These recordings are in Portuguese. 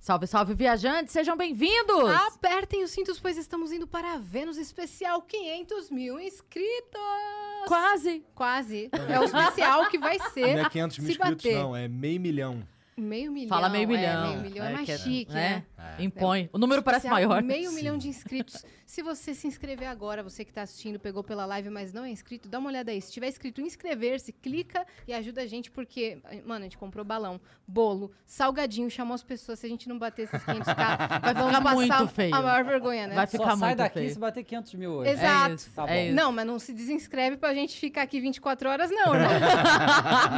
Salve, salve, viajantes! Sejam bem-vindos! Apertem os cintos, pois estamos indo para a Vênus Especial 500 mil inscritos! Quase! Quase! É o especial que vai ser. Não é 500 mil se inscritos, bater. não. É meio milhão. Meio milhão. Fala meio milhão. É, meio milhão é, mais que chique, né? É. Impõe. O número parece Especial, maior. Tipo, Meio milhão de inscritos. Se você se inscrever agora, você que está assistindo, pegou pela live, mas não é inscrito, dá uma olhada aí. Se tiver escrito inscrever-se, clica e ajuda a gente, porque, mano, a gente comprou balão, bolo, salgadinho, chamou as pessoas. Se a gente não bater esses 500k, vai ficar passar muito feio. a maior vergonha, né? Vai Só ficar sai muito daqui feio. se bater 500 mil hoje. Exato. É isso, Tá é bom. isso. Não, mas não se desinscreve pra gente ficar aqui 24 horas, não, né?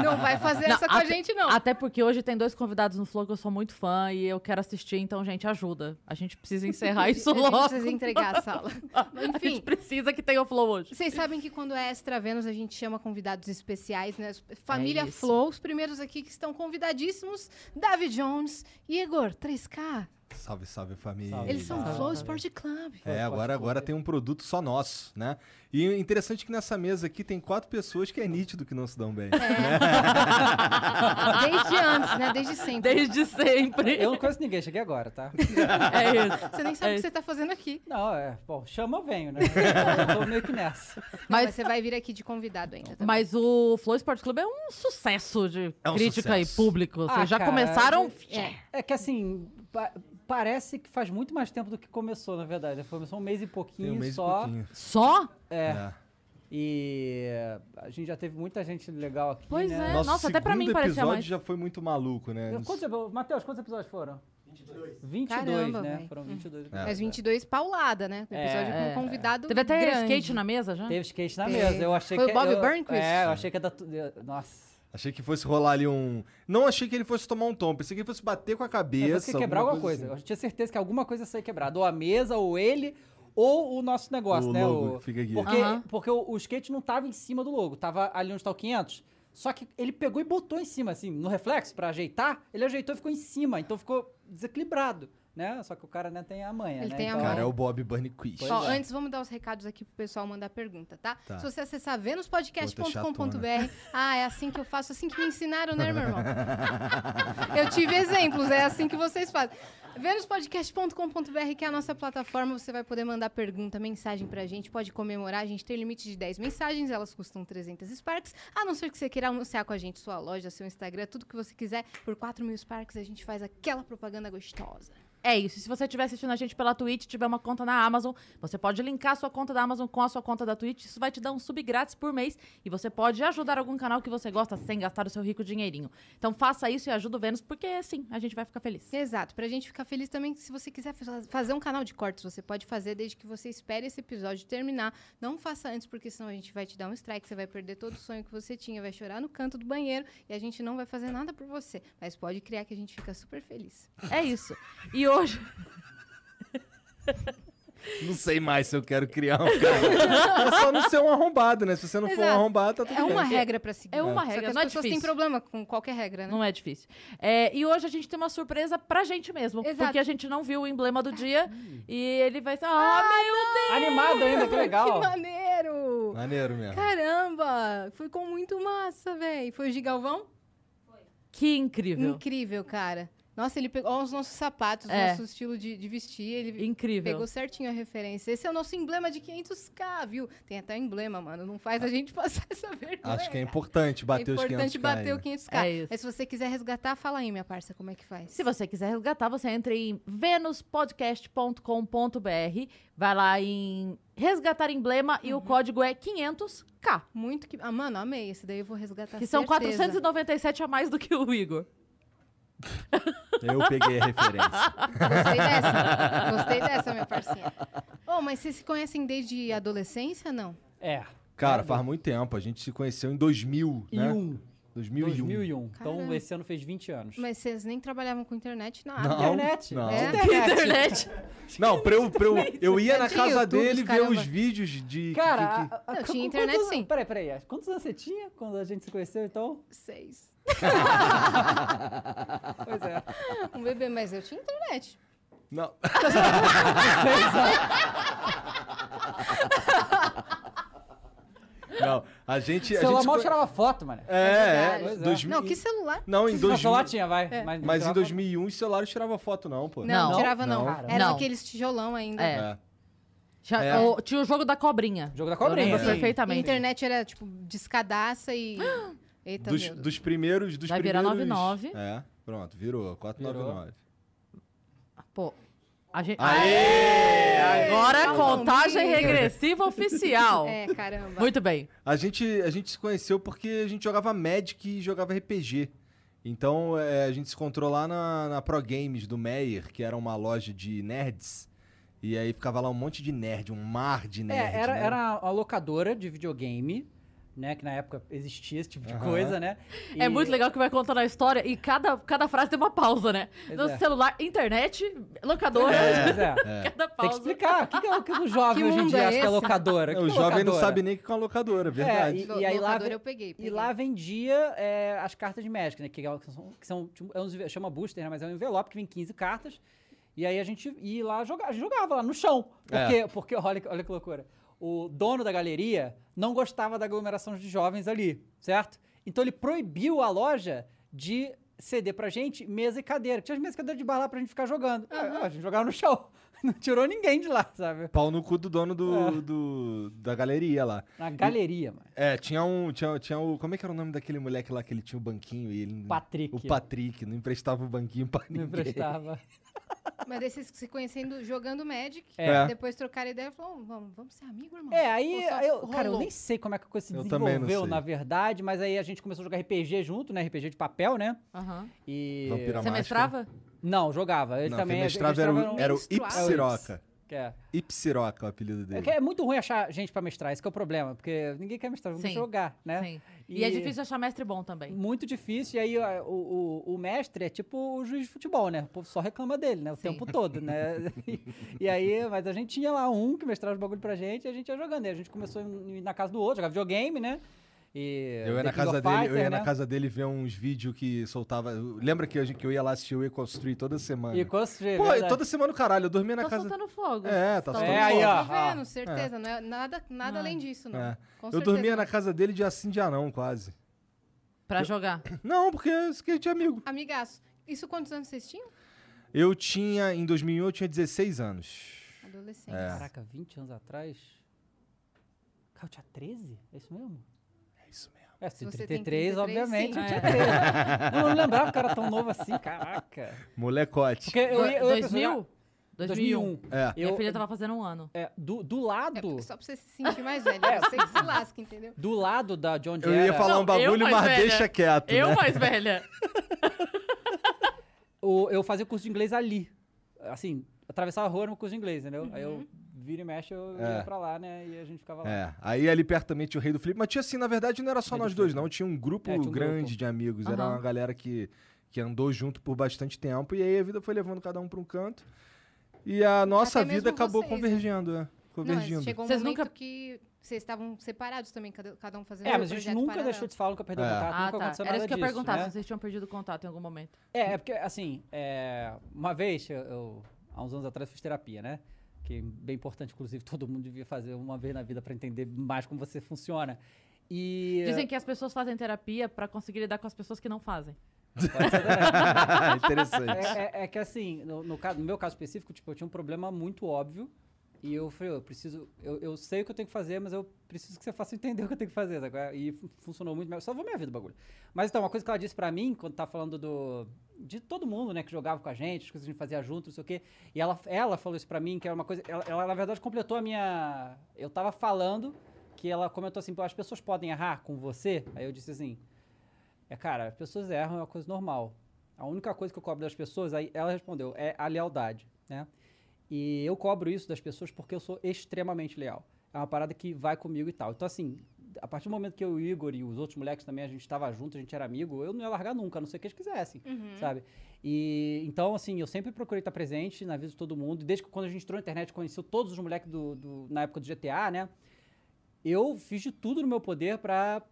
não vai fazer Não, essa com a até- gente, não. Até porque hoje tem dois convidados no Flow que eu sou muito fã e eu quero assistir, então, gente, ajuda. A gente precisa encerrar isso a gente logo. precisa entregar a sala. A gente Enfim. precisa que tenha o Flow hoje. Vocês sabem que quando é Extra Vênus a gente chama convidados especiais, né? Família É isso. Flow, os primeiros aqui que estão convidadíssimos, David Jones e Igor 3K. Salve, salve, família. Salve. Eles são Ah, Flow tá. Sport Club. É, agora, agora tem um produto só nosso, né? E interessante é que nessa mesa aqui tem quatro pessoas que é nítido que não se dão bem. É. Desde antes, né? Desde sempre. Desde sempre. Eu não conheço ninguém, cheguei agora, tá? É isso. Você nem sabe É o que você tá fazendo aqui. Não, é. Bom, chama eu venho, né? Eu tô meio que nessa. Mas, Mas- você vai vir aqui de convidado ainda. Também. Mas o Flow Esporte Clube é um sucesso de É um crítica sucesso. e público. Vocês Ah, já cara, começaram. É. É que assim, pa- parece que faz muito mais tempo do que começou, na verdade. Começou um mês e Tem pouquinho um mês e só. pouquinho. Só? É. É. E a gente já teve muita gente legal aqui. Pois né? é. Nosso nossa, até pra mim segundo parecia episódio mais. já foi muito maluco, né? Eu- Quantos, epi- Matheus, quantos episódios foram? 22. 22, Caramba, né? véi. Foram 22 É. episódios. Mas 22 paulada, né? O episódio É, com um convidado. Teve até grande. skate na mesa já? Teve skate na Teve. mesa. Eu achei Foi que o Bob eu- Burnquist? É, eu achei que ia dar tudo. eu- Nossa. Achei que fosse rolar ali um... Não achei que ele fosse tomar um tom. Pensei que ele fosse bater É, com a Eu cabeça. assim. fosse quebrar alguma coisa. Eu tinha certeza que alguma coisa saía quebrada. Ou a mesa, ou ele, ou o nosso negócio, O né? logo o... que fica aqui. Porque, Aham. porque o, o skate não tava em cima do logo, tava ali onde tá o 500. Só que ele pegou e botou em cima, assim, no reflexo, pra ajeitar. Ele ajeitou e ficou em cima, então ficou desequilibrado, né? Só que o cara né, tem a manha, Ele né? tem a assim. então, manha. Cara, é o Bob Burnquist. Pois Ó, é. antes, vamos dar os recados aqui pro pessoal mandar pergunta, tá? Tá. Se você acessar Puta, venuspodcast.com.br, ah, é assim que eu faço, assim que me ensinaram, né, meu irmão? eu tive exemplos, é assim que vocês fazem. Venuspodcast.com.br, que é a nossa plataforma, você vai poder mandar pergunta, mensagem pra gente, pode comemorar. A gente tem limite de 10 mensagens, elas custam 300 Sparks. A não ser que você queira anunciar com a gente sua loja, seu Instagram, tudo que você quiser, por 4 mil Sparks a gente faz aquela propaganda gostosa. É isso. E Se você estiver assistindo a gente pela Twitch, tiver uma conta na Amazon, você pode linkar a sua conta da Amazon com a sua conta da Twitch. Isso vai te dar um sub grátis por mês e você pode ajudar algum canal que você gosta sem gastar o seu rico dinheirinho. Então faça isso e ajuda o Vênus, porque sim, a gente vai ficar feliz. Exato, pra gente ficar feliz também, se você quiser fa- fazer um canal de cortes, você pode fazer desde que você espere esse episódio terminar. Não faça antes, porque senão a gente vai te dar um strike, você vai perder todo o sonho que você tinha, vai chorar no canto do banheiro e a gente não vai fazer nada por você. Mas pode criar que a gente fica super feliz. É isso. E hoje. Não sei mais se eu quero criar um cara. é só não ser um arrombado, né? Se você não for um Exato. arrombado, tá tudo É bem. uma regra pra seguir. É Só uma que regra, as não é pessoas têm difícil. problema com qualquer regra, né? Não é difícil. É, e hoje a gente tem uma surpresa pra gente mesmo. Exato. Porque a gente não viu o emblema do dia. E ele vai ser. Ah, meu Deus! Animado ainda, que legal. Que maneiro! Maneiro mesmo. Caramba! Ficou muito massa, velho. Foi o Gigalvão? Que incrível. Incrível, cara. Nossa, ele pegou ó, os nossos sapatos, É. nosso estilo de, de vestir. Ele Incrível. pegou certinho a referência. Esse é o nosso emblema de 500k, viu? Tem até emblema, mano. Não faz Ah. a gente passar essa vergonha. Acho que é cara. importante bater É os né? 500 importante bater o 500k. É isso. Mas se você quiser resgatar, fala aí, minha parça, como é que faz. Se você quiser resgatar, você entra em venuspodcast.com.br, vai lá em resgatar emblema e o código é 500k, Muito que... Ah, mano, amei. Esse daí eu vou resgatar, que são certeza. 497 a mais do que o Igor. Eu peguei a referência. Gostei dessa. Gostei dessa, minha parcinha. Ô, mas vocês se conhecem desde adolescência, não? É. Cara, faz muito tempo. A gente se conheceu em 2000, E né? um. 2001. 2001. Então Caramba. esse ano fez 20 anos. Mas vocês nem trabalhavam com internet, nada. Não, Internet. não. É. Internet. Não, pra eu, pra eu, eu ia na Tinha casa YouTube, dele ver caramba. os vídeos de. Cara, que- que- a- a- Não, qu- tinha qu- internet, quantos anos- sim. Peraí, peraí. Quantos anos você tinha quando a gente se conheceu, então? Seis. Pois é. Um bebê, mas eu tinha internet. Não. não, a gente. A Seu gente Lamar se- tirava foto, mano. É, é. Verdade. dois mil- Não, que celular? Não, em Seu 2000. celular tinha, vai. Mas, não Mas em tirava 2001 os celulares tirava foto, não, pô. Não, Não, tirava não. não. Era Não. aqueles tijolão ainda. É. É. Já- É. o- tinha o jogo da cobrinha. Jogo da cobrinha, Eu lembro sim. A perfeitamente. internet era, tipo, descadaça e... Eita, Dos, meu Deus. dos primeiros. Dos Vai virar primeiros... 99. É, pronto, virou. 499. Ah, Pô, a gente... Aê! Agora é Aê! contagem Palmeiras. regressiva oficial. É, caramba. Muito bem. A gente, a gente se conheceu porque a gente jogava Magic e jogava RPG. Então é, a gente se encontrou lá na, na Pro Games do Meyer, que era uma loja de nerds. E aí ficava lá um monte de nerd, um mar de nerd. É, era, né? era uma locadora de videogame, né? Que na época existia esse tipo de Aham. coisa, né? É E- muito legal que vai contando a história e cada, cada frase tem uma pausa, né? Pois No é. celular, internet, locadora, Pois cada é. Tem que pausa. explicar. O que, que é o que o jovem Que hoje em mundo dia é acha que é esse? locadora? O que o que é jovem não locadora? sabe nem o que é uma locadora, é verdade. e- No- e aí lá locadora vem- eu peguei, E peguei. lá vendia é, as cartas de Magic, né? Que, é o- que são, que são tipo, é uns enve- chama booster, né? Mas é um envelope que vem 15 cartas. E aí a gente ia lá jogar, jogava lá no chão. Porque, É. porque olha, que- olha que loucura. O dono da galeria não gostava da aglomeração de jovens ali, certo? Então ele proibiu a loja de ceder pra gente mesa e cadeira. Tinha as mesas e cadeira de bar lá pra gente ficar jogando. É. Ah, a gente jogava no chão. Não tirou ninguém de lá, sabe? Pau no cu do dono É. do, do- da galeria lá. Na galeria, mano. É, tinha um. Tinha, tinha o. Como é que era o nome daquele moleque lá que ele tinha o banquinho e ele. Patrick. O Patrick, não emprestava o banquinho pra Não ninguém. emprestava. Mas daí vocês se conhecendo, jogando Magic, É. depois trocaram ideia e falaram, "Ô, vamos, vamos ser amigo, Hum. irmão. É, aí, Ou só eu, cara, eu rolou? nem sei como é que a coisa se Eu também não desenvolveu, sei. na verdade, mas aí a gente começou a jogar RPG junto, né? RPG de papel, né? Aham. E. Vampira Você Máscara. mestrava? Não, jogava. Ele Não, também. quem mestrava era, o- um- era o menstruado. Ipsiroca. que é. Ipsiroca é o apelido É dele. que é muito ruim achar gente pra mestrar, esse que é o problema, porque ninguém quer mestrar, vamos Sim, jogar, né? Sim. E... é difícil achar mestre bom também. Muito difícil, e aí ó, o, o, o mestre é tipo o juiz de futebol, né? O povo só reclama dele, né? O Sim. tempo todo, né? E, e aí, mas a gente tinha lá um que mestrava os bagulho pra gente e a gente ia jogando. E a gente começou a ir na casa do outro, jogava videogame, né? E Eu ia, na The King of casa dele, eu Fighter, ia na né? casa dele ver uns vídeos que soltava. Lembra que eu, que eu ia lá assistir o Equal Street toda semana? E construir. Pô, verdade. toda semana, caralho, eu dormia na Tô casa. soltando fogo. É, tá Tô- soltando É, aí, ó. Tá Ah. vendo, certeza, não é nada, nada além disso, não. É. Com Eu certeza dormia não. na casa dele de assim de anão, quase. Pra jogar. Tá. Não, porque isso que a gente é amigo. Amigaço, isso quantos anos vocês tinham? Eu tinha, em 2001, eu tinha 16 anos. Adolescente. É. Caraca, 20 anos atrás. Cara, eu tinha 13? É isso mesmo? É isso mesmo. É. É, se Se você tem 33, 33, obviamente, sim. eu tinha 13. Eu não lembrava que eu era tão novo assim, caraca. Molecote. Porque eu, Do- ia- eu, ia pra jogar- 2000? 2001. 2001. É. Minha Eu, filha tava fazendo um ano. é, do, do É lado, porque só pra você se sentir mais velho, É. você que se lasca, entendeu? do lado da John Eu Jera, ia falar Não, um bagulho, eu mais mas velha. deixa quieto. Eu né? mais velha. o- eu fazia curso de inglês ali. Assim, atravessava a rua no curso de inglês, entendeu? Aí eu Uhum. vira e mexe, eu É. ia pra lá, né? E a gente ficava lá. É, aí ali perto também tinha o Rei do Flip, mas tinha assim, na verdade não era só Rei do nós dois, Flip. não, tinha um grupo É, tinha um grande grupo. de amigos, era Aham. uma galera que, que andou junto por bastante tempo, e aí a vida foi levando cada um pra um canto, e a nossa Até mesmo vida acabou vocês, né? convergindo, é, Não, mas convergindo. chegou um Vocês momento nunca- que vocês estavam separados também, cada, cada um fazendo É, um mas a gente projeto nunca paralelo. deixou de falar, nunca perdeu É. contato, Ah, nunca tá. aconteceu Era nada isso que eu disso, perguntar, né? se vocês tinham perdido contato em algum momento. É, é porque, assim, é, uma vez, eu, eu- há uns anos atrás, fiz terapia, né? Que é bem importante, inclusive, todo mundo devia fazer uma vez na vida pra entender mais como você funciona. E. Dizem que as pessoas fazem terapia pra conseguir lidar com as pessoas que não fazem. Interessante. É, é- é que assim, no, no ca- no meu caso específico, tipo, eu tinha um problema muito óbvio. E eu falei, eu preciso. Eu, eu sei o que eu tenho que fazer, mas eu preciso que você faça entender o que eu tenho que fazer. sabe qual é? E fu- funcionou muito melhor. Só vou minha vida o bagulho. Mas então, uma coisa que ela disse pra mim, quando tá falando do. De todo mundo, né, que jogava com a gente, as coisas que a gente fazia junto, não sei o quê. E ela, ela falou isso pra mim, que era uma coisa. Ela, ela, na verdade, completou a minha. Eu tava falando que ela comentou assim, "Pô, as pessoas podem errar com você. Aí eu disse assim. É, cara, as pessoas erram, é uma coisa normal. A única coisa que eu cobro das pessoas, aí ela respondeu, é a lealdade, né? E eu cobro isso das pessoas porque eu sou extremamente leal. É uma parada que vai comigo e tal. Então, assim, a partir do momento que eu, o Igor e os outros moleques também, a gente estava junto, a gente era amigo, eu não ia largar nunca, a não ser que eles quisessem, sabe? E então, assim, eu sempre procurei estar presente na vida de todo mundo. Desde que quando a gente entrou na internet, conheceu todos os moleques do, do- na época do GTA, né? Eu fiz de tudo no meu poder pra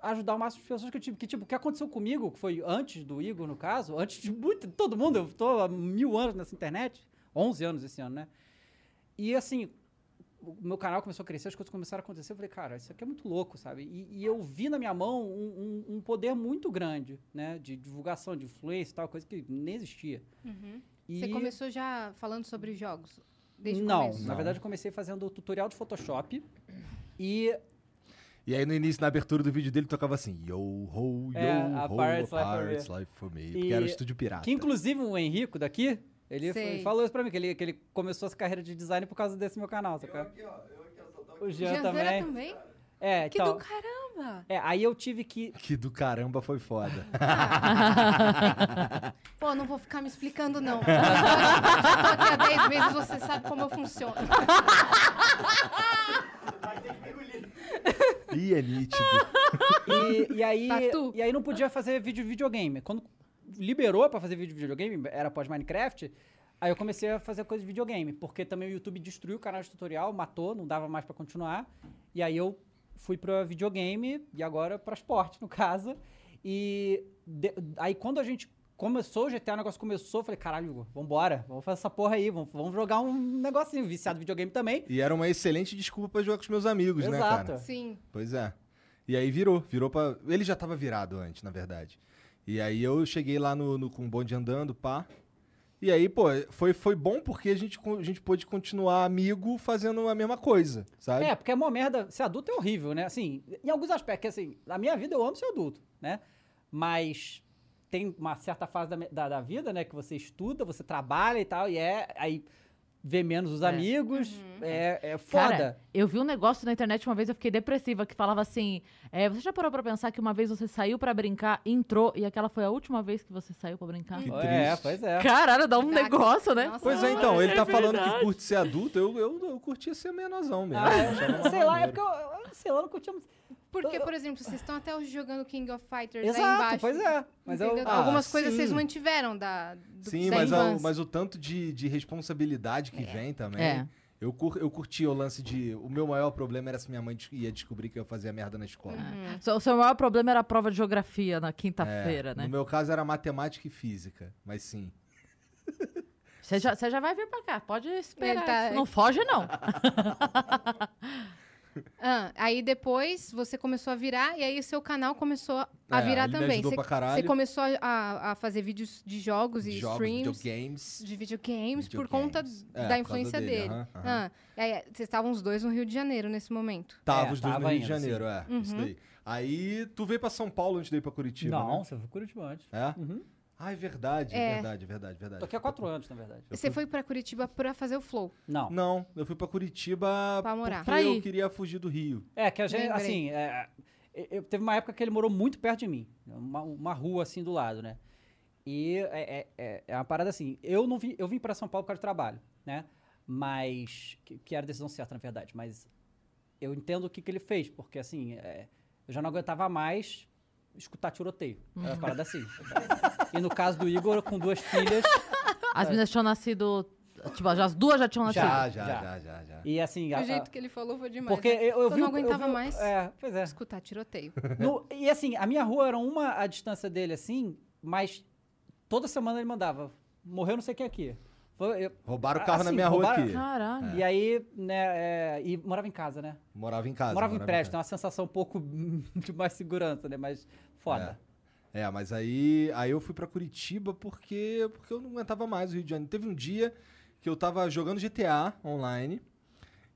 ajudar o máximo de pessoas que eu tive. Que, tipo, o que aconteceu comigo, que foi antes do Igor, no caso, antes de muito, todo mundo, eu tô há mil anos nessa internet, 11 anos esse ano, né? E assim, o meu canal começou a crescer, as coisas começaram a acontecer. Eu falei, cara, isso aqui é muito louco, sabe? E, e eu vi na minha mão um, um- um poder muito grande, né? De divulgação, de influência e tal, coisa que nem existia. E... Uhum. Você começou já falando sobre jogos? Desde não, o começo? na verdade eu comecei fazendo tutorial de Photoshop. E E aí no início, na abertura do vídeo dele, tocava assim: Yo ho, yo É, a ho, Pirates a Life for Pirates Me. Life for Me. E- Porque era o estúdio pirata. Que inclusive o Henrico daqui, ele Sei. foi- falou isso pra mim, que ele, que ele começou essa carreira de design por causa desse meu canal, saca? O Jean, Janzera também. É, Que então. do caramba! É, aí eu tive que. Que do caramba foi foda. Pô, não vou ficar me explicando, não. Já tô aqui há 10 meses, você sabe como eu funciono. Ih, é nítido. E, e aí. Tatu. E aí não podia fazer vídeo de videogame. Quando liberou pra fazer vídeo de videogame, era pós-Minecraft. Aí eu comecei a fazer coisa de videogame, porque também o YouTube destruiu o canal de tutorial, matou, não dava mais pra continuar. E aí eu fui pra videogame e agora pra esporte, no caso. E de- aí quando a gente começou, o GTA, o negócio começou, eu falei, caralho, Igor, vambora, vamos fazer essa porra aí, vamos, vamos jogar um negocinho, viciado em videogame também. E era uma excelente desculpa pra jogar com os meus amigos, né, Exato. cara? Sim. Pois é. E aí virou, virou pra. Ele já tava virado antes, na verdade. E aí eu cheguei lá no, no com o bonde andando, pá. E aí, pô, foi, foi bom porque a gente, con- a gente pôde continuar amigo fazendo a mesma coisa, sabe? É, porque é uma merda. Ser adulto é horrível, né? Assim, em alguns aspectos, que, assim, na minha vida eu amo ser adulto, né? Mas tem uma certa fase da, me- da, da vida, né? Que você estuda, você trabalha e tal, e é. Aí vê menos os É. amigos, é, é foda. Cara, eu vi um negócio na internet uma vez, eu fiquei depressiva, que falava assim: é, Você já parou pra pensar que uma vez você saiu pra brincar, entrou, e aquela foi a última vez que você saiu pra brincar? Que é, triste. pois é. Caralho, dá um Dá- negócio, né? Nossa, Pois é, então, ele tá falando que curte ser adulto, eu, eu, eu curtia ser menorzão mesmo. Ah, é. achava sei lá, é maneiro. porque eu, eu- sei lá, não curtia muito. Porque, por exemplo, vocês estão até hoje jogando King of Fighters aí Exato, embaixo. pois é. Mas eu. entendeu? Ah, Algumas coisas sim. vocês mantiveram da, do, Sim, da mas, a- infância. mas o tanto de, de responsabilidade que vem também. É. Eu, cur, eu curti o lance de. O meu maior problema era se minha mãe des- ia descobrir que eu fazia merda na escola. Uhum. Uhum. Seu- O seu maior problema era a prova de geografia na quinta-feira, né? É, No meu caso era matemática e física, mas sim. Você já, você já vai vir pra cá, pode Ele esperar. tá- isso. Não foge, não. Ah, aí depois você começou a virar e aí o seu canal começou a É, virar ele me também. ajudou pra caralho. você começou a, a fazer vídeos de jogos e Jogos, streams. videogames. De videogames, por Videogames. conta É, por causa da influência dele, dele. aham, aham. Ah, e aí, vocês estavam os dois no Rio de Janeiro nesse momento. Tava É, os dois no tava Rio de indo, Janeiro, é. Isso Uhum. daí. Aí tu veio pra São Paulo antes de ir pra Curitiba. Não, Né? você foi Curitiba antes. É? Uhum. Ah, é verdade, é É. verdade, é verdade, é verdade. Tô aqui há quatro anos, na verdade. Eu Você fui- foi pra Curitiba pra fazer o Flow. Não. Não, eu fui pra Curitiba Pra morar. porque Pra eu ir. queria fugir do Rio. É, que a gente, Lembrei. assim, é, eu- eu- teve uma época que ele morou muito perto de mim, uma, uma rua assim do lado, né? E é, é- é- é uma parada assim, eu não vim, eu vim para São Paulo por causa do trabalho, né? Mas, que, que era a decisão certa, na verdade, mas eu entendo o que, que ele fez, porque assim, é, eu já não aguentava mais escutar tiroteio, era uma parada assim. e no caso do Igor, com duas filhas, é, As meninas tinham nascido. Tipo, já- as duas já tinham nascido. Já, já, já. já, já, já. e assim... um a- O a- jeito que ele falou foi demais. porque né? eu, eu vi... não o- eu aguentava vi o- mais É, pois é. escutar tiroteio. No- e assim, a minha rua era uma a distância dele, assim, mas toda semana ele mandava. Morreu não sei quem aqui. Foi- eu- Roubaram o carro na Assim, minha roubaram- rua aqui. É. Caralho. E aí, né, é, e morava em casa, né? Morava em casa. morava em prédio, casa. tem uma sensação um pouco de mais segurança, né? Mas foda. É, mas aí, aí eu fui pra Curitiba porque, porque eu não aguentava mais o Rio de Janeiro. Teve um dia que eu tava jogando GTA online.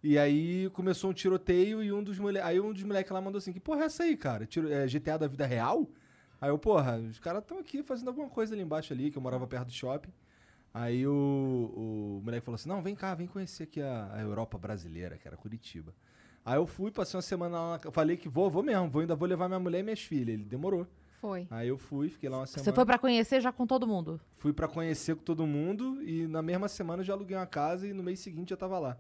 E aí começou um tiroteio e um dos moleques. Aí um dos moleques lá mandou assim: Que porra é essa aí, cara? Tiro, é, GTA da vida real? Aí eu, porra, os caras estão aqui fazendo alguma coisa ali embaixo ali, que eu morava perto do shopping. Aí o, o moleque falou assim: Não, vem cá, vem conhecer aqui a, a Europa brasileira, que era Curitiba. Aí eu fui, passei uma semana lá, na- falei que vou, vou mesmo, vou, ainda vou levar minha mulher e minhas filhas. Ele demorou. Foi. Aí eu fui, fiquei lá uma semana. Você foi pra conhecer já com todo mundo. Fui pra conhecer com todo mundo e na mesma semana eu já aluguei uma casa e no mês seguinte já tava lá.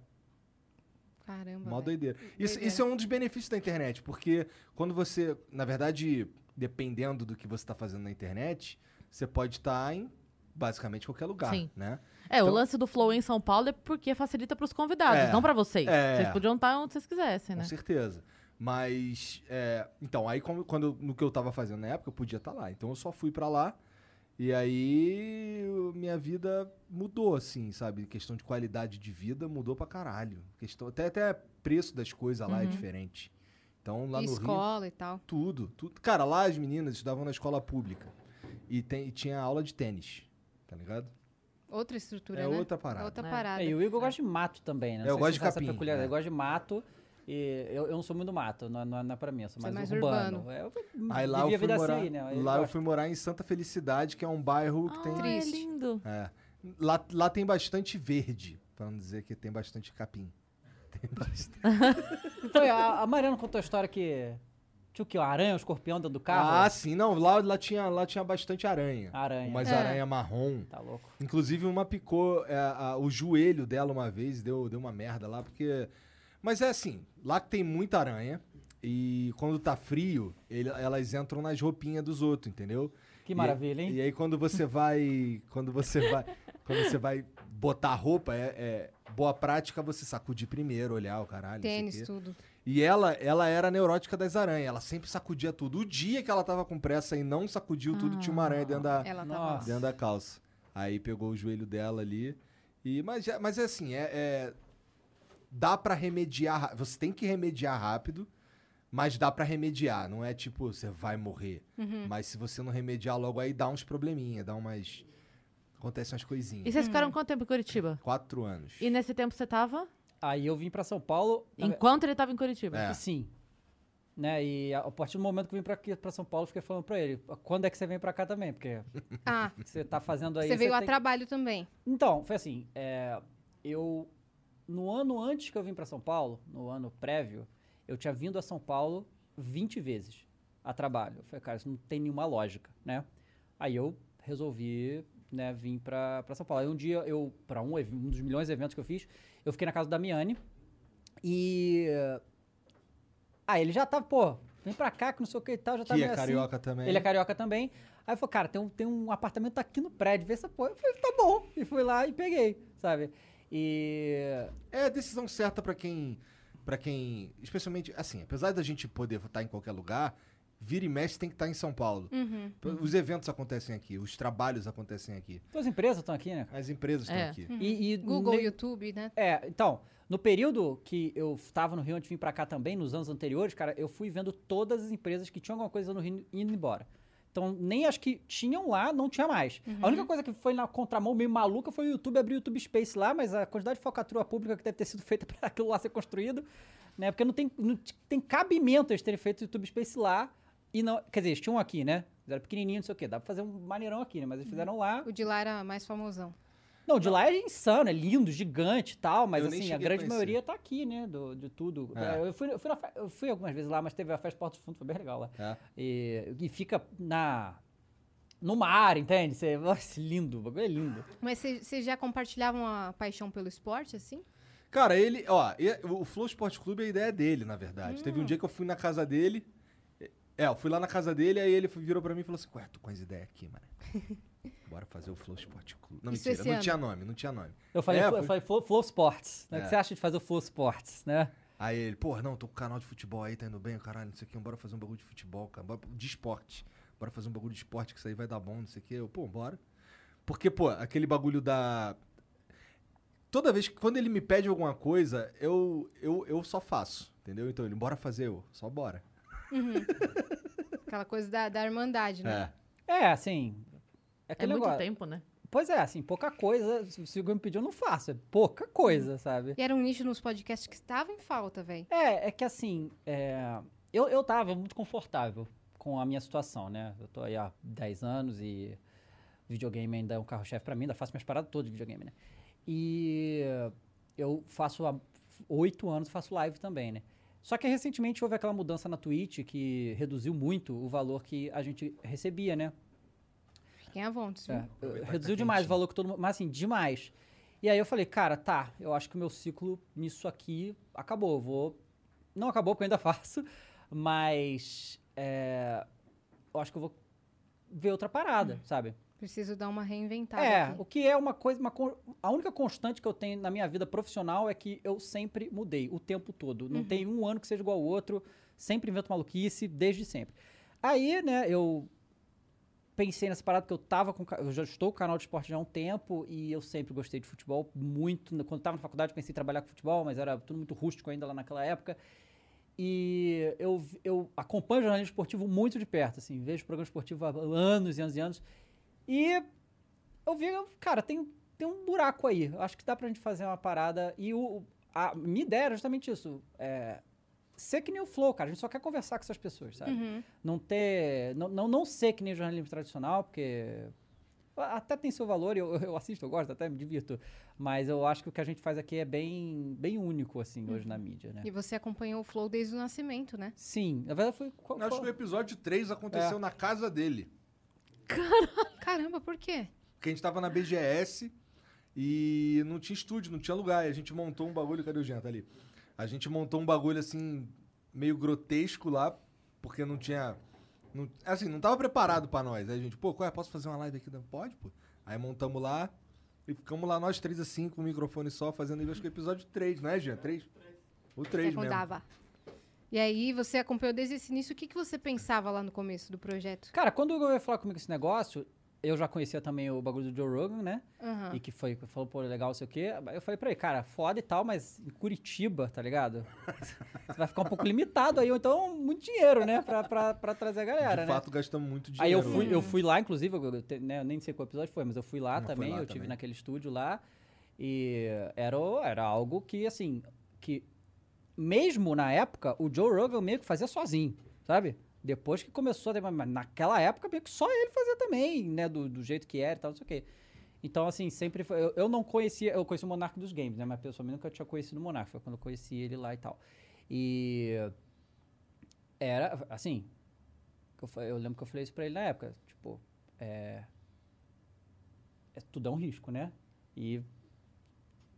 Caramba. Mó velho. doideira. Isso, Doideira. isso é um dos benefícios da internet, porque quando você, na verdade, dependendo do que você está fazendo na internet, você pode estar em basicamente qualquer lugar, Sim. né? É, o Então- lance do Flow em São Paulo é porque facilita pros convidados, É. não pra vocês. É. Vocês podiam estar onde vocês quisessem, Com né? certeza. Mas, é, então, aí como- quando, eu- no que eu tava fazendo na época, eu podia estar lá. Então eu só fui pra lá. E aí eu- minha vida mudou, assim, sabe? Questão de qualidade de vida mudou pra caralho. Questão, até, até preço das coisas lá é Uhum. diferente. Então lá E no Rio, escola e tal. tudo, tudo. Cara, lá as meninas estudavam na escola pública. E, tem, e tinha aula de tênis, tá ligado? Outra estrutura, É né? outra parada. Outra É. parada. É, e o Igor gosta de mato também, né? Não Eu sei gosto se de tem essa capim, peculiaridade. é. Eu gosto de mato. E eu, eu não sou muito mato, não, é- não, é- não é pra mim, eu sou Você é mais, mais urbano. urbano. É, Eu Aí lá vivi eu fui a vida morar, assim, né? lá eu gosto. fui morar em Santa Felicidade, que é um bairro que tem Ah, Triste. é lindo. É. Lá, lá tem bastante verde, pra não dizer que tem bastante capim. Tem bastante. Foi, a, a Mariana contou a história que tinha o quê? Uma aranha, um escorpião dentro do carro? Ah, sim, não, lá, lá, tinha, lá tinha bastante aranha. Aranha. Umas É. aranha marrom. Tá louco. Inclusive, uma picou é, a- o joelho dela uma vez, deu, deu uma merda lá, porque. Mas é assim, lá que tem muita aranha. E quando tá frio, ele- elas entram nas roupinhas dos outros, entendeu? Que E- maravilha, hein? E aí quando você vai, quando você vai, quando você vai botar a roupa, é, é boa prática você sacudir primeiro, olhar o caralho. não sei o Tênis, quê. tudo. E ela, ela era neurótica das aranhas, ela sempre sacudia tudo. O dia que ela tava com pressa e não sacudiu tudo, tinha uma aranha dentro Ah, da, Ela tava Nossa. lá. dentro da calça. Aí pegou o joelho dela ali. E, mas, é- mas é assim, é, é- dá pra remediar. ra- Você tem que remediar rápido, mas dá pra remediar. Não é tipo, você vai morrer. Uhum. Uhum. Mas se você não remediar logo aí, dá uns probleminha, dá umas. Acontecem umas E coisinhas. vocês Hum. ficaram quanto tempo em Curitiba? Quatro anos. E nesse tempo você Tá tava? Aí eu vim pra São Paulo. na ve- Enquanto ele tava em Curitiba? É. Sim. Né? E a, a partir do momento que eu vim pra, aqui, pra São Paulo, eu fiquei falando pra ele, quando é que você vem pra cá também? Porque Ah, o que você tá fazendo aí... você veio a tem- trabalho também. Então, foi assim, é, eu... No ano antes que eu vim pra São Paulo, no ano prévio, eu tinha vindo a São Paulo 20 vezes a trabalho. Eu falei, cara, isso não tem nenhuma lógica, né? Aí eu resolvi, né, vir pra, pra São Paulo. Aí um dia, eu, pra um, ev- um dos milhões de eventos que eu fiz, eu fiquei na casa da Miane e... Aí ele já tava, pô, vem pra cá que não sei o que e tal, já tá que meio é assim. carioca também. Ele é carioca também. Aí eu falei, cara, tem um, tem um apartamento aqui no prédio, vê essa porra. Eu falei, tá bom. E fui lá e peguei, sabe? E. É a decisão certa pra quem. para quem. Especialmente, assim, apesar da gente poder estar em qualquer lugar, vira e mexe tem que estar em São Paulo. Mm-hmm. Uhum. Os eventos acontecem aqui, os trabalhos acontecem aqui, Todas as empresas estão aqui, né, cara? as empresas estão É. aqui. E, e Uhum. Google, ne- YouTube, né? É, então, no período que eu tava no Rio antes de vir pra cá também, nos anos anteriores, cara, eu fui vendo todas as empresas que tinham alguma coisa no Rio indo embora. Então, nem as que tinham lá, não tinha mais. Uhum. A única coisa que foi na contramão meio maluca foi o YouTube abrir o YouTube Space lá, mas a quantidade de falcatrua pública que deve ter sido feita pra aquilo lá ser construído, né? Porque não tem, não t- tem cabimento eles terem feito o YouTube Space lá e não... Quer dizer, eles tinham aqui, né? Eles eram pequenininhos, não sei o quê. Dá pra fazer um maneirão aqui, né? Mas Uhum. eles fizeram lá. O de lá era mais famosão. Não, de lá é insano, é lindo, gigante e tal, mas Eu nem assim, cheguei a a grande conhecer. maioria tá aqui, né? do- de tudo. É. Eu, fui, eu fui na fe- eu fui algumas vezes lá, mas teve a festa Porto Fundo, foi bem legal lá. É. E, e fica na. no mar, entende? Você, nossa, lindo, o bagulho é lindo. Mas vocês vocês já compartilhavam a paixão pelo esporte, assim? Cara, ele, ó, e- é, o Flow Sport Clube é a ideia dele, na verdade. Teve um dia que eu fui na casa dele. É, eu fui lá na casa dele, aí ele virou pra mim e falou assim: Ué, tô com as ideias aqui, mano. Bora fazer o Flow Sport Clube. Não, Isso mentira, esse não ano. tinha nome, não tinha nome. Eu falei, É, flo- eu foi- falei Flow, Flow Sports. né? O É. que você acha de fazer o Flow Sports, né? Aí ele, porra, não, tô com canal de futebol aí, tá indo bem, caralho, não sei o que, bora fazer um bagulho de futebol, cara, bora, de esporte. Bora fazer um bagulho de esporte, que isso aí vai dar bom, não sei o que. Eu, pô, bora. Porque, pô, aquele bagulho da. Toda vez que quando ele me pede alguma coisa, eu, eu, eu só faço, entendeu? Então ele, bora fazer, eu, só bora. Uhum. Aquela coisa da, da irmandade, né? É. É, assim. É É, aquele muito negócio. tempo, né? Pois é, assim, pouca coisa. Se se o Igor me pediu, eu não faço. É pouca Uhum. coisa, sabe? E era um nicho nos podcasts que estava em falta, velho. É, é que assim, é, eu, eu tava muito confortável com a minha situação, né? Eu tô aí há 10 anos e videogame ainda é um carro-chefe pra mim, ainda faço minhas paradas todas de videogame, né? E eu faço há 8 anos, faço live também, né? Só que recentemente houve aquela mudança na Twitch que reduziu muito o valor que a gente recebia, né? Fiquem à vontade. É, viu? É. reduziu demais o quentinho. valor que todo mundo. Mas assim, demais. E aí eu falei, cara, tá, eu acho que o meu ciclo nisso aqui acabou. Eu vou. Não acabou, porque eu ainda faço, mas. é, eu acho que eu vou ver outra parada, sabe? Preciso dar uma reinventada. é, aqui. o que é uma coisa. Uma, con- a única constante que eu tenho na minha vida profissional é que eu sempre mudei o tempo todo. Não tem um ano que seja igual ao outro, sempre invento maluquice, desde sempre. Aí, né, eu pensei nessa parada porque eu tava com. ca- Eu já estou com o canal de esporte já há um tempo e eu sempre gostei de futebol muito. Quando estava na faculdade, pensei em trabalhar com futebol, mas era tudo muito rústico ainda lá naquela época. E eu, vi- eu acompanho jornalismo esportivo muito de perto, assim, vejo programa esportivo há anos e anos e anos. E eu vi, eu- cara, tem, tem um buraco aí. Eu Acho que dá pra gente fazer uma parada. E o, a minha ideia era justamente isso. É, ser que nem o Flow, cara. A gente só quer conversar com essas pessoas, sabe? Não ter. Não, não, não ser que nem jornalismo tradicional, porque. a- Até tem seu valor, eu, eu assisto, eu gosto, até me divirto. Mas eu acho que o que a gente faz aqui é bem, bem único, assim, hoje na mídia, né? E você acompanhou o Flow desde o nascimento, né? Sim, na verdade foi. Qual, Acho qual- que o episódio 3 É. aconteceu na casa dele. Caramba, por quê? Porque a gente tava na BGS e não tinha estúdio, não tinha lugar. E a gente montou um bagulho. Cadê o Jean? Tá ali. A gente montou um bagulho assim, meio grotesco lá, porque não tinha. não- assim, não tava preparado pra nós. Aí a gente, pô, qual é? Posso fazer uma live aqui? Não, Pode, pô. Aí montamos lá e ficamos lá nós três assim, com o microfone só, fazendo acho que o episódio 3, não é, Jean? 3? O 3 Você mesmo. contava. E aí, você acompanhou desde esse início. O que, que você pensava lá no começo do projeto? Cara, quando o Google veio falar comigo esse negócio, eu já conhecia também o bagulho do Joe Rogan, né? Aham. E que foi, falou, pô, legal, não sei o quê. Eu falei pra ele, cara, foda e tal, mas em Curitiba, tá ligado? Você vai ficar um pouco limitado aí, ou então muito dinheiro, É. né? Pra, pra, pra trazer a galera, De né? fato, gastamos muito dinheiro. Aí eu fui, né? eu fui lá, inclusive, eu, eu te- né, eu nem sei qual episódio foi, mas eu fui lá Eu fui também, lá eu também. tive naquele estúdio lá. E era, o- era algo que, assim, que mesmo na época, o Joe Rogan meio que fazia sozinho, sabe? Depois que começou, a ter- mas naquela época meio que só ele fazia também, né? Do, do jeito que era e tal, não sei o quê. Então, assim, sempre foi. Eu, eu não conhecia. Eu conheci o Monarca dos Games, né? Mas pessoalmente nunca tinha conhecido o Monarca. Foi quando eu conheci ele lá e tal. E. Era, assim. Eu, fa- eu lembro que eu falei isso pra ele na época. Tipo, é. é tudo é um risco, né? E.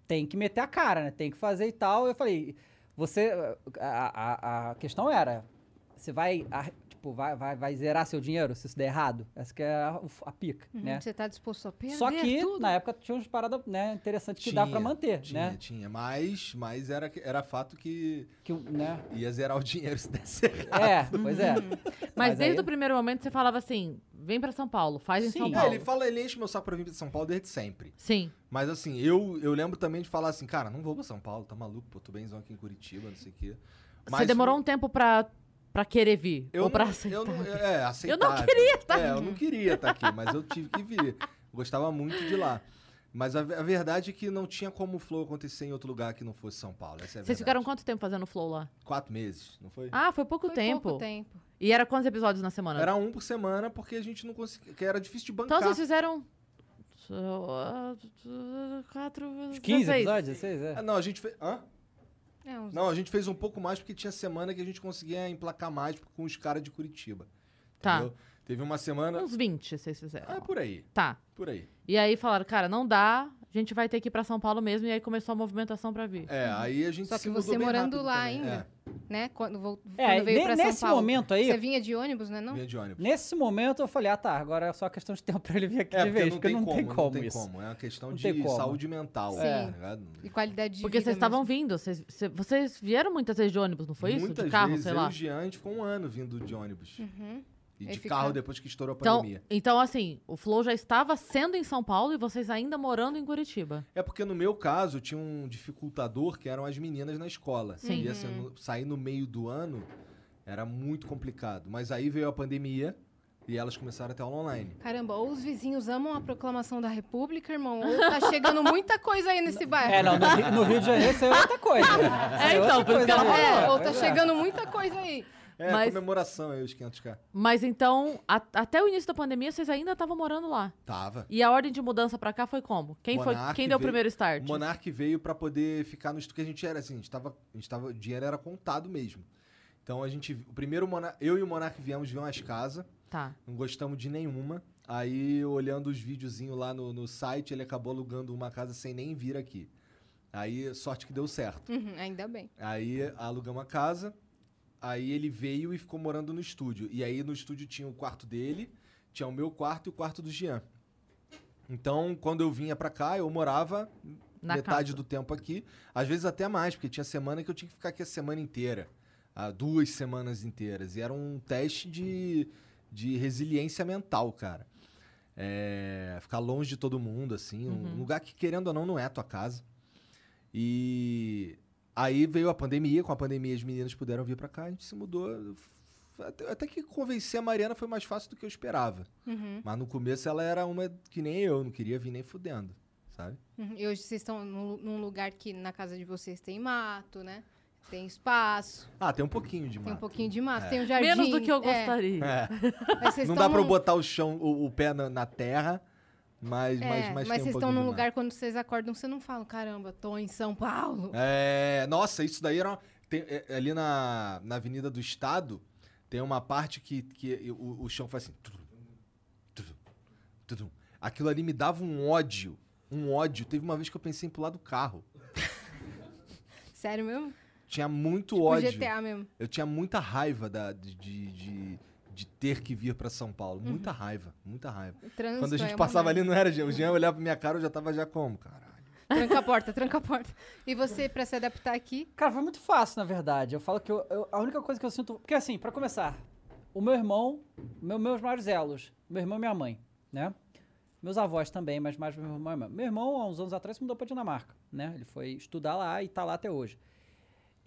Tem que meter a cara, né? Tem que fazer e tal. Eu falei. Você. A, a, a questão era. Você vai. a- tipo, vai, vai, vai zerar seu dinheiro se isso der errado? Essa que é a, a pica, Uhum. né? Você tá disposto a perder Só que tudo? na época tinha umas paradas né, interessantes que dava pra manter, tinha, né? Tinha, mas, mas era, era fato que Que, né? ia zerar o dinheiro se Uhum. desse errado. É, pois é. Mas, desde aí- o primeiro momento você falava assim: vem pra São Paulo, faz em Sim. São É, É, Paulo. ele fala, ele enche meu saco pra vir pra São Paulo desde sempre. Sim. Mas assim, eu, eu lembro também de falar assim, cara, não vou pra São Paulo, tá maluco, pô, tô bemzão aqui em Curitiba, não sei o quê. você demorou um tempo pra, pra querer vir. eu ou pra não- aceitar. Eu não, é, aceitar. queria estar É, eu não queria estar aqui, mas eu tive que vir. Gostava muito de lá. Mas a, ve- a verdade é que não tinha como o Flow acontecer em outro lugar que não fosse São Paulo. Essa é a Vocês verdade. ficaram quanto tempo fazendo flow lá? Quatro meses, não foi? Ah, foi pouco, Foi tempo. pouco tempo. E era quantos episódios na semana? Era um por semana, porque a gente não conseguia. que Era difícil de bancar. Então vocês fizeram. uh, Quatro. Uns 15 16. episódios, 16, é. Ah, não, a gente fez. Hã? É, uns... Não, a gente fez um pouco mais porque tinha semana que a gente conseguia emplacar mais com os caras de Curitiba. Tá. Entendeu? Teve uma semana. Uns 20 vocês fizeram. Ah, por aí, Tá. por aí. E aí falaram, cara, não dá, a gente vai ter que ir pra São Paulo mesmo. E aí começou a movimentação pra vir. É, aí a gente Só se que mudou você bem morando rápido lá também. ainda, né? Quando, vol- quando É, veio ne- pra nesse São Paulo. momento aí- Você vinha de ônibus, né? É, Não? vinha de ônibus. Nesse momento eu falei, ah tá, agora é só questão de tempo pra ele vir aqui É, de porque vez, não tem, não como, tem não como tem isso. como. É uma questão Não de tem como. saúde mental. Sim. tá ligado? E qualidade de Porque vida vocês estavam vindo, vocês, cê- vocês vieram muitas vezes de ônibus, não foi isso? Muitas de carro, vezes sei eu e lá. o Jean, a gente ficou um ano vindo de ônibus. mesmo. Uhum. E Aí de fica- carro depois que estourou a Então, pandemia. então, assim, o Flow já estava sendo em São Paulo e vocês ainda morando em Curitiba. É porque no meu caso tinha um dificultador que eram as meninas na escola. Sim. E assim, no- sair no meio do ano era muito complicado. Mas aí veio a pandemia e elas começaram a ter aula online. Caramba, ou os vizinhos amam a proclamação da República, irmão, ou tá chegando muita coisa aí nesse bairro. É, não, no, Ri- no Rio de Janeiro isso aí é outra coisa. É, então, por isso que ela falou. É, ou tá chegando muita coisa aí. É, Mas- comemoração aí, os 500k. Mas então, a- até o início da pandemia, vocês ainda estavam morando lá. Tava. E a ordem de mudança pra cá foi como? Quem, foi, Monark quem deu o veio- primeiro O start? Monark veio pra poder ficar no estúdio, porque a gente era assim, a gente tava, a gente tava, o dinheiro era contado mesmo. Então a gente, o primeiro Monark, eu e o Monark viemos ver umas casas, Tá. não gostamos de nenhuma. Aí, olhando os videozinhos lá no, no site, ele acabou alugando uma casa sem nem vir aqui. Aí, sorte que deu certo. Uhum, ainda bem. Aí alugamos a casa. Aí ele veio e ficou morando no estúdio. E aí no estúdio tinha o quarto dele, tinha o meu quarto e o quarto do Jean. Então, quando eu vinha pra cá, eu morava Na metade casa. do tempo aqui. Às vezes até mais, porque tinha semana que eu tinha que ficar aqui a semana inteira. Ah, duas semanas inteiras. E era um teste de, de resiliência mental, cara. É, ficar longe de todo mundo, assim. Um Uhum. lugar que, querendo ou não, não é a tua casa. E aí veio a pandemia. Com a pandemia, as meninas puderam vir pra cá. A gente se mudou. F- Até, até que convencer a Mariana foi mais fácil do que eu esperava. Uhum, Mas no começo ela era uma que nem eu. Não queria vir nem fudendo, sabe? uhum. E hoje vocês estão num num lugar que na casa de vocês tem mato, né? Tem espaço, Ah, tem um pouquinho de tem um mato. pouquinho de mato, tem um jardim. Menos do que é. eu gostaria. É. Mas vocês um Não dá estão pra eu num- botar o chão, o, o pé na, na terra, mas, É, mas, mas, tem mas um vocês estão pouquinho num de mato. lugar quando vocês acordam, você não fala, caramba, tô em São Paulo. É, nossa, isso daí era. uma- tem- é, ali na, na Avenida do Estado, tem uma parte que, que o, o chão faz assim. tudum, tudum, tudum. Aquilo ali me dava um ódio. Um ódio. Teve uma vez que eu pensei em pular do carro. Sério mesmo? Tinha muito O ódio. GTA mesmo. Eu tinha muita raiva da, de, de, de- de ter que vir pra São Paulo. Muita raiva, muita raiva. Uhum. O trânsito Quando a gente é uma passava merda. ali, não era Jean. O Jean olhava pra minha cara, eu já tava já como, caralho. Tranca a porta, tranca a porta. E você, pra se adaptar aqui, Cara, foi muito fácil, na verdade. Eu falo que eu- eu- a única coisa que eu sinto. Porque, assim, pra começar, o meu irmão, meu, meus maiores elos, meu irmão e minha mãe, né? Meus avós também, mas mais meu irmão e minha mãe. Meu irmão, há uns anos atrás, se mudou pra Dinamarca, né? Ele foi estudar lá e tá lá até hoje.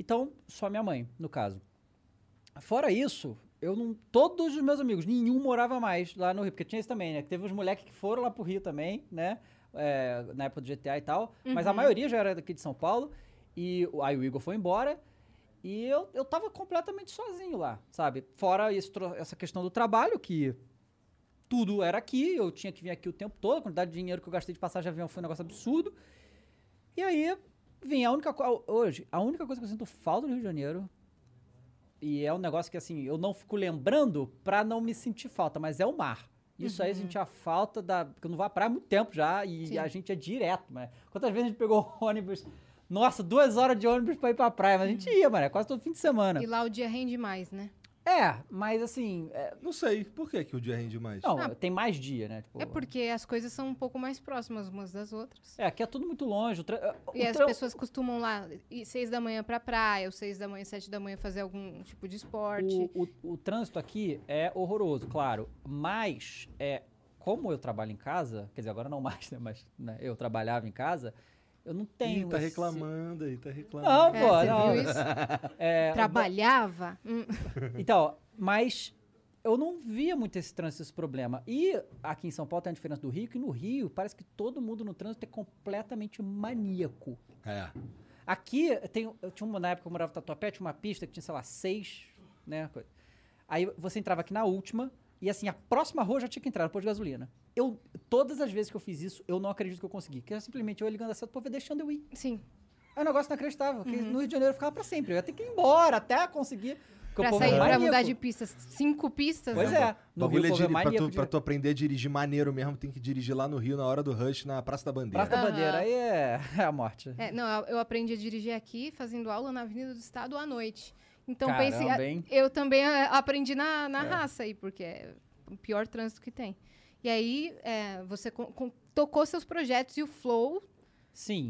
Então, só minha mãe, no caso. Fora isso, eu não. Todos os meus amigos, nenhum morava mais lá no Rio, porque tinha isso também, né? Teve uns moleques que foram lá pro Rio também, né? É, na época do GTA e tal. Mas a maioria já era daqui de São Paulo. E o- aí o Igor foi embora. E eu, eu tava completamente sozinho lá, sabe? Fora esse tro- essa questão do trabalho, que tudo era aqui, eu tinha que vir aqui o tempo todo, a quantidade de dinheiro que eu gastei de passagem de avião foi um negócio absurdo. E aí, vim, a única coisa. Hoje, a única coisa que eu sinto falta do Rio de Janeiro. E é um negócio que, assim, eu não fico lembrando pra não me sentir falta, mas é o mar. Isso aí eu senti a falta da. Porque eu não vou à praia há muito tempo já, e Uhum. Sim. a gente é direto, mas Quantas vezes a gente pegou ônibus. Nossa, duas horas de ônibus pra ir pra praia, mas a gente ia, mano, quase todo fim de semana. Uhum. e lá o dia rende mais, né? É, mas assim. é- Não sei, por que, que o dia rende mais? Não, Ah, tem mais dia, né? Tipo, É porque as coisas são um pouco mais próximas umas das outras. É, aqui é tudo muito longe. o tra- o E as tra- pessoas costumam lá ir seis da manhã pra praia, ou seis da manhã, sete da manhã fazer algum tipo de esporte. O, o- o trânsito aqui é horroroso, claro. Mas, é, como eu trabalho em casa, quer dizer, agora não mais, né? Mas né, eu trabalhava em casa, eu não tenho. Ih, tá esse- reclamando aí, tá Não, reclamando. É, pô, você não. viu isso? É, Trabalhava? Hum, Então, mas eu não via muito esse trânsito, esse problema. E aqui em São Paulo tem a diferença do Rio, que no Rio parece que todo mundo no trânsito é completamente maníaco. É. Aqui, tem, eu tinha uma, na época que eu morava em Tatuapé, tinha uma pista que tinha, sei lá, seis, né? coisa. Aí você entrava aqui na última, e assim, a próxima rua eu já tinha que entrar, no posto de gasolina. Eu, todas as vezes que eu fiz isso, eu não acredito que eu consegui. Que era simplesmente eu ligando a seta, o povo deixando eu ir. Sim. Uhum. É um negócio inacreditável, que no Rio de Janeiro eu ficava pra sempre. Eu ia ter que ir embora até conseguir. porque o Pra povo é sair, pra maníaco. mudar de pistas, cinco pistas. Pois né? é, no Rio Bagulho é o povo é diri- pra, maníaco tu, de- pra tu aprender a dirigir maneiro mesmo, tem que dirigir lá no Rio na hora do rush na Praça da Bandeira. Praça da Aham. Bandeira, aí é, é a morte. É, não, eu- eu aprendi a dirigir aqui fazendo aula na Avenida do Estado à noite. Então Caramba, pense, a- hein? eu também é, aprendi na, na raça aí, porque é o pior trânsito que tem. E aí é, você co- co- tocou seus projetos e o Flow, Sim.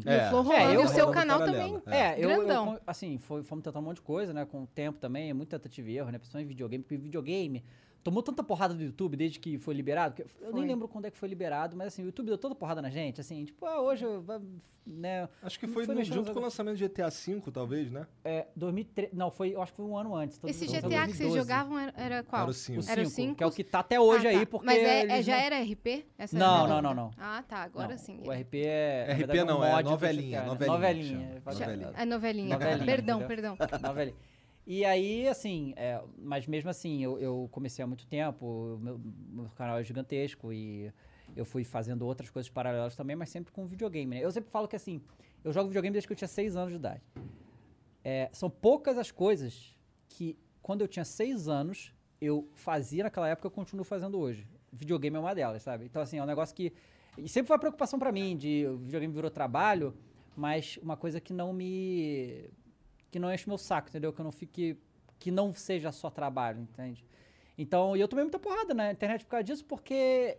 e o Flow É, rolando, eu e o seu rodando canal paralela. também. É, eu, eu Grandão. con- assim, foi, fomos tentar um monte de coisa, né? Com o tempo também, muita tentativa e erro, né? Principalmente em videogame, porque videogame tomou tanta porrada do YouTube desde que foi liberado, que eu Foi. nem lembro quando é que foi liberado, mas assim, o YouTube deu tanta porrada na gente, assim, tipo, ah, hoje, eu vou- né? Acho que foi, Foi no- mexendo junto no- com o lançamento de GTA V, talvez, né? É, 2013, não, foi, eu acho que foi um ano antes. tô- Esse tô- GTA que vocês 2012. jogavam era, era qual? Era o cinco. Era o O 5, que é o cinco? que tá até hoje Ah, aí, tá. porque... Mas é- é, eles já não- era RP? Essa Não, era a não, pergunta. não, não. Ah, tá, agora Não, sim. O RP é... na RP verdade, não, um é mod do novelinha, GTA, né? novelinha, Novelinha. chama. Novelinha. A É novelinha. Novelinha, perdão, entendeu? perdão. Novelinha. E aí, assim, é, mas mesmo assim, eu, eu comecei há muito tempo, o meu, meu canal é gigantesco e eu fui fazendo outras coisas paralelas também, mas sempre com videogame, né? Eu sempre falo que, assim, eu jogo videogame desde que eu tinha 6 anos de idade. É, são poucas as coisas que, quando eu tinha 6 anos, eu fazia naquela época e eu continuo fazendo hoje. videogame é uma delas, sabe? Então, assim, é um negócio que. E sempre foi uma preocupação pra mim, de o videogame virou trabalho, mas uma coisa que não me. que não enche meu saco, entendeu? Que eu não fique. que não seja só trabalho, entende? Então, e eu tomei muita porrada na internet por causa disso, porque.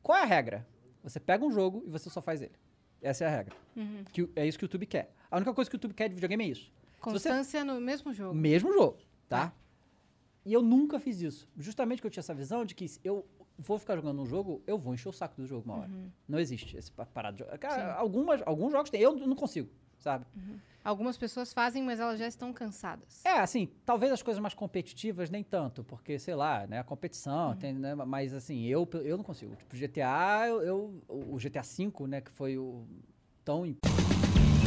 Qual é a regra? Você pega um jogo e você só faz ele. Essa é a regra. Uhum. Que o- é isso que o YouTube quer. A única coisa que o YouTube quer de videogame é isso. Se você Constância no mesmo jogo. mesmo jogo, tá? E eu nunca fiz isso. Justamente que eu tinha essa visão de que se eu vou ficar jogando um jogo, eu vou encher o saco do jogo uma hora. Uhum. Não existe esse pa- parado de jogar. Cara, algumas, alguns jogos tem. Eu não consigo, sabe? Uhum. Algumas pessoas fazem, mas elas já estão cansadas. É, assim, talvez as coisas mais competitivas nem tanto, porque, sei lá, né, a Uhum. competição, tem, né, mas assim, eu, eu não consigo. Tipo, GTA, eu, eu- o GTA V, né, que foi o tão im-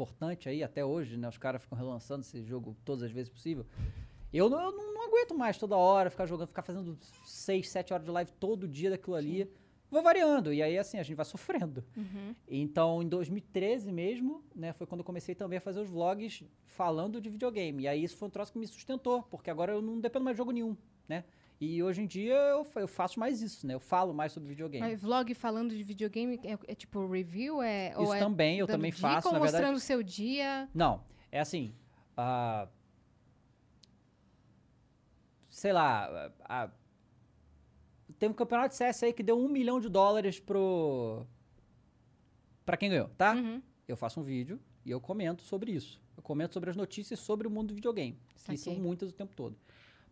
importante aí até hoje, né? Os caras ficam relançando esse jogo todas as vezes possível. Eu, não, eu não, não aguento mais toda hora ficar jogando, ficar fazendo 6, 7 horas de live todo dia daquilo ali. Vou variando. E aí, assim, a gente vai sofrendo. Então, em 2013 mesmo, né? Foi quando eu comecei também a fazer os vlogs falando de videogame. E aí, isso foi um troço que me sustentou, porque agora eu não dependo mais de jogo nenhum, né? E hoje em dia eu, fa- eu faço mais isso, né? Eu falo mais sobre videogame. Mas vlog falando de videogame é, é tipo review? É, Isso é também, eu dando também dica faço, ou na verdade. mostrando o seu dia? Não, é assim. ah, sei lá. ah, ah, teve um campeonato de CS aí que deu um milhão de dólares pro. pra quem ganhou, tá? Uhum. Eu faço um vídeo e eu comento sobre isso. Eu comento sobre as notícias sobre o mundo do videogame, que Saquei. são muitas o tempo todo.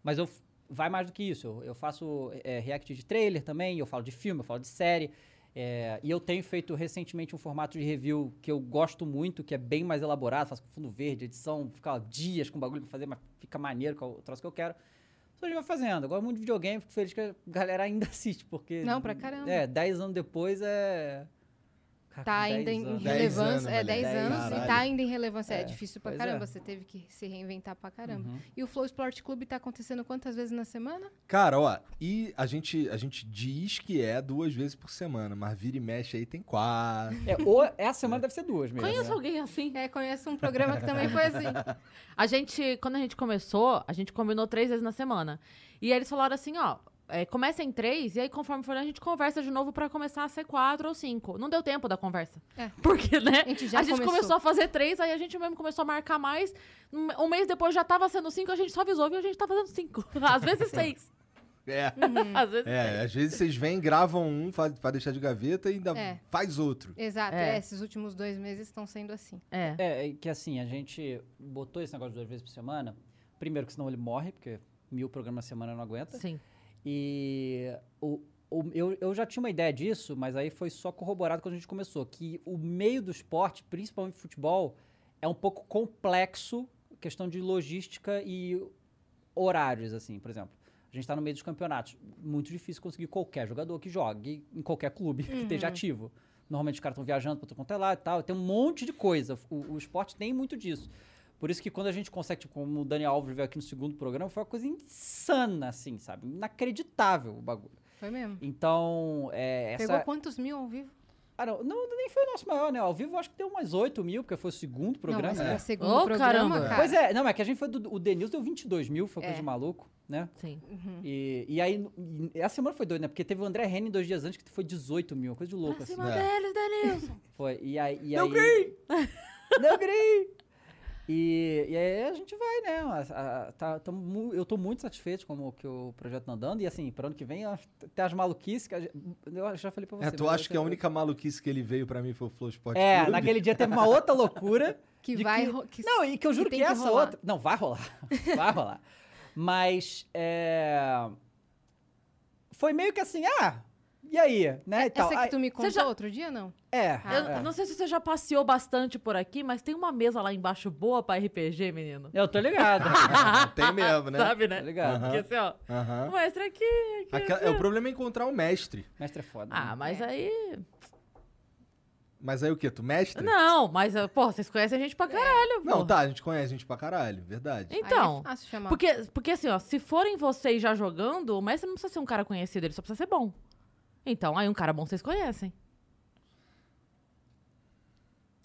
Mas eu f- vai mais do que isso. Eu, eu faço eh, react de trailer também, eu falo de filme, eu falo de série. eh, e eu tenho feito recentemente um formato de review que eu gosto muito, que é bem mais elaborado, faço com fundo verde, edição, fica dias com bagulho pra fazer, mas fica maneiro, que é o troço que eu quero. Isso a gente vai fazendo. Agora o mundo de videogame, fico feliz que a galera ainda assiste, porque. Não, pra caramba. É, 10 anos depois é. Caraca, Tá 10 ainda em anos. Dez relevância. anos, É, velho, 10 dez anos anos. e tá ainda em relevância. É, É, difícil pra pois é. Uhum. caramba. Você teve que se reinventar pra caramba. E o Flow Sport Clube tá acontecendo quantas vezes na semana? Cara, ó, e a gente, a gente diz que é duas vezes por semana, mas vira e mexe aí tem quatro. É, ou essa semana deve ser duas mesmo. Conheço né? alguém assim. É, conheço um programa que também foi assim. A gente, quando a gente começou, a gente combinou três vezes na semana. E aí eles falaram assim, ó, é, começa em três, e aí conforme for, a gente conversa de novo pra começar a ser quatro ou cinco. Não deu tempo da conversa. É. Porque, né? A gente já começou. a fazer três, aí a gente mesmo começou a marcar mais. Um um mês depois já tava sendo cinco, a gente só avisou e a gente tá fazendo cinco. Às vezes seis. É. Uhum. Às vezes É, às vezes vocês vêm, gravam um faz, pra deixar de gaveta e ainda É. faz outro. Exato. É. é, esses últimos dois meses estão sendo assim. É. É, é que assim, a gente botou esse negócio duas vezes por semana. Primeiro, que senão ele morre, porque mil programas na semana não aguenta. Sim. E o, o- eu, eu já tinha uma ideia disso, mas aí foi só corroborado quando a gente começou. Que o meio do esporte, principalmente futebol, é um pouco complexo, questão de logística e horários, assim, por exemplo. A gente está no meio dos campeonatos. Muito difícil conseguir qualquer jogador que jogue em qualquer clube que esteja ativo. Normalmente os caras estão viajando para quanto é lá e tal. Tem um monte de coisa. O, o esporte tem muito disso. Por isso que quando a gente consegue, tipo, como o Dani Alves veio aqui no segundo programa, foi uma coisa insana, assim, sabe? Inacreditável o bagulho. Foi mesmo. Então, é, essa... Pegou quantos mil ao vivo? Ah, não, não, nem foi o nosso maior, né? Ao vivo eu acho que deu umas 8 mil, porque foi o segundo programa. Não, mas né? era o segundo Ô, programa, caramba. cara. Pois é, não, é que a gente foi do. O Denilson deu 22 mil, foi coisa É. de maluco, né? Sim. E, e aí, n- e essa semana foi doida, né? Porque teve o André Henning dois dias antes que foi 18 mil, uma coisa de louco, Ah, Pra assim. cima né? é. deles, Denilson. Foi. E aí. E aí... green! Não green! E, e aí a gente vai, né? A- a- tá- tamo mu- eu tô muito satisfeito com o que o projeto tá andando. E assim, pro ano que vem, ó, tem as maluquices que a gente, Eu já falei pra você. É, tu mas acha eu que a sempre- única maluquice que ele veio pra mim foi o Flow Sport É, Clube? naquele dia teve uma outra loucura. Que de vai. que- ro- que- Não, e que eu juro tem que, que essa rolar. outra. Não, vai rolar. Vai rolar. Mas. é, Foi meio que assim, ah, E aí, né? e tal. Essa que Aí- tu me contou Ah, já- outro dia, não? É. Ah, Eu é. eu não sei se você já passeou bastante por aqui, mas tem uma mesa lá embaixo boa pra RPG, menino. Eu tô ligado. Tem mesmo, né? Sabe, Tá né? ligado. Porque assim, ó, Aham. mostra aqui. aqui Aquela- é, o problema é encontrar o mestre. Mestre é foda. Ah, né? mas aí. Mas aí o quê? Tu mestre? Não, mas, pô, vocês conhecem a gente pra caralho, pô. Não, tá, a gente conhece gente pra caralho, verdade. É. Aí Então. é fácil chamar. Porque, porque assim, ó, se forem vocês já jogando, o mestre não precisa ser um cara conhecido, ele só precisa ser bom. Então, aí um cara bom vocês conhecem.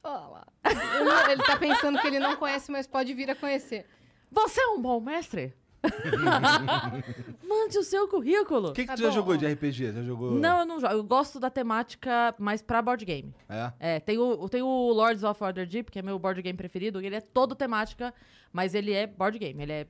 Olha Oh, lá. Ele não- Ele tá pensando que ele não conhece, mas pode vir a conhecer. Você é um bom mestre? Mande o seu currículo. O que, que Tá tu já bom, jogou ó. de RPG? Já jogou. Não, eu não jogo. Eu gosto da temática mais pra board game. É? É, tem o, tem o Lords of Order Deep, que é meu board game preferido. Ele é todo temática, mas ele é board game. Ele é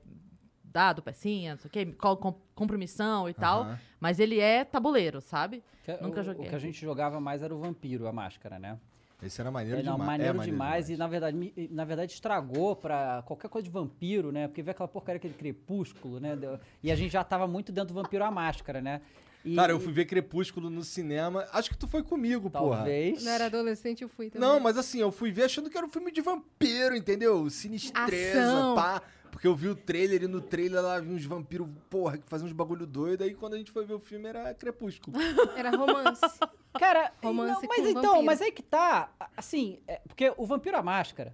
dado, pecinha, não sei o quê, co- com- compromissão e tal. Aham. Mas ele é tabuleiro, sabe? Que- é Nunca o, joguei. O que a gente jogava mais era o vampiro, a máscara, né? Esse era maneiro É, não, demais. maneiro, é demais, E na verdade, me- e, na verdade estragou pra qualquer coisa de vampiro, né? Porque vê aquela porcaria, aquele crepúsculo, né? Deu- E a gente já tava muito dentro do vampiro a máscara, né? E- Cara, eu fui ver Crepúsculo no cinema. Acho que tu foi comigo, porra. Talvez. Quando eu era adolescente, eu fui também. Não, mas assim, eu fui ver achando que era um filme de vampiro, entendeu? Sinistreza, Ação. pá. Porque eu vi o trailer e no trailer lá vi uns vampiros, porra, que faziam uns bagulho doido. Aí quando a gente foi ver o filme era Crepúsculo. Era romance. Cara, Romance não, mas com então, vampiro. mas aí que tá. a- Assim, é, porque o vampiro a máscara,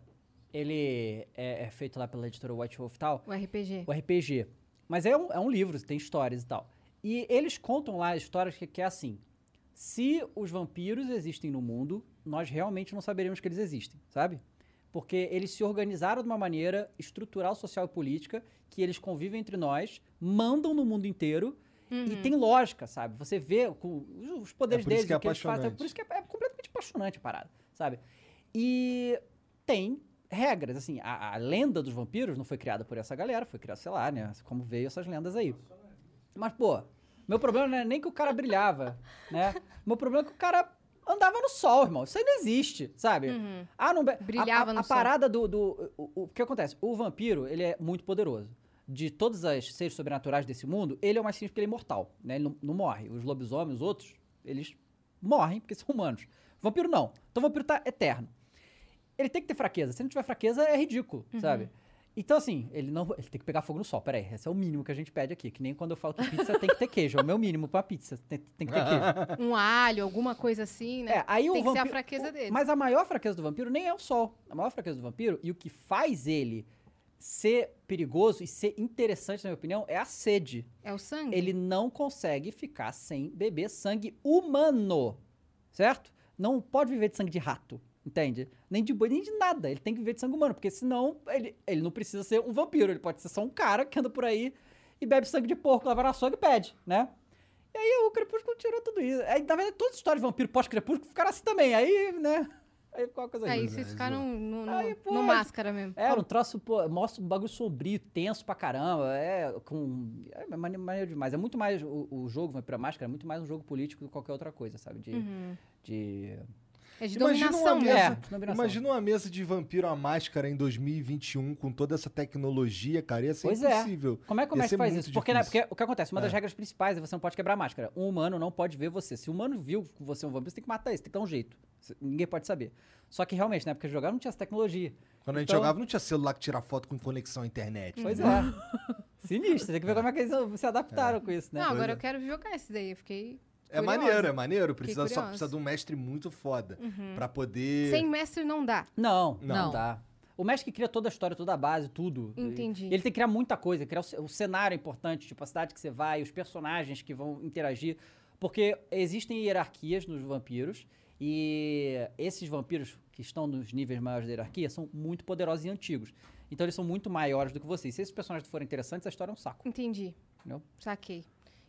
ele é, é feito lá pela editora White Wolf e tal. O RPG. o RPG. Mas é um, é um livro, tem histórias e tal. E eles contam lá histórias que, que é assim: se os vampiros existem no mundo, nós realmente não saberemos que eles existem, sabe? Porque eles se organizaram de uma maneira estrutural, social e política que eles convivem entre nós, mandam no mundo inteiro. E tem lógica, sabe? Você vê com os- os poderes por isso deles, que é o que eles fazem. apaixonante. Por isso que é, é completamente apaixonante a parada, sabe? E tem regras, assim, a, a lenda dos vampiros não foi criada por essa galera, foi criada, sei lá, né, como veio essas lendas aí. Mas, pô, meu problema não é nem que o cara brilhava, né? Meu problema é que o cara andava no sol, irmão. Isso aí não existe, sabe? Ah, não... be- a- Uhum. Brilhava a, no a sol. parada do... do o, o- o que acontece? O vampiro, ele é muito poderoso. De todas as seres sobrenaturais desse mundo, ele é o mais simples porque ele é imortal, né? Ele não, não morre. Os lobisomens, os outros, eles morrem porque são humanos. Vampiro não. Então o vampiro tá eterno ele tem que ter fraqueza. Se ele não tiver fraqueza, é ridículo, sabe? Então, assim, ele não. Ele tem que pegar fogo no sol. Peraí, esse é o mínimo que a gente pede aqui. Que nem quando eu falo que pizza tem que ter queijo. É o meu mínimo pra pizza. Tem, tem que ter queijo. Um alho, alguma coisa assim, né? É, Tem aí o que ser a vampi- fraqueza o- dele. Mas a maior fraqueza do vampiro nem é o sol. A maior fraqueza do vampiro e o que faz ele ser perigoso e ser interessante, na minha opinião, é a sede. É o sangue? Ele não consegue ficar sem beber sangue humano, certo? Não pode viver de sangue de rato, entende? Nem de boi, nem de nada. Ele tem que viver de sangue humano, porque senão ele, ele não precisa ser um vampiro. Ele pode ser só um cara que anda por aí e bebe sangue de porco, lava na sogra e pede, né? E aí o Crepúsculo tirou tudo isso. Aí, na verdade, todas as histórias de vampiro pós-Crepúsculo ficaram assim também. Aí, né? Aí ficou uma coisa Aí horrível. vocês ficaram no, no- Aí, no pô, máscara mesmo. Era um troço, pô, mostra um bagulho sombrio, tenso pra caramba. É, com. É mane- maneiro demais. É muito mais. O, o jogo Vampiro à Máscara é muito mais um jogo político do que qualquer outra coisa, sabe? De. de... Uhum. É de Imagina uma dominação mesmo. É, mesa. de dominação. Imagina uma mesa de vampiro à máscara em 2021 com toda essa tecnologia, cara. Ia ser Pois é. impossível. Como é que o Ia mestre ser faz muito isso? Porque, né, difícil. porque o que acontece? Uma das regras principais é você não pode quebrar a máscara. Um humano não pode ver você. Se o humano viu que você é um vampiro, você tem que matar ele, você tem que dar um jeito. Você- Ninguém pode saber. Só que realmente, na época de jogar, não tinha essa tecnologia. Quando a gente Então- jogava, não tinha celular que tirar foto com conexão à internet. Pois é. Uhum. Sinistro. Tem que ver como é que eles se adaptaram com isso, né? Não, agora é. eu quero jogar esse daí. Eu fiquei É curiosa. maneiro, é maneiro. Precisa, só curiosa. precisa de um mestre muito foda Uhum. pra poder. Sem mestre não dá. Não, Não. não, Não. dá. O mestre que cria toda a história, toda a base, tudo. Entendi. E Ele tem que criar muita coisa, criar o ce- o cenário é importante, tipo a cidade que você vai, os personagens que vão interagir, porque existem hierarquias nos vampiros e esses vampiros que estão nos níveis maiores da hierarquia são muito poderosos e antigos. Então eles são muito maiores do que vocês. Se esses personagens forem interessantes, a história é um saco. Entendi. Entendeu? Saquei.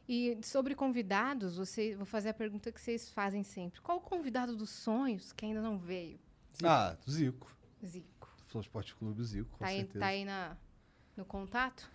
E sobre convidados, você, vou fazer a pergunta que vocês fazem sempre. Qual o convidado dos sonhos que ainda não veio? Ah, Zico. Zico. Flow Esporte Clube Zico, com Tá aí, certeza. tá aí na, no contato?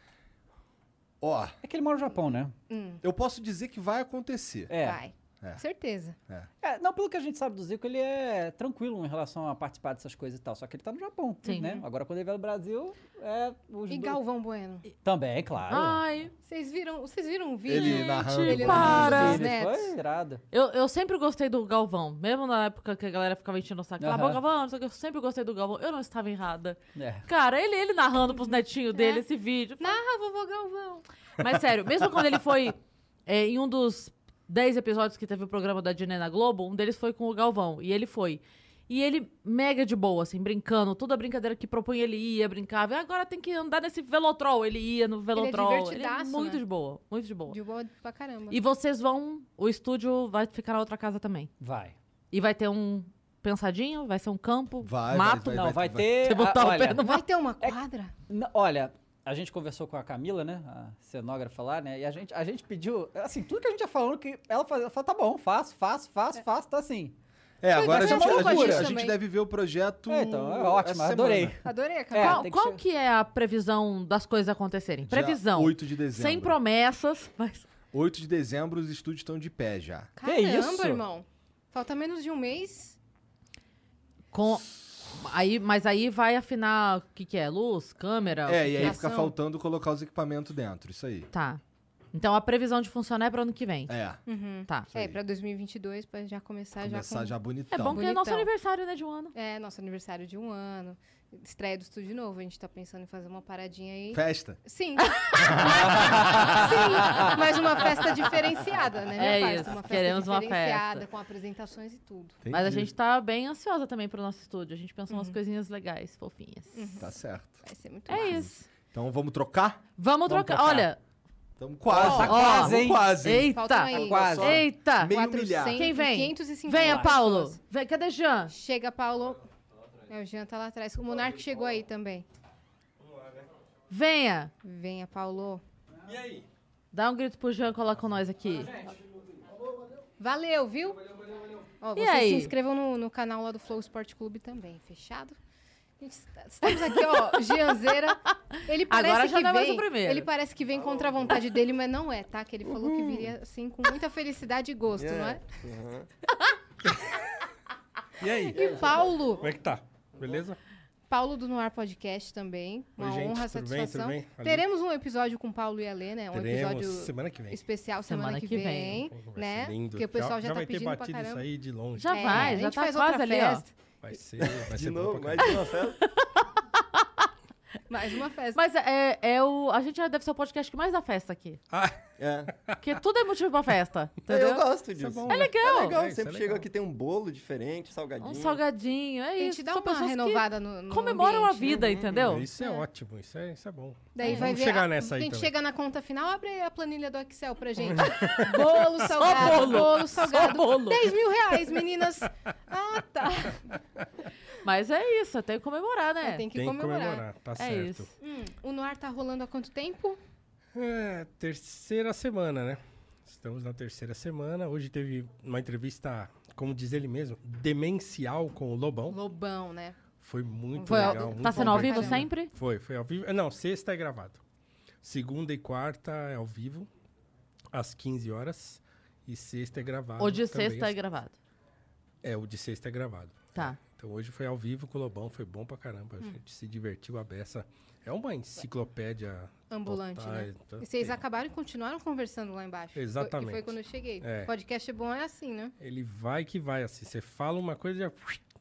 Ó, É que ele mora no Japão, né? Hum, eu posso dizer que vai acontecer. É. vai. É. Certeza. É, não, pelo que a gente sabe do Zico, ele é tranquilo em relação a participar dessas coisas e tal. Só que ele tá no Japão, Sim. né? Agora, quando ele vai no Brasil, é... Os E dois- Galvão Ah, Bueno? Também, claro. Ai, Vocês viram, vocês viram o vídeo? Ele narrando. ele para. narrando os Ele netos. Foi irado. eu, eu sempre gostei do Galvão. Mesmo na época que a galera ficava enchendo o saco. Cala a Aham. boca, Galvão, não sei o que. Eu sempre gostei do Galvão. Eu não estava errada. É. Cara, ele, ele narrando pros netinhos dele esse vídeo. Narra, vovô Galvão. Mas sério, mesmo quando ele foi é, em um dos 10 episódios que teve o programa da Diné na Globo, um deles foi com o Galvão. E ele foi. E ele, mega de boa, assim, brincando. Toda brincadeira que propunha, ele ia, brincava. E agora tem que andar nesse velotrol. Ele ia no velotrol. é divertidaço, muito né? de boa, muito de boa. De boa pra caramba. E vocês vão... O estúdio vai ficar na outra casa também. Vai. E vai ter um pensadinho, vai ser um campo, Vai, mato. Não, vai, vai- ter... Você botar ah, o olha, pé no Vai ter é uma quadra? N- Olha, a gente conversou com a Camila, né? A cenógrafa lá, né? E a gente, a gente pediu, assim, tudo que a gente já falou, que ela fazia, ela falou, tá bom, faço, faço, faço, faço, tá assim. É, agora a mas é gente, uma a gente- loucura a gente também. deve ver o projeto. É, então, é essa ótimo, semana. adorei. Adorei a É, quadra. qual tem que qual ser- que é a previsão das coisas acontecerem? Dia Previsão. 8 de dezembro. Sem promessas, mas... 8 de dezembro, os estúdios estão de pé já. Caramba, é isso? irmão. Falta menos de um mês. Com... Aí, mas aí vai afinar o que, que é? Luz, câmera? o É, que e que aí ação. fica faltando colocar os equipamentos dentro, isso aí. Tá. Então a previsão de funcionar é para ano que vem. É, Uhum. Tá. Isso É, aí. pra 2022, pra já começar, começar já já É bonitão. bom que é nosso Bonitão. aniversário, né, de um ano. com... É, nosso aniversário de um ano. Estreia do estúdio novo. A gente tá pensando em fazer uma paradinha aí. Festa. Sim. Sim, mas uma festa diferenciada, né, minha É parça? isso, Uma festa queremos uma diferenciada, festa. com apresentações e tudo. Mas a Entendi. gente tá bem ansiosa também pro nosso estúdio. A gente pensou umas coisinhas legais, fofinhas. Tá certo. Uhum. Vai ser muito É isso. Então vamos trocar? Vamos, Vamos trocar. trocar. Olha. Tamo quase. Tá ó, quase, hein? Quase. hein? Faltam Eita. aí Tá Quase. Eita. Meio milhar. Quem vem? 550 Venha, Paulo. pessoas. Vem, cadê Jean? Chega, Paulo. É, o Jean tá lá atrás. O Monark chegou aí também. é. Venha. Venha, Paulo. Dá um grito pro Jean, cola com nós aqui. Valeu, viu? Ó, E vocês aí? se inscrevam no, no canal lá do Flow Sport Clube também, fechado? Gente, est- Estamos aqui, ó, Gianzeira. Ele parece Agora já que não é mais vem, o primeiro. Ele parece que vem contra a vontade dele, mas não é, tá? Que ele falou que viria assim com muita felicidade e gosto, É. não é? Uhum. E aí? é? E Paulo, Como é que tá? Beleza? Paulo do Noir Podcast também, uma Oi, gente, honra, tudo bem, satisfação. tudo bem? Ali. Teremos um episódio com Paulo e Alê, né? Um Teremos episódio semana que vem. especial semana, Semana que, que vem, vem. Vai ser né? lindo. Porque o pessoal já, tá vai ter pedindo pra batido isso caramba. aí de longe. Já É, vai, a já gente tá faz quase outra ali, ó. festa, Vai ser, vai ser bom pra mais uma festa. Mais uma festa. Mas é, é o. A gente já deve ser o podcast que mais dá festa aqui. Ah. É. Porque tudo é motivo pra festa. Entendeu? Eu gosto disso. bom, É né? legal. É legal, É, isso é sempre chega legal. aqui, tem um bolo diferente, salgadinho. Hum. Um salgadinho, é a isso. gente dá São uma pessoas que renovada no, no comemoram a ambiente, né? vida, entendeu? Isso é, ótimo, isso é, isso é bom. Daí Vamos vai ver. chegar a, nessa aí A gente também. chega na conta final, abre aí a planilha do Excel pra gente. então. bolo salgado, bolo, bolo, salgado. bolo. 10 mil reais, meninas. Ah, tá. Mas é isso, tem que comemorar, né? É, Tem que Tem que comemorar. comemorar, tá É certo. isso. Hum, o Noir tá rolando há quanto tempo? É, terceira semana, né? Estamos na terceira semana. Hoje teve uma entrevista, como diz ele mesmo, demencial com o Lobão. Lobão, né? Foi muito Foi, legal. muito tá sendo ao vivo divertido. sempre? Foi, foi ao vivo. Não, sexta é gravado. Segunda e quarta é ao vivo, às 15 horas. E sexta é gravado. Ou de também sexta é às- gravado? É, o de sexta é gravado. Tá. Hum. Então hoje foi ao vivo com o Lobão, foi bom pra caramba. A gente se divertiu a beça. É uma enciclopédia. Ambulante, total, né? então E vocês tem- acabaram e continuaram conversando lá embaixo. Foi, Exatamente. que foi quando eu cheguei. É. Podcast é bom, é assim, né? Ele vai que vai, assim. Você fala uma coisa, já...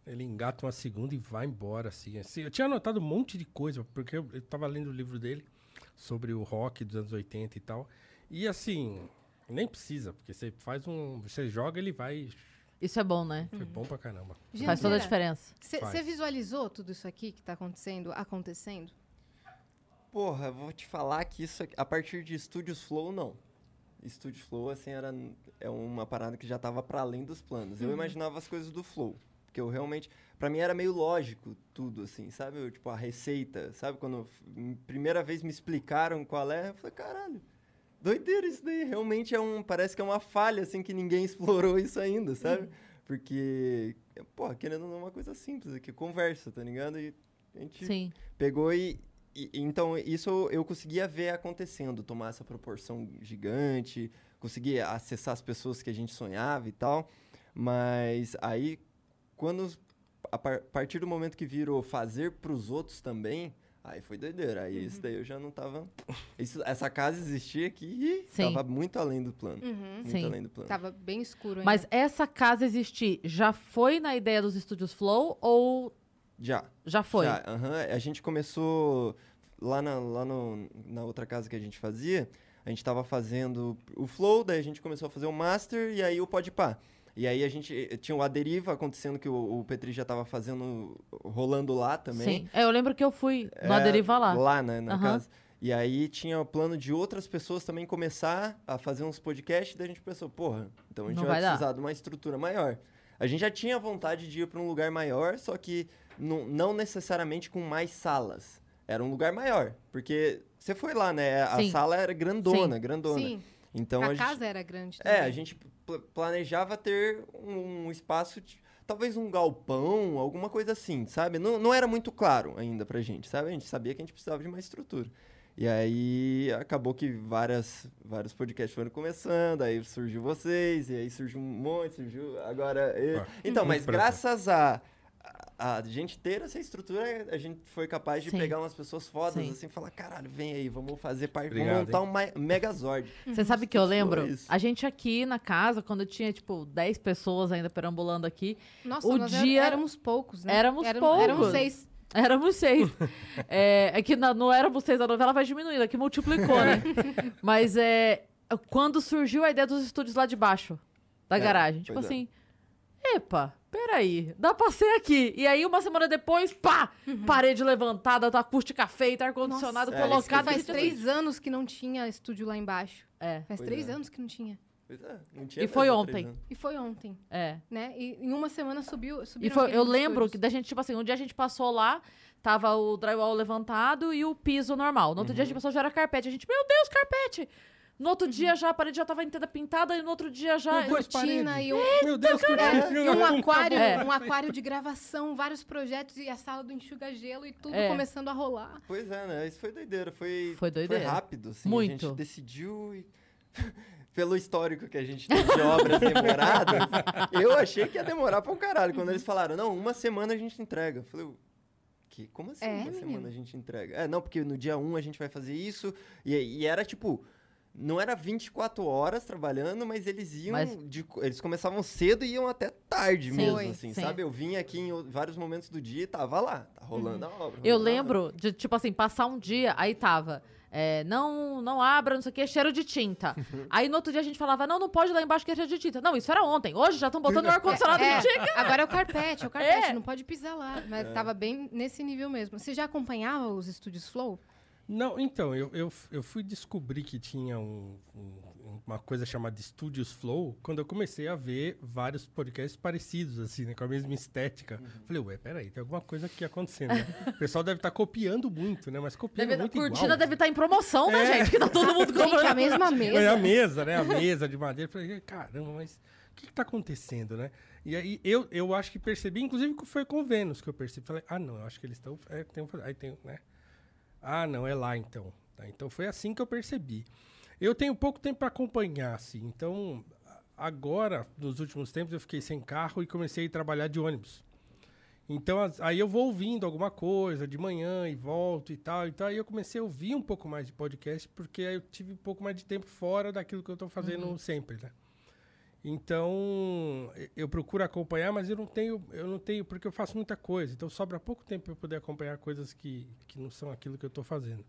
ele engata uma segunda e vai embora, assim, assim. Eu tinha anotado um monte de coisa, porque eu, eu tava lendo o livro dele sobre o rock dos anos 80 e tal. E assim, nem precisa, porque você faz um. Você joga, ele vai. Isso é bom, né? Foi bom pra caramba. Faz toda Gianzeira, a diferença. Uhum. cê- Faz. Você visualizou tudo isso aqui que tá acontecendo? Acontecendo? Porra, eu vou te falar que isso aqui- a partir de Studios Flow, não. Studios Flow, assim, era, é uma parada que já tava pra além dos planos. Eu imaginava as coisas do Flow. Porque eu realmente. Pra mim era meio lógico tudo, assim, sabe? Eu, tipo, a receita, sabe? Quando eu f- m- primeira vez me explicaram qual é, eu falei, caralho. Doideira isso daí, realmente é um, parece que é uma falha assim que ninguém explorou isso ainda, sabe? Porque, pô, querendo ou não, é uma coisa simples aqui, conversa, tá ligado? E a gente Sim. pegou e, e- então isso eu conseguia ver acontecendo, tomar essa proporção gigante, conseguir acessar as pessoas que a gente sonhava e tal. Mas aí, quando a par- partir do momento que virou fazer pros outros também, aí foi doideira. Aí Uhum. isso daí eu já não tava. isso- essa casa existia aqui e Sim. tava muito além do plano. Uhum. Muito Sim. além do plano. Tava bem escuro ainda. Mas essa casa existir já foi na ideia dos estúdios Flow ou Já. já foi? Já, aham. A gente começou lá, na, lá no- na outra casa que a gente fazia. A gente tava fazendo o Flow, daí a gente começou a fazer o Master e aí o Podpah. E aí a gente eh, tinha o Aderiva acontecendo que o, o Petri já tava fazendo, rolando lá também. Sim. É, eu lembro que eu fui no É, Aderiva lá. né, na Aham. casa. E aí tinha o plano de outras pessoas também começar a fazer uns podcasts, daí a gente pensou, porra, então a gente Não vai, vai dar. precisar de uma estrutura maior. A gente já tinha vontade de ir para um lugar maior, só que não, não necessariamente com mais salas. Era um lugar maior, porque você foi lá, né? A Sim. sala era grandona, grandona. né? Sim, Então a, a gente- casa era grande também. é, a gente pl- planejava ter um, um espaço, de- talvez um galpão, alguma coisa assim, sabe? Não, não era muito claro ainda pra gente, sabe? A gente sabia que a gente precisava de uma estrutura. E aí acabou que várias, vários podcasts foram começando, aí surgiu vocês, e aí surgiu um monte, surgiu agora. eu. Ah, então, muito mas prazer. graças a. A a gente ter essa estrutura, a gente foi capaz de Sim. pegar umas pessoas fodas, Sim. assim, e falar, caralho, vem aí, vamos fazer parte, vamos Obrigado, montar hein? um ma- megazord. Uhum. Você sabe que eu Isso foi lembro? isso. A gente aqui na casa, quando eu tinha, tipo, 10 pessoas ainda perambulando aqui, Nossa, o nós dia- dia... éramos poucos, né? Éramos Éram- poucos. Éramos seis. éramos seis. é, é que na- não éramos seis, a novela vai diminuindo, é que multiplicou, né? Mas é. Quando surgiu a ideia dos estúdios lá de baixo, da É, garagem. Tipo pois é. assim, epa, peraí, dá pra ser aqui. E aí, uma semana depois, pá! Uhum. Parede levantada, tá acústica feita, ar-condicionado Nossa, é, isso que colocado. eu Faz fiz. gente, assim, três anos que não tinha estúdio lá embaixo. É, Faz Pois três é. anos que não tinha. Pois é, não tinha E foi mesmo três ontem. anos. E foi ontem, é. né? E em uma semana subiu. E subiram foi, aqueles eu lembro que estúdios. da gente, tipo assim, um dia a gente passou lá, tava o drywall levantado e o piso normal. No outro dia a gente Uhum. passou, já era carpete. A gente, meu Deus, carpete! No outro Uhum. dia já a parede já tava inteira pintada e no outro dia já. Não, duas Cortina paredes. e um, Meu Deus, é, e um aquário, É. um aquário de gravação, vários projetos e a sala do enxuga-gelo e tudo É. começando a rolar. Pois é, né? Isso foi doideira. Foi, Foi doideira. rápido, assim. A Muito. gente decidiu e... Pelo histórico que a gente tem de obras demoradas, eu achei que ia demorar pra um caralho. Quando eles falaram, não, uma semana a gente entrega. Eu falei, "O que? Como assim É, uma menino? semana a gente entrega? É, não, porque no dia 1 a gente vai fazer isso. E, e era tipo, não era 24 horas trabalhando, mas eles iam. Mas- de- eles começavam cedo e iam até tarde Sim. mesmo, Foi, assim, sim. sabe? Eu vim aqui em o- vários momentos do dia e tava lá, tá rolando a obra. Uhum. Eu rolando a obra. lembro de, tipo assim, passar um dia, aí tava. é, não, não abra, não sei o que, cheiro de tinta. Aí no outro dia a gente falava, não, não pode lá embaixo que é cheiro de tinta. Não, isso era ontem. Hoje já estão botando o ar-condicionado É, de tinta. agora é o carpete, é o carpete, É. não pode pisar lá. Mas tava bem nesse nível mesmo. Você já acompanhava os estúdios Flow? Não, então, eu, eu, eu fui descobrir que tinha um- um- uma coisa chamada Studios Flow quando eu comecei a ver vários podcasts parecidos, assim, né? Com a mesma estética. Falei, ué, peraí, tem alguma coisa aqui acontecendo, né? O pessoal deve estar copiando muito, né? Mas copiando Deve, tá muito curtida igual. deve estar em promoção, né, gente? Que tá todo mundo comprando. Gente, a mesma É a mesa. mesa, né? A mesa de madeira. Eu Falei, caramba, mas o que, que tá acontecendo, né? E aí eu, eu acho que percebi, inclusive que foi com o Vênus que eu percebi. Falei, ah, não, eu acho que eles estão. é, tem- aí tem, né? Ah, não, é lá então. Tá, então foi assim que eu percebi. Eu tenho pouco tempo para acompanhar, assim. Então, a- agora, nos últimos tempos, eu fiquei sem carro e comecei a trabalhar de ônibus. Então, as- aí eu vou ouvindo alguma coisa de manhã e volto e tal. Então, aí eu comecei a ouvir um pouco mais de podcast, porque aí eu tive um pouco mais de tempo fora daquilo que eu tô fazendo Uhum. sempre, né? Então, e- eu procuro acompanhar, mas eu não tenho, eu não tenho, porque eu faço muita coisa. Então, sobra pouco tempo para eu poder acompanhar coisas que, que não são aquilo que eu tô fazendo.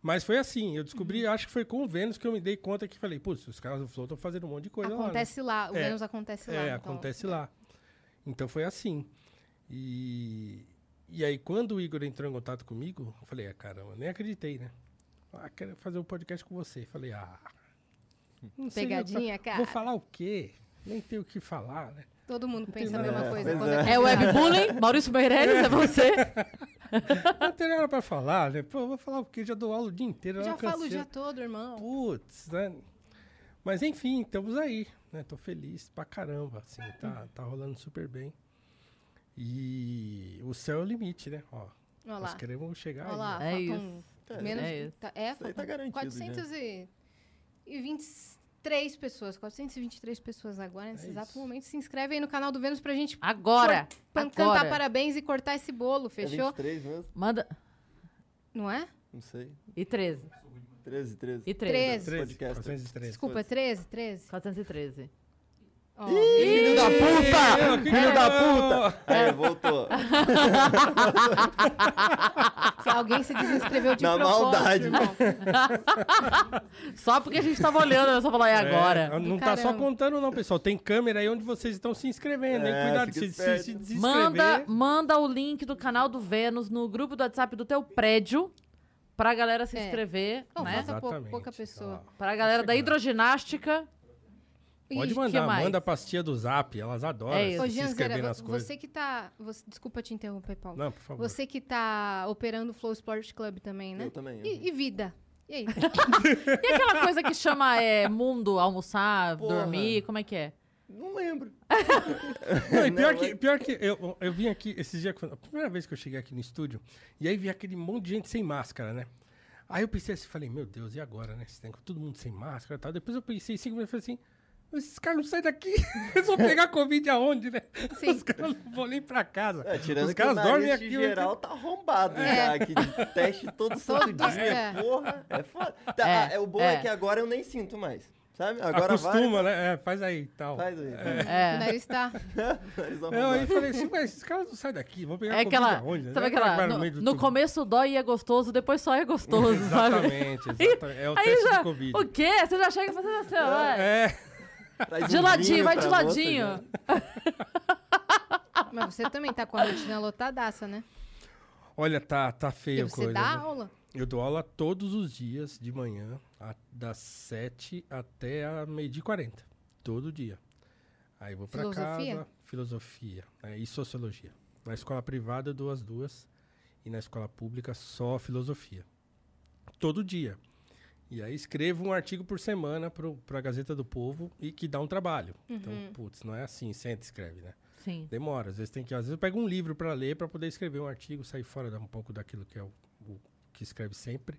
Mas foi assim, eu descobri, Uhum. acho que foi com o Vênus que eu me dei conta que falei, putz, os caras do Flow estão fazendo um monte de coisa lá, né?" Acontece lá, o É. menos acontece lá. É, então. acontece lá. Então foi assim. E, e aí, quando o Igor entrou em contato comigo, eu falei, ah, caramba, nem acreditei, né? Ah, quero fazer um podcast com você. Falei, ah. não sei, Hum, Pegadinha, vou fa- cara. Vou falar o quê? Nem tenho o que falar, né? Todo mundo pensa a nada mesma a coisa. ver. Quando Pois É o webbullying, Maurício Meirelles, é você. Não tenho nada pra falar, né? Pô, vou falar o quê? Já dou aula o dia inteiro. Já não falo o cansei. dia todo, irmão. Putz, né? Mas enfim, estamos aí, né? Tô feliz pra caramba, assim, tá, tá rolando super bem. E o céu é o limite, né? Ó, Olha nós lá. queremos chegar Olha lá, É aí. faltam menos. tá, É, menos é isso. tá- é, Isso aí tá faltam garantido já. 420 423 pessoas, 423 pessoas agora, nesse É exato isso. momento. Se inscreve aí no canal do Vênus pra gente Agora! pan- agora. cantar parabéns e cortar esse bolo, É fechou? 23 mesmo? Manda. Não é? Não sei. E 13. 13, 13. E 13. 13. 13, Podcast. é 413. Desculpa, 13, 13. 413. Ó. Filho da puta! Filho da puta! Aí, voltou. Alguém se desinscreveu de Na propósito, maldade. irmão. Só porque a gente tava olhando, eu só falei, é agora. não Do tá só caramba. contando, não, pessoal. Tem câmera aí onde vocês estão se inscrevendo, hein? É, Cuidado, fica se, se, esperto. se desinscrever. Manda, manda o link do canal do Vênus no grupo do WhatsApp do teu prédio pra galera se É. inscrever, Não, né? Falta pou- pouca Olha pessoa. lá. Pra galera da hidroginástica. Pode Ih, que mandar, mais? manda a pastinha do zap, elas adoram É isso. Ô, se, se inscrever Janzeira, nas vo- coisas. você que tá... você- desculpa te interromper, Paulo. Não, por favor. Você que tá operando o Flow Sport Club também, né? Eu também. E, e vida? E aí? E aquela coisa que chama é, mundo, almoçar, Porra. dormir, como é que é? Não lembro. Não, e pior, Não, que, é- pior que eu, eu vim aqui esses dias, quando- a primeira vez que eu cheguei aqui no estúdio, e aí vi aquele monte de gente sem máscara, né? Aí eu pensei assim, falei, meu Deus, e agora, né? Esse negócio, todo mundo sem máscara e tal. Depois eu pensei cinco minutos e falei assim, esses caras não saem daqui, eles vão pegar Covid aonde, né? Sim. Os caras não vão nem pra casa. É, tirando Os que caras o nariz dormem de aqui. né? É. eu- geral tá arrombado É. já, que de teste todo santo Todo dia. dia. Porra, é foda. Tá, É, ah, é, o bom é. é. que agora eu nem sinto mais, sabe? Agora Acostuma, né? É, faz aí e tal. vai, faz aí. O É. nariz tá... Nariz Eu arrombado. aí falei assim, mas esses caras não saem daqui, vão pegar É Covid aquela. aonde? né? Sabe Vai trabalhar aquela. no No, meio do no tudo. começo dói e é gostoso, depois só é gostoso, sabe? Exatamente, exatamente. É o Aí teste já. de Covid. O quê? Você já chega fazendo assim, ó. vai. É. Traz um De ladinho, vinho vai de pra né? moça, ladinho. já. Mas você também tá com a rotina lotadaça, né? Olha, tá, tá E feio a você coisa. dá né? aula. Eu dou aula todos os dias de manhã, a- das 7 até a meio-dia e 40. Todo dia. Aí eu vou pra Filosofia? casa. Filosofia. né, e sociologia. Na escola privada eu dou as duas. E na escola pública só filosofia. Todo dia. E aí escrevo um artigo por semana pro, pra Gazeta do Povo e que dá um trabalho. Uhum. Então, putz, não é assim, senta e escreve, né? Sim. Demora, às vezes tem que, às vezes eu pego um livro para ler para poder escrever um artigo, sair fora da- um pouco daquilo que é o, o que escreve sempre.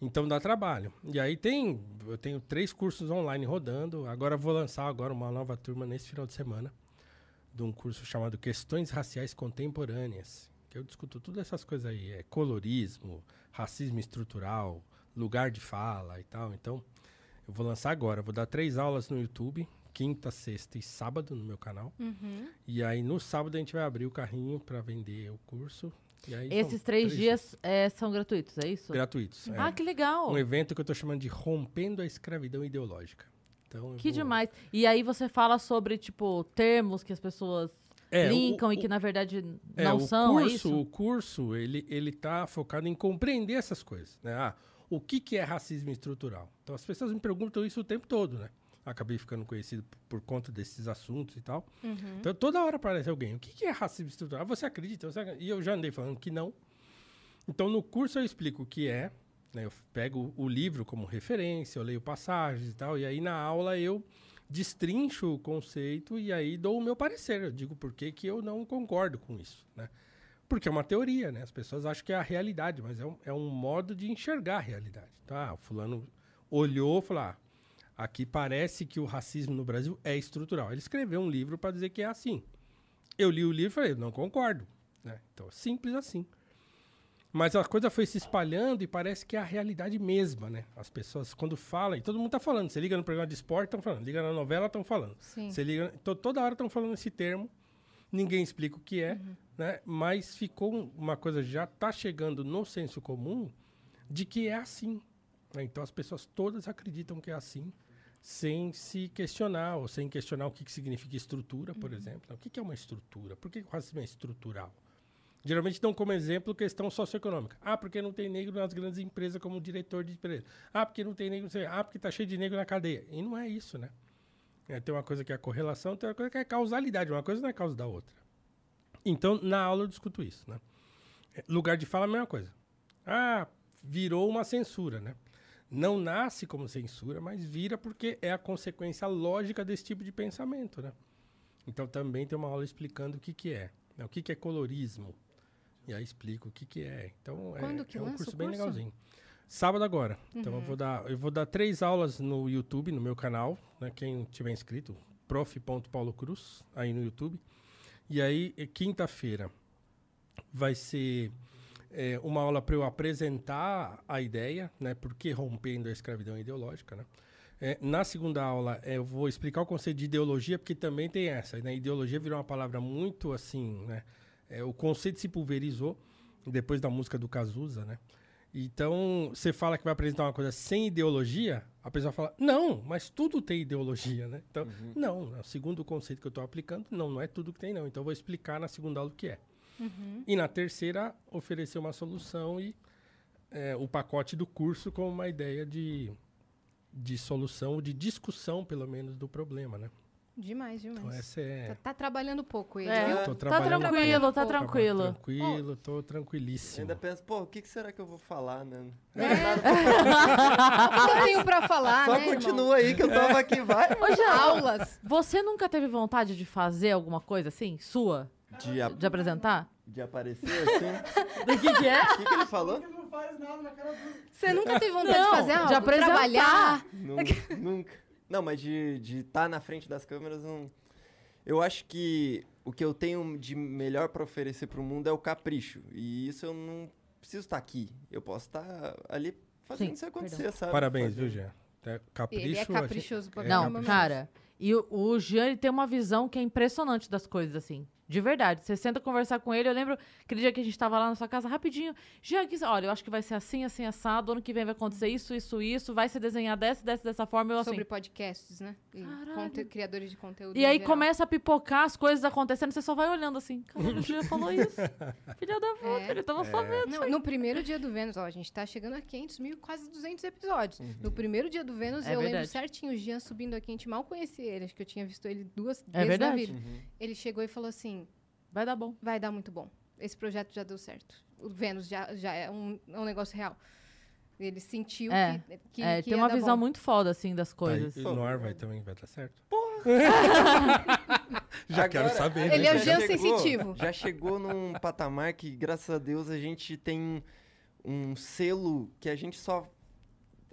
Então dá trabalho. E aí tem, eu tenho três cursos online rodando. Agora eu vou lançar agora uma nova turma nesse final de semana de um curso chamado Questões Raciais Contemporâneas, que eu discuto todas essas coisas aí, é colorismo, racismo estrutural, lugar de fala e tal. Então, eu vou lançar agora, vou dar três aulas no YouTube, quinta, sexta e sábado no meu canal. E aí no sábado a gente vai abrir o carrinho para vender o curso. E aí são Esses três dias é, são gratuitos, é isso? gratuitos. é. Ah, que legal. Um evento que eu tô chamando de Rompendo a Escravidão Ideológica. Então, eu Que vou- demais. E aí você fala sobre, tipo, termos que as pessoas É, o- brincam e o- que, na verdade, É, não o são, curso, é isso? O curso, ele, ele tá focado em compreender essas coisas, né? Ah, o que, que é racismo estrutural? Então, as pessoas me perguntam isso o tempo todo, né? Acabei ficando conhecido p- por conta desses assuntos e tal. Uhum. Então, toda hora aparece alguém. O que, que é racismo estrutural? "Ah, Você acredita? Você acredita?" E eu já andei falando que não. Então, no curso eu explico o que é, né? Eu f- pego o livro como referência, eu leio passagens e tal, e aí na aula eu destrincho o conceito e aí dou o meu parecer. Eu digo por que que eu não concordo com isso, né? Porque é uma teoria, né? As pessoas acham que é a realidade, mas é um, é um modo de enxergar a realidade. Tá? O fulano olhou e falou, ah, aqui parece que o racismo no Brasil é estrutural. Ele escreveu um livro para dizer que é assim. Eu li o livro e falei, não concordo. É, Né? Então, simples assim. Mas a coisa foi se espalhando e parece que é a realidade mesma, né? As pessoas, quando falam, e todo mundo tá falando. Você liga no programa de esporte, estão falando. Liga na novela, estão falando. Sim. Você liga, to- toda hora estão falando esse termo. Ninguém explica o que é, né? Mas ficou um- uma coisa, já tá chegando no senso comum de que é assim. né? Então, as pessoas todas acreditam que é assim, sem se questionar, ou sem questionar o que, que significa estrutura, por exemplo. O que, que é uma estrutura? Por que que o racismo é estrutural? Geralmente dão como exemplo questão socioeconômica. Ah, porque não tem negro nas grandes empresas como diretor de empresa. Ah, porque não tem negro, não sei. Ah, porque tá cheio de negro na cadeia. E não é isso, né? É, tem uma coisa que é a correlação, tem uma coisa que é a causalidade. Uma coisa não é causa da outra. Então, na aula eu discuto isso, né? É, Lugar de fala, a mesma coisa. Ah, virou uma censura, né? Não nasce como censura, mas vira porque é a consequência lógica desse tipo de pensamento, né? Então, também tem uma aula explicando o que que é. né? O que que é colorismo. E aí explico o que que é. Então, é, Quando que é um lança o curso bem curso? legalzinho. Sábado agora. Então eu vou dar, eu vou dar três aulas no YouTube, no meu canal, né? Quem tiver inscrito, prof.paulocruz, aí no YouTube. E aí, é quinta-feira, vai ser é, uma aula para eu apresentar a ideia, né? Por que rompendo a escravidão ideológica, né? É, na segunda aula, é, eu vou explicar o conceito de ideologia, porque também tem essa. Né? Ideologia virou uma palavra muito assim, né? É, o conceito se pulverizou depois da música do Cazuza, né? Então, você fala que vai apresentar uma coisa sem ideologia, a pessoa fala, não, mas tudo tem ideologia, né? Então, não, não, segundo o conceito que eu estou aplicando, não, não é tudo que tem, não. Então, eu vou explicar na segunda aula o que é. E na terceira, oferecer uma solução e é, o pacote do curso com uma ideia de, de solução, de discussão, pelo menos, do problema, né? Demais, demais. Então, Tá, essa é... tá trabalhando pouco ele, É. viu? Tô Tá trabalhando tranquilo, tá pouco. tranquilo. Tranquilo, tô Eu tranquilíssimo. ainda penso, pô, o que, que será que eu vou falar, né? O que eu É. tenho pra falar, Só né, irmão? continua aí que eu tava aqui, vai. Ô, Jean, Aulas. você nunca teve vontade de fazer alguma coisa assim, sua? De, a- De apresentar? de aparecer assim. Do que, que é? O que, que ele falou? né? Você nunca teve vontade de Não, fazer algo? de apresentar. Trabalhar? Nunca. nunca. Não, mas de estar tá na frente das câmeras, não. Eu acho que o que eu tenho de melhor pra oferecer pro mundo é o capricho. E isso eu não preciso estar aqui. Eu posso estar ali fazendo Sim, isso acontecer, perdão. sabe? Parabéns, viu, Fazendo- Jean? É, capricho, Ele é a gente- caprichoso pra é caramba, Não, mas- cara. E o, o Jean, ele tem uma visão que é impressionante das coisas, assim. De verdade. Você senta conversar com ele. Eu lembro aquele dia que a gente tava lá na sua casa, rapidinho. Jean, que- olha, eu acho que vai ser assim, assim, assado. Ano que vem vai acontecer isso, isso, isso. Vai se desenhar dessa, dessa, dessa forma. Eu, assim... Sobre podcasts, né? E Caralho. conte- criadores de conteúdo. E em aí geral. começa a pipocar as coisas acontecendo, você só vai olhando assim. Caralho, o Jean falou isso. Tá Filha da puta, É. ele tava sabendo. Não, no primeiro dia do Vênus, ó, a gente tá chegando a 500 mil, quase 200 episódios. No primeiro dia do Vênus, É eu lembro verdade. certinho o Jean subindo aqui, a gente mal conhecia ele, acho que eu tinha visto ele duas É vezes na verdade. vida. Ele chegou e falou assim, Vai dar bom. vai dar muito bom, esse projeto já deu certo, o Vênus já, já é, um, é um negócio real. Ele sentiu É, que, que, é, que tem ia uma dar visão bom. muito foda, assim, das Tá, coisas. e no ar vai também, vai dar certo? Já Agora- quero saber. Ele né? é o Já Jean chegou- sensitivo. Já chegou num patamar que, graças a Deus, a gente tem um selo que a gente só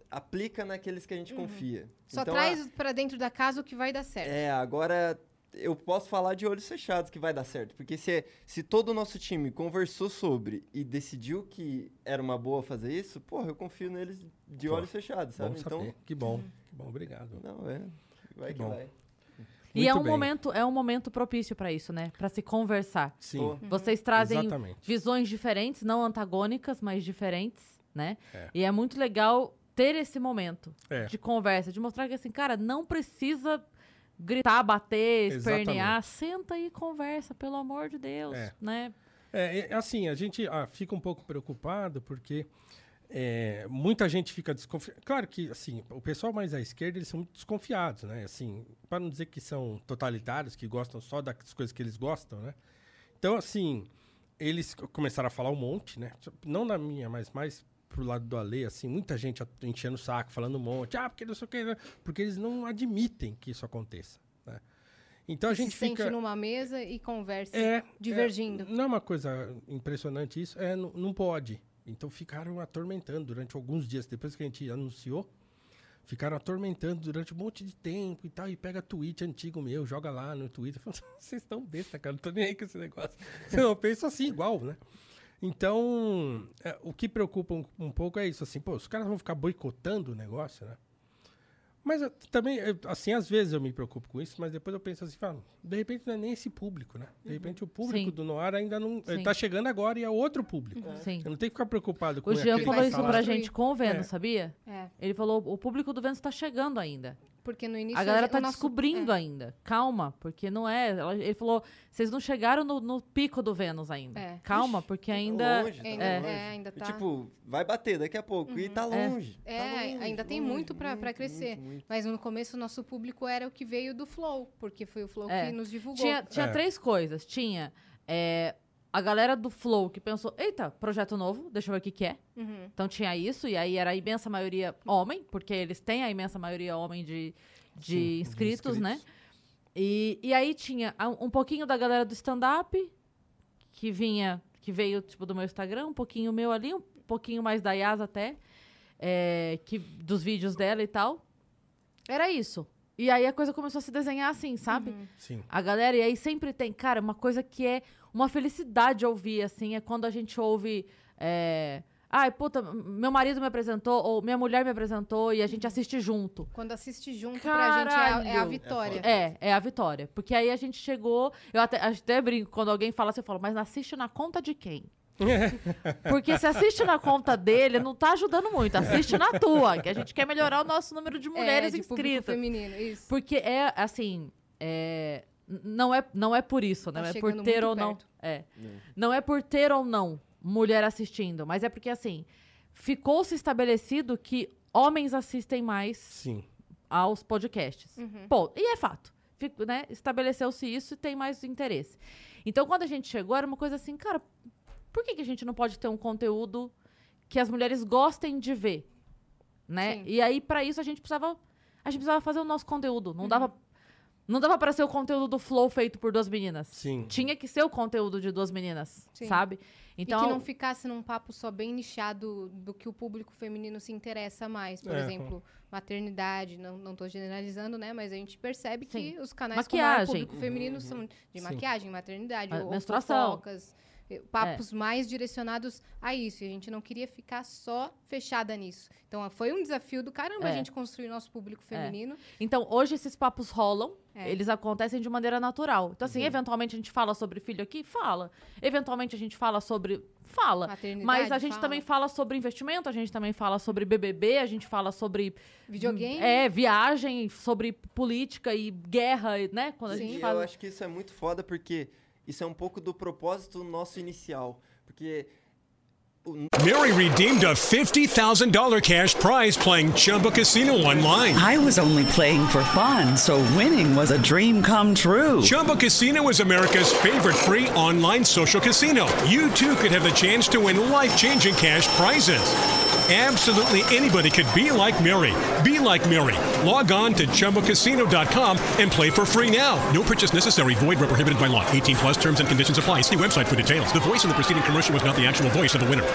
aplica naqueles que a gente confia. Uhum. Só Então, a- traz pra dentro da casa o que vai dar certo. É, agora eu posso falar de olhos fechados que vai dar certo. Porque se, se todo o nosso time conversou sobre e decidiu que era uma boa fazer isso, porra, eu confio neles de Pô, olhos fechados, Bom sabe? saber. Então, Que bom, Uhum. que bom, obrigado. não, é. Vai Que que, bom. vai. E é Muito um, bem. momento, é um momento propício pra isso, né? Pra se conversar. Uhum. Sim, Boa. Vocês trazem exatamente. visões diferentes, não antagônicas, mas diferentes, né? É. E é muito legal ter esse momento É. de conversa, de mostrar que assim, cara, não precisa gritar, bater, espernear, senta e conversa, pelo amor de Deus, É. né? É, é, assim, a gente ah, fica um pouco preocupado porque é, muita gente fica desconfiada. Claro que, assim, o pessoal mais à esquerda, eles são muito desconfiados, né? Assim, para não dizer que são totalitários, que gostam só das coisas que eles gostam, né? Então, assim, eles co- começaram a falar um monte, né? Tipo, Não na minha, mas mais pro lado do Ale, assim, muita gente a- enchendo o saco, falando um monte. Ah, porque não sei o quê, né? Porque eles não admitem que isso aconteça, né? Então a gente se sente fica... numa mesa e conversa, É, divergindo. é, não é uma coisa impressionante isso? É, não, não pode. Então ficaram atormentando durante alguns dias, depois que a gente anunciou, ficaram atormentando durante um monte de tempo e tal, e pega tweet antigo meu, joga lá no Twitter. Fala, Vocês estão besta, cara, não tô nem aí com esse negócio. Eu penso assim, igual, né? Então, é, o que preocupa um, um pouco é isso, assim, pô, os caras vão ficar boicotando o negócio, né? Mas eu também, eu, assim, às vezes eu me preocupo com isso, mas depois eu penso assim, falo, de repente não é nem esse público, né? De repente o público Uhum. Sim. do Noir ainda não. Sim. Uhum. está chegando agora e é outro público. Sim. Eu não tenho que ficar preocupado com O Jean aquele falou que isso tá lá. pra Construir. gente com o Vênus, É. sabia? É, Ele falou, o público do Vênus tá chegando ainda. porque no início... A galera tá é o nosso- descobrindo ainda. Calma, porque não é... ela- Ele falou, vocês não chegaram no, no pico do Vênus ainda. É. Calma, porque ainda... longe, tá Ainda- longe. é, ainda tá- Tipo, vai bater daqui a pouco. E tá É. longe. tá É, longe, ainda tem longe, muito pra- pra muito, crescer. muito, muito. Mas no começo o nosso público era o que veio do Flow, porque foi o Flow É. que nos divulgou. Tinha, tinha É. três coisas. Tinha é, a galera do Flow que pensou, eita, projeto novo, deixa eu ver o que, que é. Uhum. Então tinha isso, e aí era a imensa maioria homem, porque eles têm a imensa maioria homem de, de, Sim, de inscritos, né? inscritos. E, e aí tinha a- um pouquinho da galera do stand-up, que vinha, que veio, tipo, do meu Instagram, um pouquinho meu ali, um pouquinho mais da Yas até. é, que, dos vídeos dela e tal. Era isso. E aí a coisa começou a se desenhar assim, sabe? Sim. A galera, e aí sempre tem, cara, uma coisa que é uma felicidade ouvir, assim, é quando a gente ouve. É, Ai, puta, meu marido me apresentou, ou minha mulher me apresentou, e a gente assiste junto. Quando assiste junto, pra gente é a- é a, Caralho. vitória. É, é a vitória. Porque aí a gente chegou. Eu até, até brinco, quando alguém fala assim, eu falo, mas assiste na conta de quem? Porque se assiste na conta dele, não tá ajudando muito. Assiste na tua, que a gente quer melhorar o nosso número de mulheres É, de público inscritas. feminino, isso. Porque é, assim, é, n- não, é, não é por isso, né? Tá é por chegando ter muito ou não. perto. É. Não é por ter ou não mulher assistindo, mas é porque, assim, ficou-se estabelecido que homens assistem mais Sim. aos podcasts. Uhum. Pô, e é fato. Fico, né? Estabeleceu-se isso e tem mais interesse. Então, quando a gente chegou, era uma coisa assim, cara, por que, que a gente não pode ter um conteúdo que as mulheres gostem de ver? Né? Sim. E aí, pra isso, a gente precisava. A gente precisava fazer o nosso conteúdo. Uhum. Não dava. Não dava pra ser o conteúdo do Flow feito por duas meninas. Sim. Tinha que ser o conteúdo de duas meninas, Sim. sabe? Então, E que não ficasse num papo só bem nichado do que o público feminino se interessa mais. Por É. exemplo, maternidade, não, não tô generalizando, né? Mas a gente percebe que Sim. os canais com Maquiagem. maior público feminino são de maquiagem, maternidade, Ah, ou menstruação. É. fofocas, eh, papos mais direcionados a isso. E a gente não queria ficar só fechada nisso. Então ah, foi um desafio do caramba a É. gente construir nosso público feminino. Então, hoje esses papos rolam, É. Uhum. eles acontecem de maneira natural. Então, assim, eventualmente a gente fala sobre filho aqui? Fala. Eventualmente a gente fala sobre. Fala. Maternidade, Mas a gente fala. também fala sobre investimento, a gente também fala sobre BBB, a gente fala sobre. Videogame. É, viagem, sobre política e guerra, e, né? Quando a Sim. gente E fala. eu acho que isso é muito foda porque isso é um pouco do propósito nosso inicial. Porque Mary redeemed a $50,000 cash prize playing Chumba Casino online. I was only playing for fun, so winning was a dream come true. Chumba Casino is America's favorite free online social casino. You too could have the chance to win life changing cash prizes. Absolutely anybody could be like Mary. Be like Mary. Log on to chumbacasino.com and play for free now. No purchase necessary. Void where prohibited by law. 18 plus terms and conditions apply. See website for details. The voice in the preceding commercial was not the actual voice of the winner.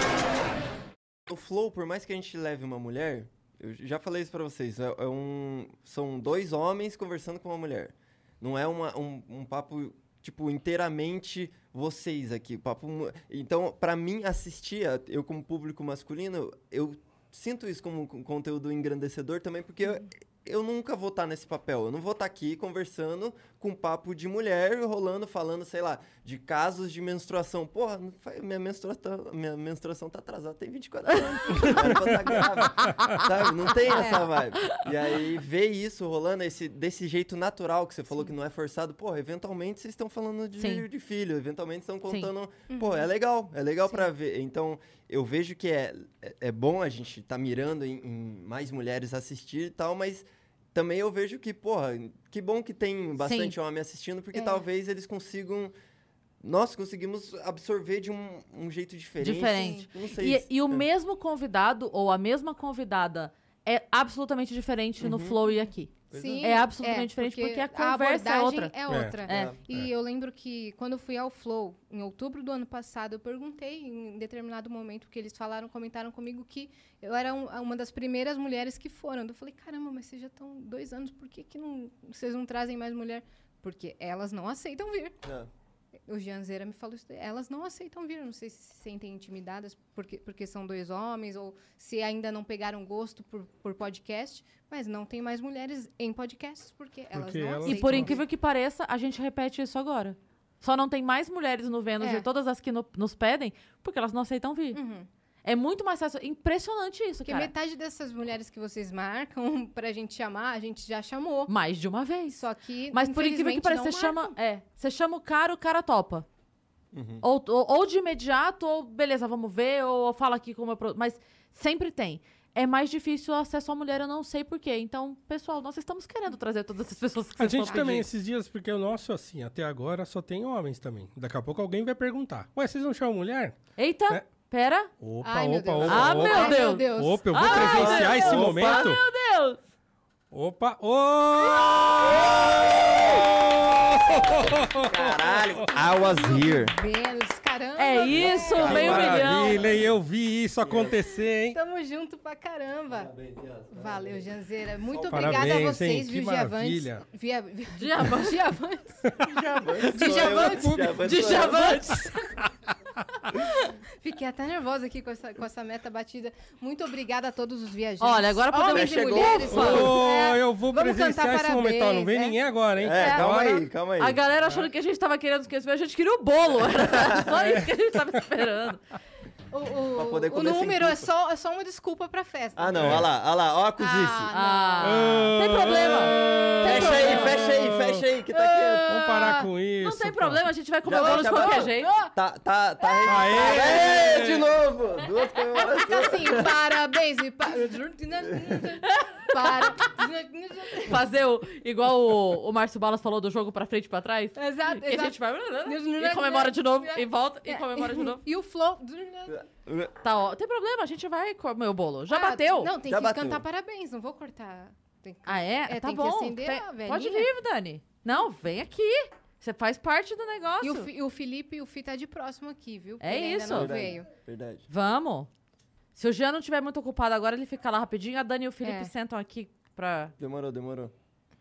o Flow, por mais que a gente leve uma mulher, eu já falei isso pra vocês, é, é um, são dois homens conversando com uma mulher. Não é uma- um, um papo, tipo, inteiramente vocês aqui. Papo, mu- então, pra mim, assistir, a- eu como público masculino, eu sinto isso como um con- conteúdo engrandecedor também, porque eu, eu nunca vou estar nesse papel. Eu não vou estar aqui conversando com papo de mulher, rolando, falando, sei lá, de casos de menstruação. Porra, não faz- minha menstruação, minha menstruação tá atrasada, tem 24 anos. Era pra tá grávida, sabe? Não tem essa vibe. E aí, ver isso rolando esse, desse jeito natural que você falou que não é forçado, porra, eventualmente vocês estão falando de, Sim. de filho, eventualmente estão Sim. Uhum. contando. Pô, é legal, é legal pra ver. Então, eu vejo que é, é, é bom a gente tá mirando em, em mais mulheres assistir e tal, mas também eu vejo que, porra, que bom que tem bastante homem assistindo, porque É. talvez eles consigam. Nós conseguimos absorver de um, um jeito diferente. Diferente. Não sei E, se- e o é. mesmo convidado ou a mesma convidada é absolutamente diferente Uhum. no Flow e aqui. Sim, É absolutamente diferente, porque a conversa é abordagem outra. É outra. É. E eu lembro que quando eu fui ao Flow, em outubro do ano passado, eu perguntei em determinado momento, porque eles falaram, comentaram comigo que eu era um- uma das primeiras mulheres que foram. Eu falei, caramba, mas vocês já estão dois anos, por que, que não, vocês não trazem mais mulher? Porque elas não aceitam vir. É. O Gianzeira me falou isso. daí. Elas não aceitam vir. Não sei se se sentem intimidadas porque, porque são dois homens ou se ainda não pegaram gosto por, por podcast. Mas não tem mais mulheres em podcasts porque, elas Porque não elas- E aceitam. por vir. incrível que pareça, a gente repete isso agora. Só não tem mais mulheres no Vênus É. Uhum. de todas as que no- nos pedem, porque elas não aceitam vir. É muito mais fácil. Impressionante isso, Porque cara. metade dessas mulheres que vocês marcam pra gente chamar, a gente já chamou. Mais de uma vez. Só que. Mas por incrível que infelizmente, pareça, não você chama, marcam. é, você chama o cara, o cara topa. Uhum. Ou, ou, ou de imediato, ou beleza, vamos ver, ou fala aqui como eu. Mas sempre tem. É mais difícil o acesso à mulher, eu não sei porquê. Então, pessoal, nós estamos querendo trazer todas essas pessoas que A vocês gente estão também, pedindo. esses dias, porque o nosso, assim, até agora só tem homens também. Daqui a pouco alguém vai perguntar. Ué, vocês não chamam mulher? Eita, É. pera. Opa, Ai, meu opa, Deus. opa, Ah, opa. meu Ai, Deus. Opa, eu vou Ai, presenciar meu esse Deus. Ah, momento. Meu Deus! Opa, ô! Caralho! I was here. Vênus, caramba! É isso, meio milhão. Maravilha, e eu vi isso acontecer, hein? Tamo junto pra caramba. Valeu, Janzeira. Muito Parabéns, obrigada a hein? vocês, Que viu, Giavantes? maravilha. Via... via- Diamante. Giavantes. Djavan. De Diamante. Fiquei até nervosa aqui com essa, com essa meta batida. Muito obrigada a todos os viajantes. Olha, agora podemos- Homens e Chegou. mulheres. Opa! todos. Ô, É, eu vou vamos cantar presenciar esse momento. ó, Não vem parabéns, ninguém é. agora, hein? É, calma Agora- aí, calma aí. É. A galera achando que a gente tava querendo esquecer, a gente queria o bolo. Era só isso que a gente tava esperando. O, o- Pra poder o comer sem número é culpa. só, é só uma desculpa pra festa. Ah, não, olha lá, olha lá, ó a cozice. Ah, Tem problema. Tem fecha aí, problema. Ah. fecha aí, fecha aí, que tá aqui. Ah, Vamos parar com isso. Não tem pô. problema, a gente vai comer Já o bolo de tá bom? qualquer jeito. É. Tá, tá, tá. Aê! Aê, de novo! Duas Ela comemorações. fica assim, parabéns e pa... para. Fazer o, igual o, o Márcio Balas falou do jogo pra frente e pra trás. Exato, E a gente vai. né, E comemora de novo, e volta, e comemora de novo. É, E o flow. Tá, ó. Tem problema, a gente vai comer o bolo. Já Ah, bateu? Não, tem Já que bateu. cantar parabéns, não vou cortar. Tem que- Ah, é? tá tem bom. que acender Tem- a velhinha. Pode vir, Dani. Não, vem aqui. Você faz parte do negócio. E o, Fi- e o Felipe, o Fi tá de próximo aqui, viu? É Ele isso. Ainda não Verdade, veio. Verdade. Vamos. Se o Jean não estiver muito ocupado agora, ele fica lá rapidinho. A Dani e o Felipe É. sentam aqui pra. Demorou, demorou.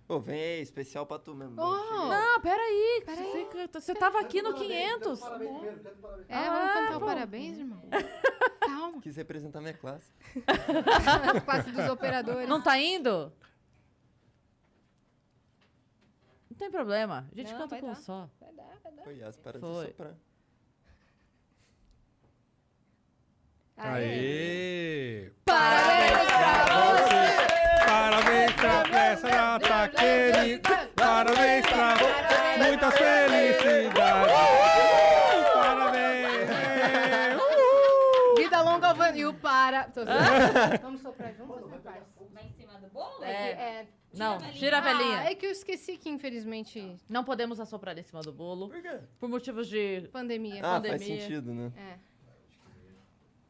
Pô, vem aí, especial pra tu mesmo. Oh, Não, peraí. Você, você tava aqui no 500. então, é, vamos Ah, cantar o bom. parabéns, irmão. Calma. Quis representar minha classe. A classe dos operadores. Não tá indo? Não tem problema. A gente Não, canta vai com um dar. só. Foi, as para de Foi. soprar. Aê! Parabéns pra você. Parabéns pra festa da Taqueri. Parabéns pra você. Muitas felicidades. Parabéns. Vida longa ao Van- e o para. Tô Ah. zoando. Vamos soprar juntos, né, parça? Lá em cima do bolo? É. É. Não, gira a velhinha. Ah, é que eu esqueci que, infelizmente, Não podemos assoprar em cima do bolo. Por quê? Por motivos de. pandemia. Ah, pandemia. faz sentido, né? É.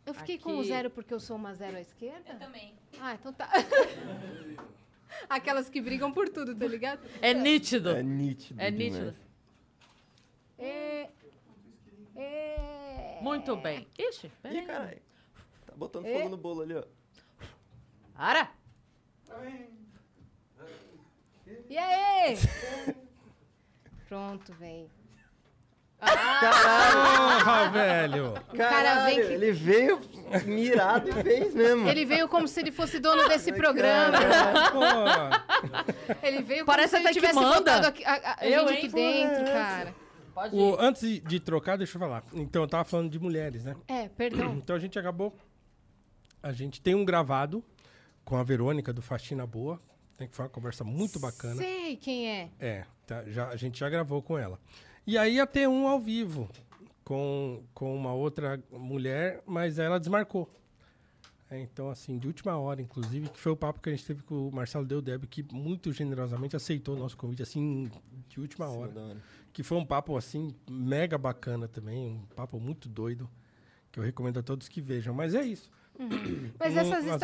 Eu fiquei com o Aqui. zero porque eu sou uma zero à esquerda? Também. Ah, então tá. Aquelas que brigam por tudo, tá ligado? É nítido. É nítido. É demais. nítido. É... É... Muito bem. Ixi, peraí. Ih, caralho. Tá botando fogo no bolo ali, ó. Ara! E aí? Pronto, véi. Ah! Porra, velho. O cara vem que- Ele veio mirado e fez mesmo. Ele veio como se ele fosse dono desse programa. Pô, Ele veio Parece como se até ele que tivesse manda. botado aqui, a, a- a Eu, gente hein? aqui dentro, é. cara. o- antes de- de trocar, deixa eu falar. Então, eu tava falando de mulheres, né? É, perdão. Então a gente acabou. A gente tem um gravado com a Verônica do Faxina Boa. Tem que foi uma conversa muito bacana. Sei quem é. É, tá, já, a gente já gravou com ela. E aí ia ter um ao vivo com, com uma outra mulher, mas ela desmarcou. É, então, assim, de última hora, inclusive, que foi o papo que a gente teve com o Marcelo Deldeb, que muito generosamente aceitou o nosso convite, assim, de última hora. da hora. Que foi um papo, assim, mega bacana também, um papo muito doido, que eu recomendo a todos que vejam. Mas é isso. Uhum. Mas Não, essas às vezes é isso, É,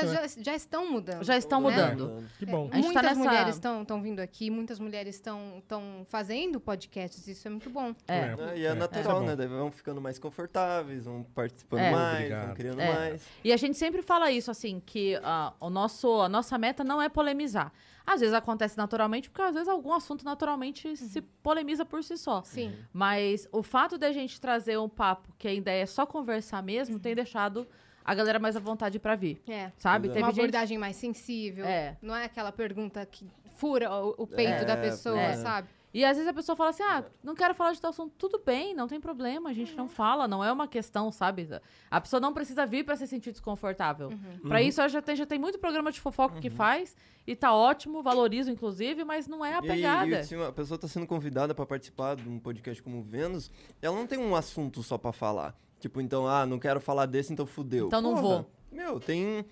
estatísticas já, já estão mudando. né? É, Já estão mudando. Que bom. A gente tá Muitas nessa- mulheres estão estão vindo aqui, muitas mulheres estão estão fazendo podcasts, isso é muito bom. É. Ah, e é natural, né? Daí vão ficando mais confortáveis, vão participando É. mais, Obrigado. vão criando É. mais. E a gente sempre fala isso, assim, que ah, o nosso, a nossa meta não é polemizar. Às vezes acontece naturalmente, porque às vezes algum assunto naturalmente se polemiza por si só. Uhum. Sim. Mas o fato da gente trazer um papo que ainda é só conversar mesmo tem deixado a galera mais à vontade pra vir. Uhum. É. Sabe? Exato. Teve Uma gente- abordagem mais sensível. É. Não é aquela pergunta que fura o, o peito É, da pessoa, é. sabe? E às vezes a pessoa fala assim: ah, não quero falar de tal assunto. Tudo bem, não tem problema, a gente não fala, não é uma questão, sabe? A pessoa não precisa vir pra se sentir desconfortável. Uhum. Pra isso, ela já tem, já tem muito programa de fofoca que faz, e tá ótimo, valorizo inclusive, mas não é a E, aí, pegada. e assim, a pessoa tá sendo convidada pra participar de um podcast como o Vênus, ela não tem um assunto só pra falar. Tipo, então, ah, não quero falar desse, então fudeu. Então não vou. Meu, tem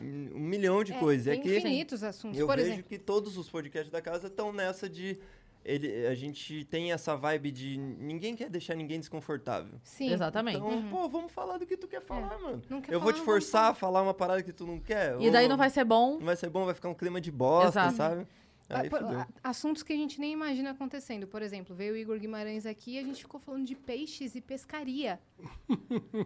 um milhão de coisas. Tem é que infinitos assuntos, eu por vejo exemplo. que todos os podcasts da casa estão nessa de... Ele, a gente tem essa vibe de ninguém quer deixar ninguém desconfortável. Sim. Exatamente. Então, pô, vamos falar do que tu quer falar, mano. Uhum. É. Não quer eu vou falar, te vamos forçar a falar uma parada que tu não quer. E daí não vai ser ser bom. Não vai ser bom, vai ficar um clima de bosta, Exato. sabe? Aí Pô, fudeu. a- Ah, Assuntos que a gente nem imagina acontecendo. Por exemplo, veio o Igor Guimarães aqui e a gente ficou falando de peixes e pescaria.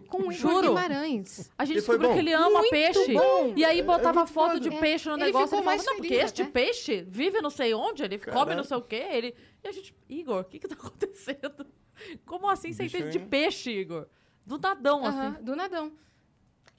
Com o Igor Juro. Guimarães. A gente E foi descobriu bom. que ele ama Muito peixe. bom. E aí botava muito foto foda. de É. peixe no Ele negócio. ficou Ele mais falava, não, porque feliz né?" este até." peixe vive não sei onde, ele come Caralho. não sei o quê. Ele... E a gente, Igor, o que que tá acontecendo? Como assim você Bicho entende de aí. peixe, Igor? Do nadão, Aham, assim. Do nadão.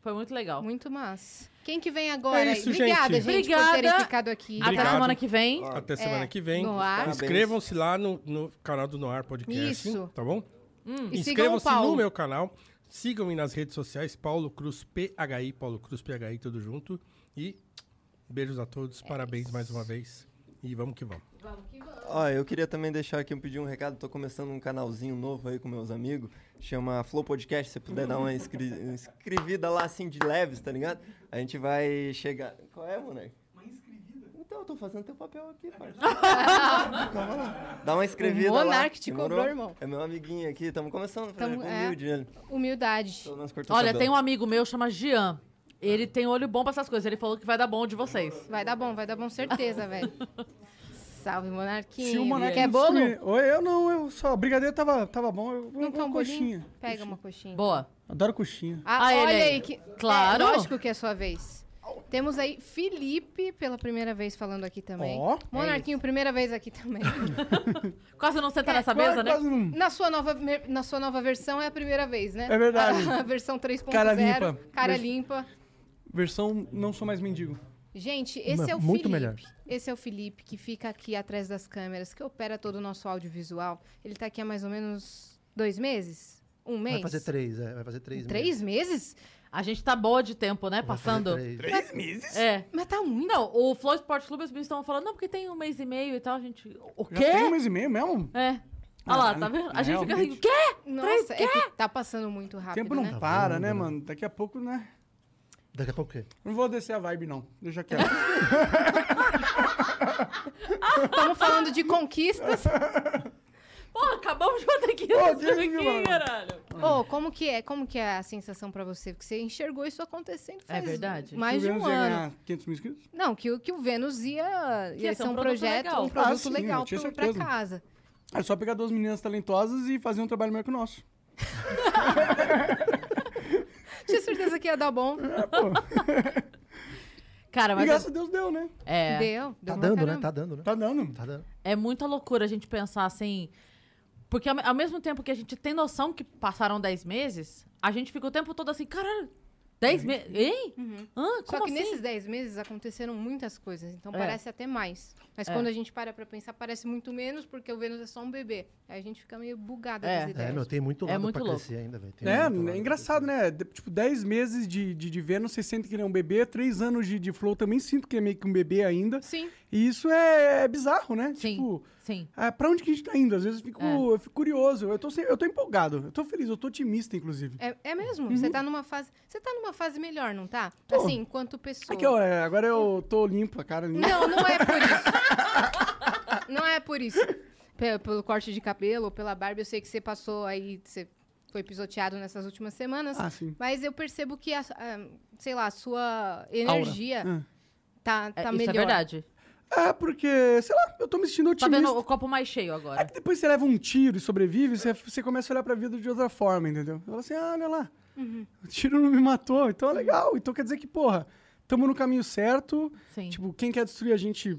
Foi muito legal. Muito massa. Quem que vem agora? aí? É isso, Obrigada, gente. gente, por terem Obrigada. ficado aqui. Até Obrigado. semana que vem. Até É, semana que vem. no ar. Inscrevam-se lá no, no canal do Noir Podcast, Isso. Hum, tá bom? E sigam o Inscrevam-se Paulo. no meu canal. Sigam-me nas redes sociais, Paulo Cruz PHI, Paulo Cruz PHI, tudo junto. E beijos a todos, É parabéns mais uma vez. E vamos que vamos. Ó, eu queria também deixar aqui, um pedir um recado. Tô começando um canalzinho novo aí com meus amigos. Chama Flow Podcast. Se você puder dar uma inscri- inscrevida lá, assim, de leves, tá ligado? A gente vai chegar... Qual é, moleque? Uma inscrevida? Então, eu tô fazendo teu papel É aqui, parceiro. Calma lá. Dá uma inscrevida O lá. Monark te cobrou, demorou? irmão. É meu amiguinho aqui. Tamo começando. Tamo- Tamo, é. Então, humilde ele. Humildade. Pelo menos cortou o Olha, cabelo. tem um amigo meu, chama Jean. Ele tem olho bom pra essas coisas. Ele falou que vai dar bom de vocês. Vai dar Tá bom, vai dar bom, certeza, velho. Salve, monarquinho. Se o é Monark Quer não bolo? destruir- Oi, eu não, eu só. Brigadeiro tava, tava bom. Eu Não eu- quer um coxinha. bolinho? Pega uma coxinha. Boa. Adoro coxinha. Ah, Ah, ele olha aí. aí. Que... Claro. É, lógico que é a sua vez. Temos aí Felipe pela primeira vez falando aqui também. Ó. Monarquinho, primeira vez aqui também. Quase não senta nessa mesa, né? Quase não- na, sua nova, mer- na sua nova versão é a primeira vez, né? É verdade. A, versão 3.0. Cara limpa. Cara Vers- limpa. Versão não sou mais mendigo. Gente, esse Mas é o Felipe. muito melhor. Esse é o Felipe que fica aqui atrás das câmeras, que opera todo o nosso audiovisual. Ele tá aqui há mais ou menos dois meses? Um mês? Vai fazer três, é. Vai fazer três. Três meses? A gente tá boa de tempo, né? Passando. Três. É. Mas tá muito. Não, o Flow Sport Clube, os meninos estavam falando, não, porque tem um mês e meio e tal, a gente... O Já tem um quê? mês e meio mesmo? É. Olha lá, Ah, tá vendo? A gente fica assim, realmente. o quê? Nossa, é que tá passando muito O rápido, tempo não né? para, voando, né, né? mano? Daqui a pouco, né? Daqui a pouco o quê? Não vou descer a vibe, não. Deixa quieto. Estamos falando de conquistas. Pô, acabamos de bater aqui. Pô, esse Deus, aqui, mano. caralho. Ô, como que é? Como que é a sensação pra você? Porque você enxergou isso acontecendo faz É verdade. mais de O um Vênus ia ano. ganhar 500 mil inscritos? Não, que, o- que o Vênus ia, Que ia ser um projeto, legal. um produto Ah, sim, legal eu tinha pro- pra certeza. casa. É só pegar duas meninas talentosas e fazer um trabalho melhor que o nosso. Tinha certeza que ia dar bom. Cara, e mas graças a É, Deus deu, né? é, Deu. deu Tá pra dando, né? caramba. Tá dando, né? Tá dando. Tá dando. é muita loucura a gente pensar assim... Porque ao, ao mesmo tempo que a gente tem noção que passaram 10 meses, a gente fica o tempo todo assim, caralho, 10 Uhum. meses? Hein? Hã? Uhum. Só Como que assim? nesses 10 meses aconteceram muitas coisas, então É. parece até mais. Mas É. quando a gente para pra pensar, parece muito menos, porque o Vênus é só um bebê. Aí a gente fica meio bugada É. das ideias. É, meu, tem muito É lado muito pra louco. crescer ainda, velho. Tem muito É, lado é pra engraçado, né? De- tipo, 10 meses de, de, de Vênus, você sente que ele é um bebê. 3 anos de, de Flow, também sinto que é meio que um bebê ainda. Sim. E isso é, é bizarro, né? Sim. Tipo, Sim. ah, pra onde que a gente tá indo? Às vezes eu fico, É. eu fico curioso. Eu tô, sem- eu tô empolgado. Eu tô feliz. Eu tô otimista, inclusive. É, é mesmo. Uhum. Você tá numa fase. Você tá numa fase melhor, não tá? Assim, enquanto pessoa. É que eu, é, agora eu tô limpo, a cara limpa. Não, não é por isso. não é por isso. Pe- pelo corte de cabelo ou pela barba, eu sei que você passou aí. Você foi pisoteado nessas últimas semanas. Ah, sim. Mas eu percebo que, a, a- sei lá, a sua energia Ah. tá, É, tá isso melhor. é verdade. É, porque, sei lá, eu tô me sentindo Tá otimista. vendo o copo mais cheio É agora. que depois você leva um tiro e sobrevive, você, você começa a olhar pra vida de outra forma, entendeu? Você fala assim, ah, olha lá, Uhum, o tiro não me matou, então é legal. Então quer dizer que, porra, tamo no caminho certo. Sim. Tipo, quem quer destruir a gente,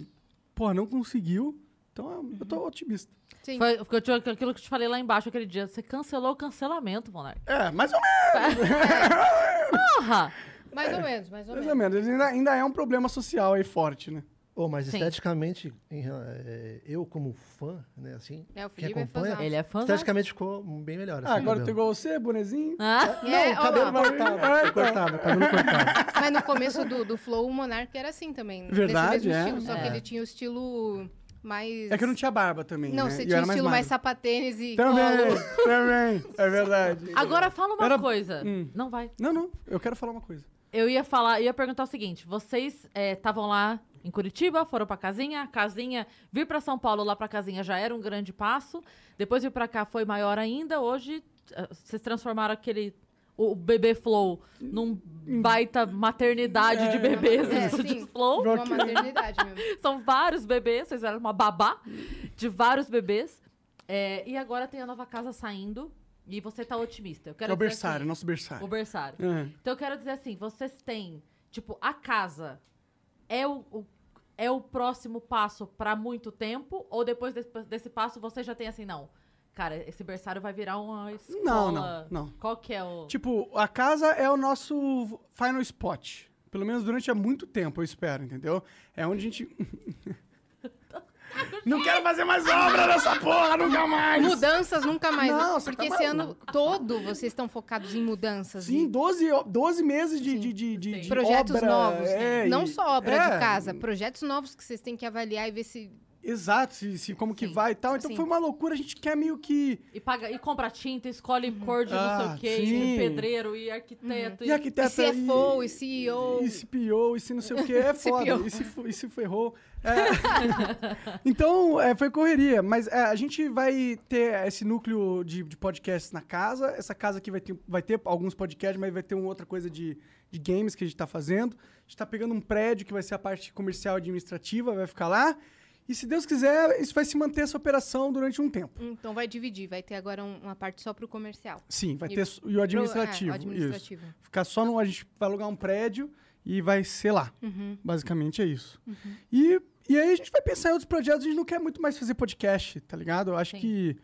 porra, não conseguiu. Então ah, eu tô otimista. Sim. Foi porque eu tinha- aquilo que eu te falei lá embaixo aquele dia. Você cancelou o cancelamento, Monark. É, mais ou menos. Porra! Mais ou menos, mais ou Mais menos. ou menos. Ainda, ainda é um problema social aí forte, né? Ô, mas Sim. esteticamente, em rela- é, eu como fã, né, assim, É, o que Felipe é acompanha, fãzão. Ele é fã. esteticamente ficou bem melhor. Ah, agora eu tô tem igual você, bonezinho. Ah, É, Não, ó cabelo lá. cortado, eu cortava, cabelo cortado. Mas no começo do, do Flow, o Monark era assim também. nesse Verdade, mesmo é. estilo, só É. que ele tinha o estilo mais... É que eu não tinha barba também, Não, né? você E eu tinha era um estilo mais, magro. sapatênis e Também, colo. também. É verdade. Agora fala uma Era- Hum. coisa. Não vai. Não, não, eu quero falar uma coisa. Eu ia falar, eu ia perguntar o seguinte: vocês estavam lá em Curitiba, foram pra casinha, a casinha, vir pra São Paulo lá pra casinha já era um grande passo. Depois vir pra cá foi maior ainda. Hoje eh, vocês ah, transformaram aquele o bebê flow num baita maternidade de bebês Hum. É, no Estúdios sim. flow. Uma maternidade mesmo. São vários bebês, vocês eram uma babá de vários bebês. É, e agora tem a nova casa saindo e você tá otimista. Eu quero É o dizer berçário, assim, nosso berçário. O berçário. Uhum. Então eu quero dizer assim, vocês têm, tipo, a casa é o, o- é o próximo passo pra muito tempo? Ou depois desse, desse passo você já tem assim, não, cara, esse berçário vai virar uma escola? não, não. Qual que é o... Tipo, a casa é o nosso final spot. Pelo menos durante há muito tempo, eu espero, entendeu? É onde a gente. não quero fazer mais obra nessa porra nunca mais! Mudanças nunca mais. né? Não, você Porque tá esse ano maluco. todo vocês estão focados em mudanças. Sim, e 12, o- 12 meses de, de, de, de, de projetos obra, novos. né? é, não e- só obra é, de casa, projetos novos que vocês têm que avaliar e ver se. Exato, se, se- como que Sim, vai e tal. Então sim. foi uma loucura, a gente quer meio que. E, paga, e compra tinta, escolhe cor de não sei Ah, o quê, sim. Uhum. e pedreiro, e é arquiteto. E E arquiteto é CFO, e CEO. E se piou, e se não sei o que, é foda. piou. e, se, fu- e se ferrou. É. então, é, foi correria. Mas é, a gente vai ter esse núcleo de, de podcasts na casa. Essa casa aqui vai ter, vai ter alguns podcasts, mas vai ter uma outra coisa de, de games que a gente tá fazendo. A gente tá pegando um prédio que vai ser a parte comercial e administrativa, vai ficar lá. E se Deus quiser, isso vai se manter essa operação durante um tempo. Então vai dividir, vai ter agora um- uma parte só pro comercial. Sim, vai E ter su- e o administrativo. Pro, é, o Isso. administrativo. Ficar só no. A gente vai alugar um prédio e vai ser lá. Uhum. Basicamente é isso. E, e aí a gente vai pensar em outros projetos. A gente não quer muito mais fazer podcast, tá ligado? Eu acho Sim. que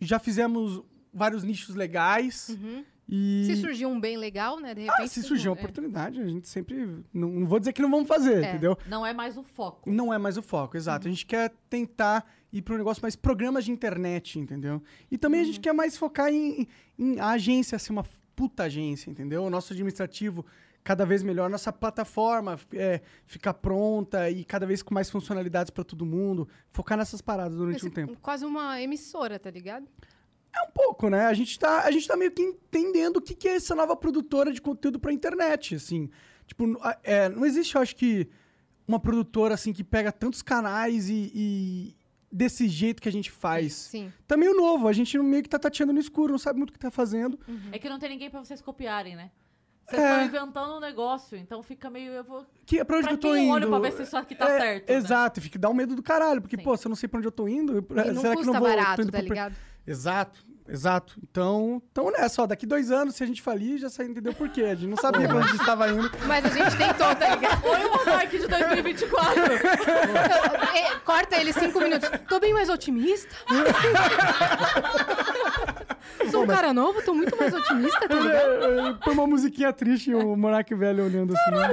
já fizemos vários nichos legais. Uhum. E. Se surgir um bem legal, né? De repente. Ah, se surgir uma é. oportunidade, a gente sempre. Não, não vou dizer que não vamos fazer, É. entendeu? Não é mais o foco. Não é mais o foco, exato. A gente quer tentar ir para um negócio mais programas de internet, entendeu? E também a gente quer mais focar em, em a agência ser uma puta agência, entendeu? O nosso administrativo cada vez melhor, nossa plataforma é, ficar pronta e cada vez com mais funcionalidades para todo mundo. Focar nessas paradas durante Esse- um tempo. Quase uma emissora, tá ligado? É um pouco, né? A gente tá, a gente tá meio que entendendo o que, que é essa nova produtora de conteúdo pra internet, assim. Tipo, n- a- é, não existe, eu acho que, uma produtora, assim, que pega tantos canais e... e desse jeito que a gente faz. Sim. Tá meio novo, a gente meio que tá tateando no escuro, não sabe muito o que tá fazendo. É que não tem ninguém pra vocês copiarem, né? Vocês É. estão inventando um negócio, então fica meio. Eu vou. Que, é pra onde Pra que eu tô quem eu indo? olho pra ver se isso aqui tá É, certo, né? Exato, fica, dá um medo do caralho, porque, Sim. pô, se eu não sei pra onde eu tô indo, E não será que custa não vou... tô barato, indo tá pra- ligado? Exato, exato. Então, então nessa, ó, daqui dois anos, se a gente falir, já sa- entendeu por quê. A gente não sabia pra onde a gente tava indo. Mas a gente tentou, tá ligado? Olha o Monark de 2024! Então, é, corta ele cinco minutos. Tô bem mais otimista. Sou um cara novo, tô muito mais otimista, tá ligado? É, é, Põe uma musiquinha triste e o Monark um velho olhando assim. né?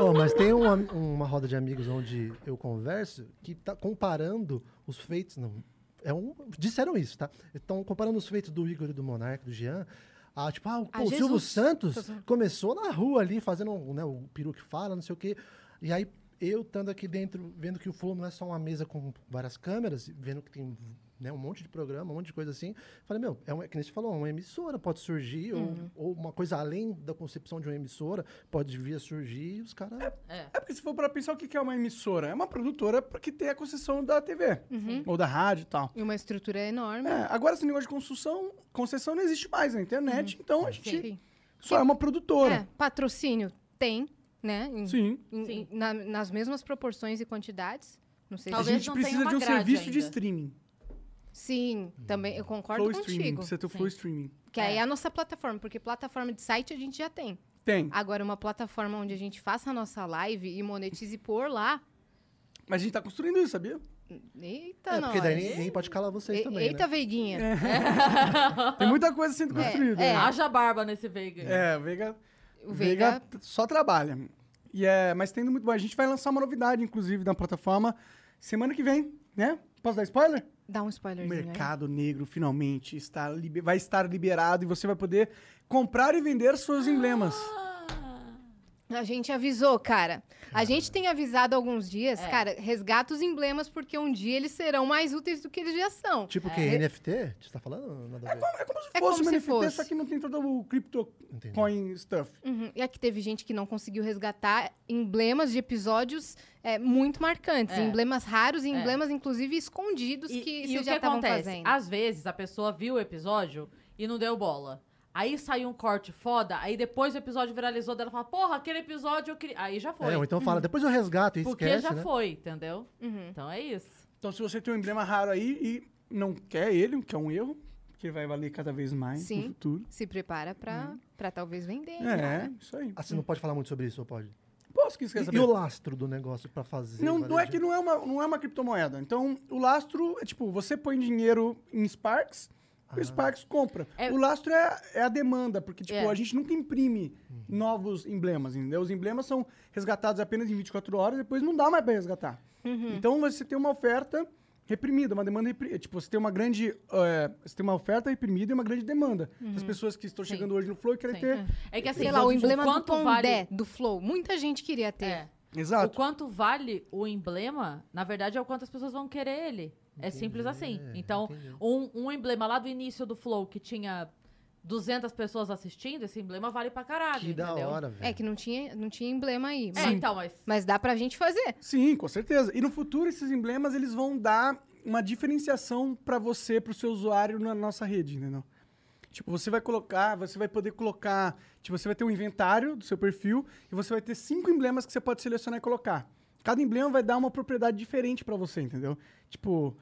Ó, mas tem uma, uma roda de amigos onde eu converso que tá comparando os feitos. Não, é um, disseram isso, tá? Estão comparando os feitos do Igor e do Monarca, do Jean. A, tipo, ah, A pô, o Silvio Jesus. Santos começou na rua ali, fazendo um, né, o peru que fala, não sei o quê. E aí, eu estando aqui dentro, vendo que o Flow não é só uma mesa com várias câmeras, vendo que tem né, um monte de programa, um monte de coisa assim. Falei, meu, é uma, que nem você falou, uma emissora pode surgir, Uhum. ou, ou uma coisa além da concepção de uma emissora pode vir a surgir e os caras... É porque se for pra pensar o que que é uma emissora, é uma produtora pra que tem a concessão da TV, ou da rádio e tal. Uhum. E uma estrutura enorme. É, agora esse negócio de construção, concessão não existe mais na internet, Uhum. então a gente Sim. só é uma É, produtora. patrocínio tem, né? Em- Sim. em- Sim. na- nas mesmas proporções e quantidades. Não sei a Talvez gente não tenha precisa uma de um grade serviço de ainda. streaming. se. Sim, também eu concordo Hum. flow streaming. contigo. Precisa ter o Sim. flow streaming. Que aí é a nossa plataforma, porque plataforma de site a gente já tem. Tem. Agora, uma plataforma onde a gente faça a nossa live e monetize por lá. Mas a gente tá construindo isso, sabia? Eita, É, Tá, não. porque daí ninguém pode calar vocês também, Eita, né? veiguinha. É. Tem muita coisa sendo É, construída. né? é. Haja barba nesse Veiga. É, o Veiga, O Veiga... Veiga. t- só trabalha. E é, mas tendo muito bom. A gente vai lançar uma novidade, inclusive, na plataforma semana que vem, né? Posso dar spoiler? Dá um O spoilerzinho. aí. mercado negro finalmente está, libe- vai estar liberado e você vai poder comprar e vender seus emblemas. Ah. A gente avisou, cara. Ah. A gente tem avisado há alguns dias, cara, resgata os emblemas porque um dia eles serão mais úteis do que eles já são. Tipo o que? NFT? Você tá falando? Nada a ver. É como se É fosse como uma se NFT, fosse. só que não tem todo o crypto Entendi. coin stuff. Uhum. E aqui teve gente que não conseguiu resgatar emblemas de episódios é, muito marcantes. É. Emblemas raros e emblemas, inclusive, escondidos E, que vocês e o que Ah, já estavam acontece? fazendo. Às vezes a pessoa viu o episódio e não deu bola. Aí saiu um corte foda, aí depois o episódio viralizou dela fala, porra, aquele episódio eu queria. Aí já foi. É, ou então fala, depois eu resgato e Porque esquece, já né? foi, entendeu? Uhum. Então é isso. Então, se você tem um emblema raro aí e não quer ele, que é um erro, porque vai valer cada vez mais é, no Sim. futuro. Se prepara pra, pra talvez vender. É, cara. isso aí. Ah, você não pode falar muito sobre isso, ou pode? Posso que esqueça E, e o lastro do negócio pra fazer? Não, não é varejo? que não é, uma, não é uma criptomoeda. Então, o lastro é tipo, você põe dinheiro em Sparks, o Ah. Sparks compra. É- O lastro é, é a demanda, porque tipo, É. a gente nunca imprime novos emblemas, entendeu? Os emblemas são resgatados apenas em 24 horas, depois não dá mais pra resgatar. Uhum. Então, você tem uma oferta reprimida, uma demanda reprimida. Tipo, você tem uma grande... eh, você tem uma oferta reprimida e uma grande demanda. As pessoas que estão chegando hoje no Flow querem Uhum. Sim. ter... É que assim, Sei lá, o de emblema do quanto Pondé, vale. do Flow. Muita gente queria ter. É. O Exato. quanto vale o emblema, na verdade, é o quanto as pessoas vão querer ele. É simples assim. Então, um, um emblema lá do início do Flow que tinha 200 pessoas assistindo, esse emblema vale pra caralho. Que da entendeu? hora, É velho. que não tinha, não tinha emblema aí. É, Mas, então, mas. mas dá pra gente fazer. Sim, com certeza. E no futuro, esses emblemas eles vão dar uma diferenciação para você, para o seu usuário na nossa rede, entendeu? Tipo, você vai colocar, você vai poder colocar, tipo, você vai ter um inventário do seu perfil e você vai ter cinco emblemas que você pode selecionar e colocar. Cada emblema vai dar uma propriedade diferente para você, entendeu? Tipo,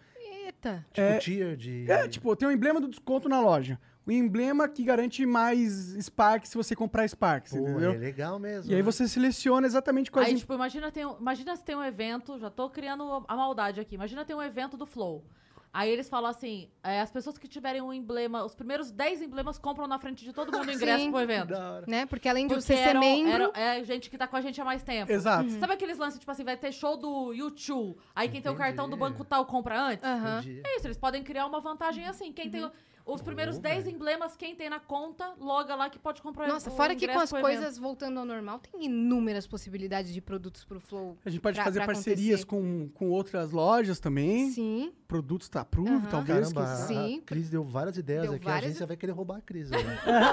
Eita. Tipo, é- tier de... é, tipo, tem um emblema do desconto na loja. O emblema que garante mais Sparks se você comprar Sparks, Pô, entendeu? é legal mesmo. E aí né? você seleciona é exatamente quais Aí, tipo, imagina, tem, um- imagina se tem um evento, já tô criando a maldade aqui, imagina tem um evento do Flow. Aí eles falam assim, é, as pessoas que tiverem um emblema, os primeiros 10 emblemas compram na frente de todo mundo o ingresso Sim. pro evento. Da hora. Né? Porque além de Porque você ser eram- membro... eram- é gente que tá com a gente há mais tempo. Exato. Sabe aqueles lances, tipo assim, vai ter show do YouTube, aí quem tem o Entendi. cartão do banco tal compra antes? Aham. Uhum. Entendi. É isso, eles podem criar uma vantagem assim. Quem tem o- os primeiros 10 emblemas, quem tem na conta, loga lá que pode comprar Nossa, o fora que com ingresso as pro evento. coisas voltando ao normal, tem inúmeras possibilidades de produtos pro Flow. A gente pode pra- fazer pra parcerias acontecer. com, com outras lojas também. Sim. Produtos da Prove, Aham. talvez. Caramba, a- Sim. a Cris deu várias ideias Deu aqui. várias A agência vai querer roubar a Cris. né?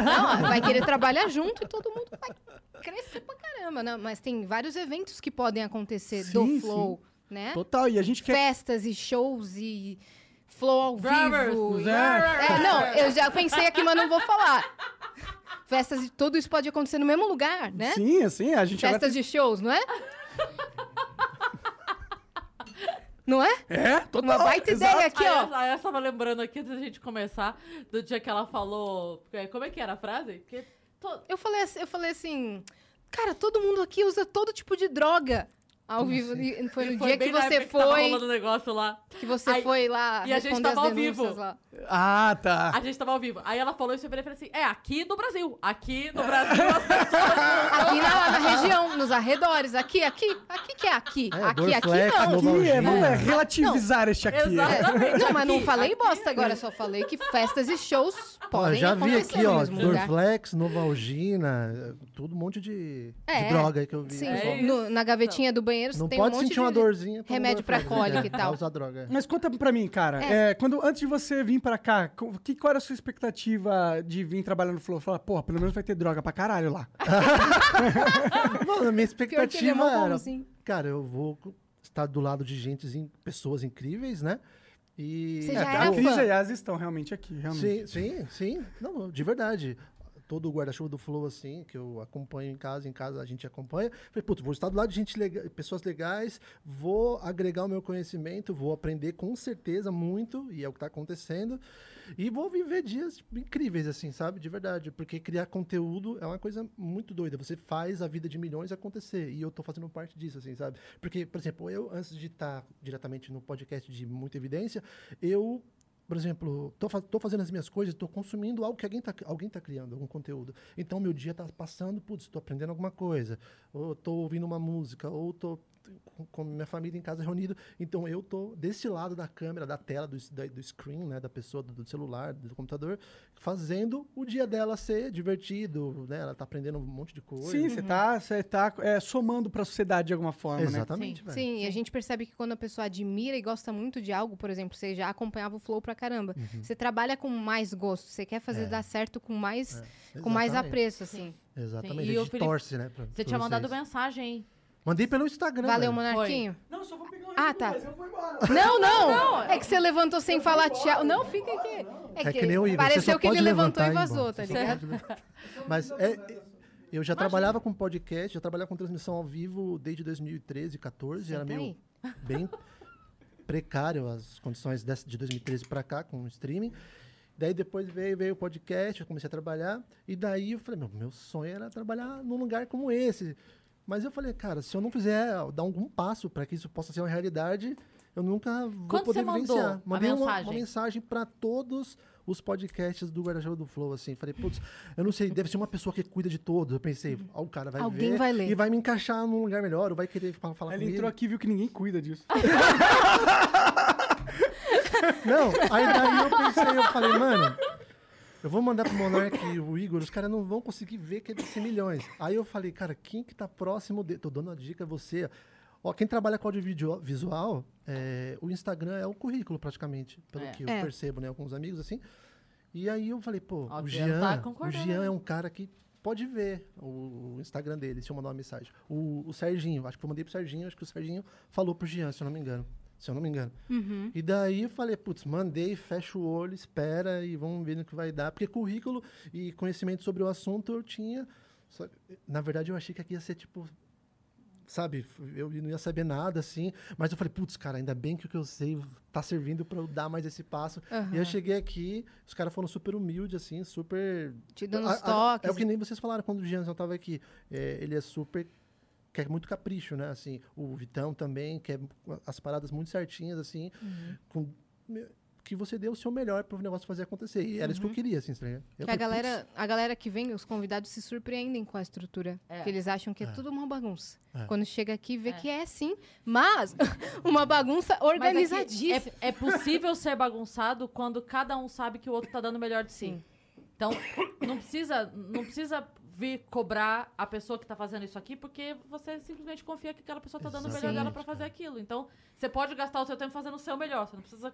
Não, vai querer trabalhar junto e todo mundo vai crescer pra caramba. Não, mas tem vários eventos que podem acontecer Sim, do Flow, né? Total. E a gente quer. Festas e shows e Flow ao Brothers. vivo. e- É. É, não, eu já pensei aqui, mas não vou falar. Festas e tudo isso pode acontecer no mesmo lugar, né? Sim, assim, a gente agora. Festas de shows, não é? Não é? É, Uma total. baita exato. ideia aqui, Aí ó. eu- aí eu tava lembrando aqui antes da gente começar do dia que ela falou. é, Como é que era a frase? Porque to- Eu falei assim, eu falei assim, cara, todo mundo aqui usa todo tipo de droga. Ao vivo, e foi e no foi dia bem que na você época que tava foi, rolando o negócio lá. que você Aí- foi lá e a gente responder tava as ao vivo. denúncias lá. Ah, tá. A gente tava ao vivo. Aí ela falou isso e eu virei e falei assim: é aqui no Brasil. Aqui no Brasil as pessoas. Aqui na, na região, nos arredores, aqui, aqui, aqui que é aqui, tá, É, aqui, aqui Dorflex, não. Novo- Aqui, é, vamos É. é, relativizar este aqui. é. Exatamente. Não, mas não aqui, falei aqui. bosta agora, só falei que festas e shows Ó, podem já vi acontecer aqui, no ó, mesmo né? lugar. Dorflex, Novalgina, eh, tudo um monte de, de É, droga aí que eu vi. Sim, pessoal. É no- na gavetinha do banheiro Não tem pode um monte sentir de uma dorzinha. toma remédio pra Dorflex, né? cólica e tal. Vai usar droga. Mas conta pra mim, cara. é, quando, antes de você vir pra cá, co- que, qual era a sua expectativa de vir trabalhar no Flow? Falar, porra, pelo menos vai ter droga pra caralho lá. Mano, a minha Pior que ele é expectativa mó era. bonzinho. Cara, eu vou co- estar do lado de gente, in- pessoas incríveis, né? E. é, Você já a era Cris é, fã. e a Yas estão realmente aqui, realmente. Sim, sim, sim. Não, de verdade. Todo o guarda-chuva do Flow, assim, que eu acompanho em casa, em casa a gente acompanha. Falei, putz, vou estar do lado de gente lega- pessoas legais, vou agregar o meu conhecimento, vou aprender com certeza muito, e é o que tá acontecendo. E vou viver dias tipo, incríveis, assim, sabe? De verdade. Porque criar conteúdo é uma coisa muito doida. Você faz a vida de milhões acontecer. E eu tô fazendo parte disso, assim, sabe? Porque, por exemplo, eu, antes de estar diretamente no podcast de Muita Evidência, eu por exemplo, tô, fa- tô fazendo as minhas coisas, tô consumindo algo que alguém tá, alguém tá criando, algum conteúdo. Então, meu dia tá passando, putz, tô aprendendo alguma coisa, ou tô ouvindo uma música, ou tô com- com minha família em casa reunido. Então, eu tô desse lado da câmera, da tela, do, s- da- do screen, né, da pessoa, do, do celular, do computador, fazendo o dia dela ser divertido, né? Ela tá aprendendo um monte de coisa. Sim, Uhum. você tá, você tá é, somando pra sociedade de alguma forma, né? Exatamente, velho. Sim, e a gente percebe que quando a pessoa admira e gosta muito de algo, por exemplo, você já acompanhava o flow pra caramba. Uhum. Você trabalha com mais gosto, você quer fazer dar certo com mais, com mais É. Exatamente. apreço, assim. Exatamente, Sim, a e o gente Felipe- torce, né? pra- Você pra tinha mandado vocês. Tá mensagem, hein? Mandei pelo Instagram. Valeu, velho. Monarquinho. Não, só vou pegar o Ah, tá. Não, não, É que você levantou sem falar tchau. Não, fica aqui. É que nem o Igor, você Pareceu só que ele pode levantou levantar e e ir vazou, embora. tá Você só ligado? Mas é, eu já trabalhava com podcast, já trabalhava com transmissão ao vivo desde 2013, 14. Era Senta meio bem precário as condições dessa- de 2013 para cá com o streaming. Daí depois veio, veio o podcast, eu comecei a trabalhar. E daí eu falei, meu, meu sonho era trabalhar num lugar como esse. Mas eu falei, cara, se eu não fizer, dar algum passo para que isso possa ser uma realidade, eu nunca vou Quando poder você mandou vivenciar. a Mandei uma- uma mensagem? mensagem para todos os podcasts do Guarda-Chuva do Flow, assim. Falei, putz, eu não sei, deve ser uma pessoa que cuida de todos. Eu pensei, ó, o cara vai Alguém ver vai ler. e vai me encaixar num lugar melhor, ou vai querer fa- falar Ele comigo. entrou aqui e viu que ninguém cuida disso. Não, aí daí eu pensei, eu falei, mano, eu vou mandar pro Monark e o Igor, os caras não vão conseguir ver que é de milhões. Aí eu falei, cara, quem que tá próximo de... Tô dando uma dica a você. Ó, quem trabalha com audiovisual, é, o Instagram é o currículo, praticamente, pelo É. que eu É. percebo, né? Alguns amigos, assim. E aí eu falei, pô, Ó, o o Jean, Jean tá o concordando. Jean é um cara que pode ver o, o Instagram dele, se eu mandar uma mensagem. O, o Serginho, acho que eu mandei pro Serginho, acho que o Serginho falou pro Jean, se eu não me engano. Se eu não me engano. Uhum. E daí eu falei, putz, mandei, fecha o olho, espera e vamos ver no que vai dar. Porque currículo e conhecimento sobre o assunto eu tinha. só que, na verdade, eu achei que aqui ia ser tipo. Sabe, eu não ia saber nada assim. Mas eu falei, putz, cara, ainda bem que o que eu sei tá servindo para eu dar mais esse passo. E eu cheguei aqui, os caras foram super humildes, assim, super. Te dando A- os a- toques. É o que nem vocês falaram quando o Jansen tava aqui. É, ele é super. Quer muito capricho, né? Assim, o Vitão também quer as paradas muito certinhas, assim. Uhum. Com, que você dê o seu melhor pro negócio fazer acontecer. E era isso que eu queria, assim, tá ligado? Uhum. Que Eu a falei, galera, é a galera que vem, os convidados se surpreendem com a estrutura. É. Porque eles acham que é, tudo uma bagunça. É. Quando chega aqui, vê que é sim, mas uma bagunça Mas é que organizadíssima. É, é possível ser bagunçado quando cada um sabe que o outro tá dando o melhor de si. Então, não precisa, não precisa vir cobrar a pessoa que tá fazendo isso aqui, porque você simplesmente confia que aquela pessoa tá dando o melhor Exatamente, dela pra fazer aquilo. Então, você pode gastar o seu tempo fazendo o seu melhor. Você não precisa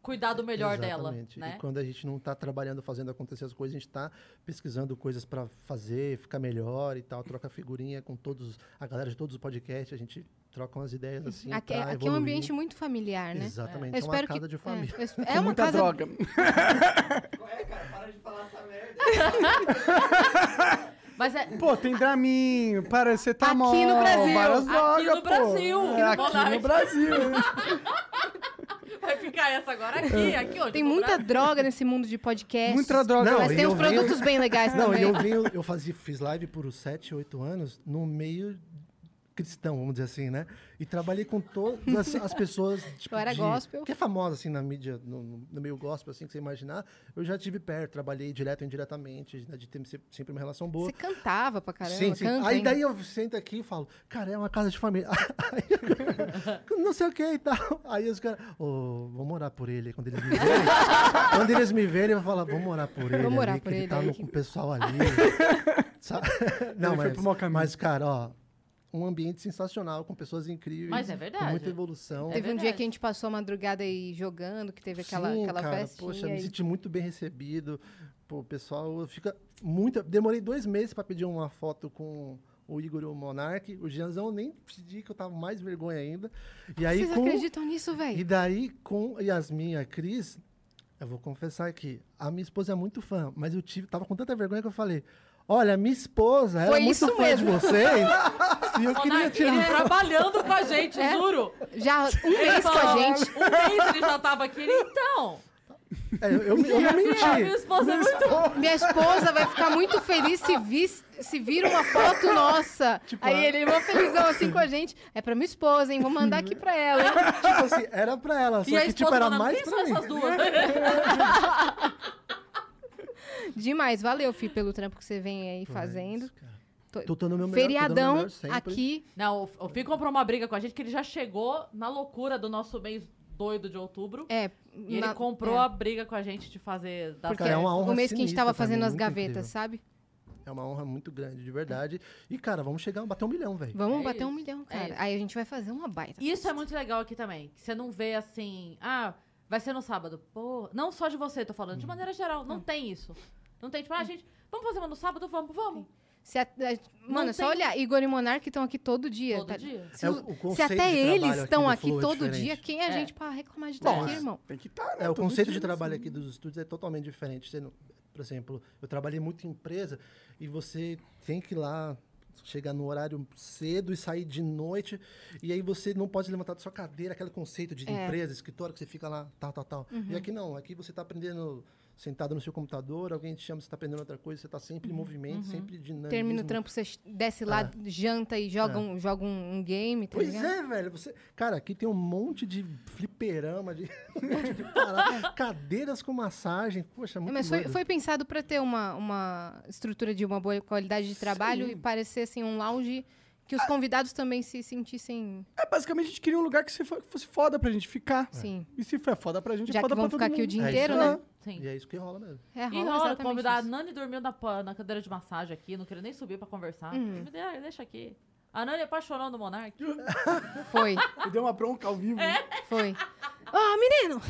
cuidar do melhor Exatamente. dela, né? E quando a gente não tá trabalhando, fazendo acontecer as coisas, a gente tá pesquisando coisas para fazer, ficar melhor e tal, troca figurinha com todos, a galera de todos os podcasts, a gente troca umas ideias assim. Aqui, pra aqui é um evoluir. ambiente muito familiar, né? Exatamente. Eu É uma espero casa que de família. É, eu esp- é Com uma muita casa droga. É, cara, para de falar essa merda. Mas é, Pô, tem Dramin, paracetamol. Aqui no Brasil. tá Várias Aqui drogas, no pô. Brasil, É, que no aqui Monark. no Brasil. né? vai ficar essa agora É. aqui, aqui onde? Tem eu vou muita droga nesse mundo de podcast. Muita droga. Não, É, Mas e tem uns eu venho- produtos bem legais Não, também. e eu venho, eu fazia, fiz live por uns 7, 8 anos no meio cristão, vamos dizer assim, né? E trabalhei com todas as- as pessoas tipo, Eu era de- gospel. que é famosa assim na mídia, no, no meio gospel, assim, que você imaginar. Eu já tive perto, trabalhei direto e indiretamente, né, de ter se- sempre uma relação boa. Você cantava pra caramba. Sim, sim. Canta Aí ainda. daí eu sento aqui e falo, cara, é uma casa de família. Aí, não sei o que e tal. Aí os caras, ô, vou morar por ele. Quando eles me verem, quando eles me verem, eu falo, vou morar por ele. morar ali, por que ele ele tá aí no- que- com o pessoal ali. Sabe? Ele Não, foi pro mas, mau caminho. mas, cara, ó, um ambiente sensacional, com pessoas incríveis. Mas é Com verdade. É muita evolução. Teve um verdade. dia que a gente passou a madrugada aí jogando, que teve aquela, Sim, aquela cara, festinha. Poxa, e- me senti muito bem recebido. Pô, o pessoal fica muito. Demorei dois meses para pedir uma foto com o Igor e o Monark. O Gianzão eu nem pedi, que eu tava mais vergonha ainda. E aí, Vocês com, acreditam nisso, e velho? daí, com Yasmin e a Cris, eu vou confessar aqui. A minha esposa é muito fã, mas eu tive, tava com tanta vergonha que eu falei. Olha, minha esposa, ela Foi é muito isso fã de mesmo." vocês. e Oh, eu queria Monark, tirar ele é trabalhando com a gente, juro. um É? Já um mês com a gente. Um mês ele já tava aqui. ele, Então, É, eu, eu, eu não a minha menti. esposa é muito Minha esposa vai ficar muito feliz se, vi, se vir uma foto nossa. Tipo, é. Aí ele, uma felizão assim com a gente. É pra minha esposa, hein? Vou mandar aqui pra ela, hein? Tipo assim, era pra ela, só E a que tipo, esposa era falando, mais quem são pra mim. essas duas? Demais. Valeu, Fih, pelo trampo que você vem aí fazendo. Tô dando meu melhor, tô dando meu Feriadão melhor sempre. aqui. Não, o- o Fih comprou uma briga com a gente que ele já chegou na loucura do nosso mês doido de outubro. É. E ele na- comprou é, a briga com a gente de fazer... Da Porque Cara, é uma honra o mês que a gente sinistra tava pra mim, fazendo as muito gavetas, incrível. sabe? É uma honra muito grande, de verdade. E, cara, vamos chegar, bater um milhão, velho. Vamos É bater um isso, milhão, é cara. isso. aí a gente vai fazer uma baita. Isso é muito legal aqui também. Que você não vê assim... Ah, vai ser no sábado. Pô, não só Uhum. É. de você, tô falando. De maneira geral, não tem isso. Não tem, tipo, ah, gente, vamos fazer uma no sábado? Vamos, vamos. Se a- a- mano, é só olhar. Igor e Monark estão aqui todo dia. Todo tá- dia. Se, É, o- o se conceito de até trabalho eles aqui estão do aqui Flow é todo diferente. dia, quem é a É. gente pra reclamar de estar Bom, aqui, é. irmão? Tem que estar, né? É, o Todo conceito dia, de trabalho assim. aqui dos estúdios é totalmente diferente. Você não- por exemplo, eu trabalhei muito em empresa e você tem que ir lá chegar no horário cedo e sair de noite e aí você não pode levantar da sua cadeira aquele conceito de É. Uhum. empresa escritório que você fica lá tal tal tal e aqui não aqui você está aprendendo sentado no seu computador alguém te chama você está aprendendo outra coisa você está sempre em movimento sempre dinâmico Uhum. Termina o trampo, você desce lá, janta e joga, um, joga um, um game, tá Pois ligado? é, velho. Você... Cara, aqui tem um monte de fliperama, de... um monte de parada. cadeiras com massagem. Poxa, É, muito Mas foi, doido. foi pensado para ter uma, uma estrutura de uma boa qualidade de trabalho e parecer assim, um lounge que os convidados também se sentissem. É, basicamente a gente queria um lugar que se fo- fosse foda pra gente ficar. Sim. E se for foda pra gente, é Já foda que vão pra todo ficar aqui o mundo. dia É inteiro, isso aí. né? Sim. E é isso que rola mesmo. É, E rola rola, exatamente convidar. A isso. Nani dormiu na, pa- na cadeira de massagem aqui, não queria nem subir pra conversar. Uhum. Me dê- deixa aqui. A Nani apaixonou no Monark. Foi, É. Me deu uma bronca ao vivo. né? foi. Ó, menino!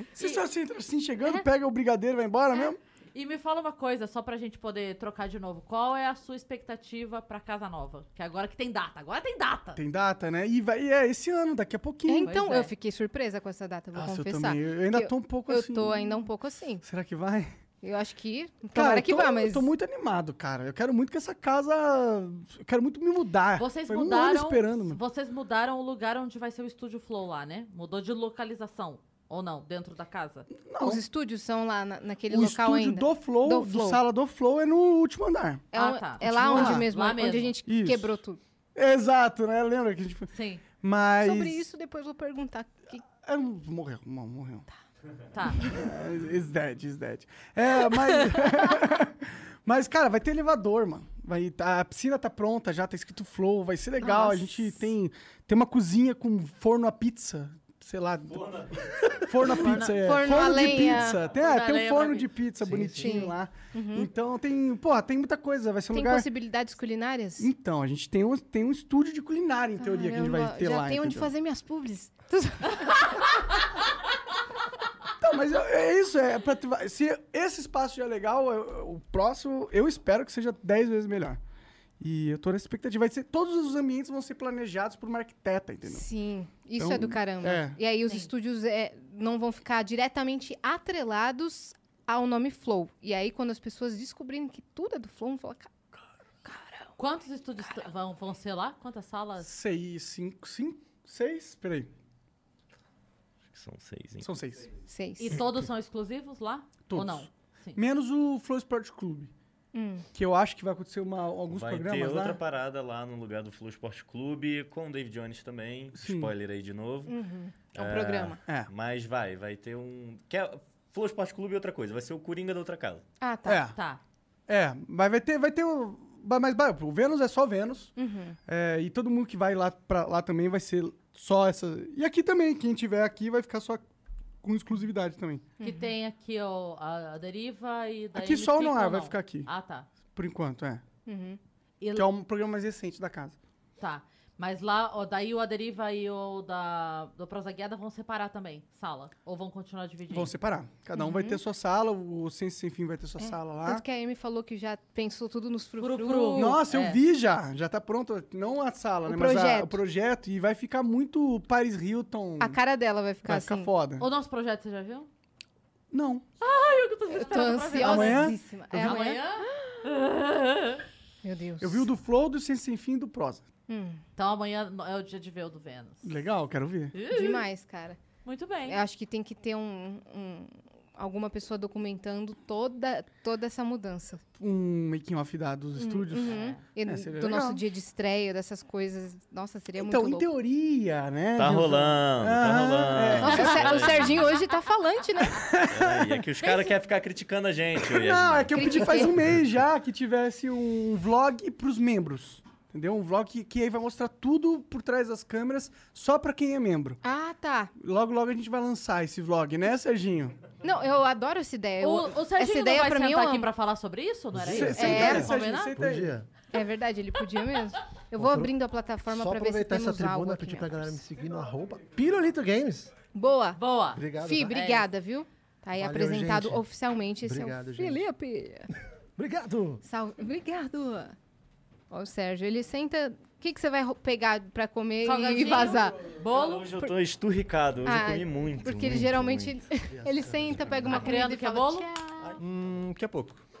É. Você só se entra assim, chegando, pega o brigadeiro e vai embora mesmo? E me fala uma coisa, só pra gente poder trocar de novo. Qual é a sua expectativa pra Casa Nova? Que agora que tem data, agora tem data. Tem data, né? E vai, e é esse ano, daqui É, a pouquinho. então, é. eu fiquei surpresa com essa data, vou Nossa, eu confessar. também. Eu ainda Eu- tô um pouco Eu assim. tô ainda um pouco assim. Será que vai? Eu acho que. Cara, Tomara eu que tô- vá, mas. Eu tô muito animado, cara. Eu quero muito que essa casa. Eu quero muito me mudar. Vocês Foi um ano mudaram. esperando, mano. Vocês mudaram o lugar onde vai ser o estúdio Flow lá, né? Mudou de localização. Ou não, dentro da casa. Não, Os estúdios são lá na- naquele o local estúdio ainda. do Flow, Do do Flow. sala do Flow é no último andar. É, Ah, um- tá. é lá Continua onde lá, mesmo, lá onde mesmo. a gente Isso. quebrou tudo. Exato, né? Lembra que a gente foi. Sim, Mas. Sobre isso, depois vou perguntar. que- É, morreu, não, morreu. tá. É, Is dead, is dead. É, mas. mas, cara, vai ter elevador, mano. Vai, tá- a piscina tá pronta já, tá escrito flow, vai ser legal. A gente tem, tem uma cozinha com forno a pizza. Sei lá. Forno a pizza. forno é. Forno Forno a de lenha. pizza. Tem, Forno é, a tem um lenha pra forno mim. de pizza bonitinho sim. lá. Então tem. Porra, tem muita coisa. Vai ser um Tem lugar. possibilidades culinárias? Então, a gente tem um, tem um estúdio de culinária, em teoria, que a gente vai Caramba, ter já lá. tem onde entendeu? fazer minhas pubs. Então, mas é é isso. É pra, tu- se esse espaço já é legal, eu- eu- o próximo eu espero que seja 10 vezes melhor. E eu tô nessa expectativa. Vai ser, todos os ambientes vão ser planejados por uma arquiteta, entendeu? Sim, isso Então, é do caramba. é. E aí os estúdios é, não vão ficar diretamente atrelados ao nome Flow. E aí quando as pessoas descobrirem que tudo é do Flow, vão falar, "Ca- Quantos estúdios t- vão, vão ser lá? Quantas salas? Seis, cinco, cinco, seis? Peraí, Acho que são seis, hein? são seis. seis. E todos são exclusivos lá? Ou Todos. não? Sim. Menos o Flow Sport Club. Hum. Que eu acho que vai acontecer uma, alguns Vai ter programas outra lá. parada lá no lugar do Flow Esporte Clube, com o David Jones também. Sim. Spoiler aí de novo. É um programa. É. Mas vai, vai ter um. Que é- Flow Esporte Clube é outra coisa, vai ser o Coringa da outra casa. Ah, tá. É, Tá. é. Mas vai ter, vai ter o. ba- Mas ba- o Vênus é só Vênus. Uhum. É, e todo mundo que vai lá, pra, lá também vai ser só essa. E aqui também, quem tiver aqui vai ficar só com exclusividade também. Que Uhum. tem aqui ó, a, a deriva e daí. Aqui eles só o ficam Noir ou vai não? ficar aqui. Ah, tá. Por enquanto, é. Uhum. E- Que é o programa mais recente da casa. Tá. Mas lá, ó, daí o A Deriva e o da do Prosa Guiada vão separar também, sala. Ou vão continuar dividindo? Vão separar. Cada um vai ter sua sala, o Ciência Sem Fim vai ter sua sala lá. Uhum. É. Tanto que a Amy falou que já pensou tudo nos frufru. Frufru. Nossa, É. eu vi já. Já tá pronto. Não a sala, O né? Mas a- projeto. o projeto. E vai ficar muito Paris Hilton. A cara dela vai ficar vai assim. ficar foda. O nosso projeto, você já viu? Não. Eu que tô Tô desesperada pra ver. ansiosíssima. É Amanhã? amanhã? Meu Deus. Eu vi o do Flow, do Ciência Sem Fim e do Prosa. Hum. Então amanhã no- é o dia de ver o do Vênus. Legal, quero ver. Demais, cara. Muito bem. Eu acho que tem que ter um, um- alguma pessoa documentando toda, toda essa mudança. uhum. Um making off da dos Hum, estúdios. E É, do seria nosso legal. dia de estreia, dessas coisas. Nossa, seria Então, em muito louco. teoria, né? Tá Gilson? rolando, tá Aham, rolando. Nossa, o Ser- o Peraí, Serginho hoje tá falante, né? peraí, É que os caras querem ficar criticando a gente. ô Yasmin. Não, é que eu pedi Critiquei. faz um mês já que tivesse um vlog pros membros. Entendeu? Um vlog que, que aí vai mostrar tudo por trás das câmeras só pra quem é membro. Ah, tá. Logo, logo a gente vai lançar esse vlog, né, Serginho? Não, eu adoro essa ideia. Eu- o, o Serginho essa não ideia vai pra mim é um eu sentar aqui amo. pra falar sobre isso? Não era Se- isso? senta É, aí, Serginho, combinar? senta aí. Podia. É verdade, ele podia mesmo. Eu vou então, Apro- abrindo a plataforma Só pra ver se aproveitar temos essa algo tribuna, aqui né? pedir pra mesmo. galera me seguir no arroba Pirulito Games. Boa. Boa. É. Obrigado. Fi, tá? obrigada, viu? Tá aí Valeu, apresentado gente. oficialmente. Esse é o Obrigado, gente. Felipe. Obrigado. Salve. Obrigado. Ó, o Sérgio, ele senta. O que, que você vai ro- pegar pra comer e- e Salgadinho, vazar? Bolo. Hoje eu tô esturricado, hoje eu Ah, comi muito. Uhum. Porque ele muito, geralmente muito. ele senta, pega uma Acreano comida e quer fala, é bolo? "Tchau." Hum, daqui a pouco. A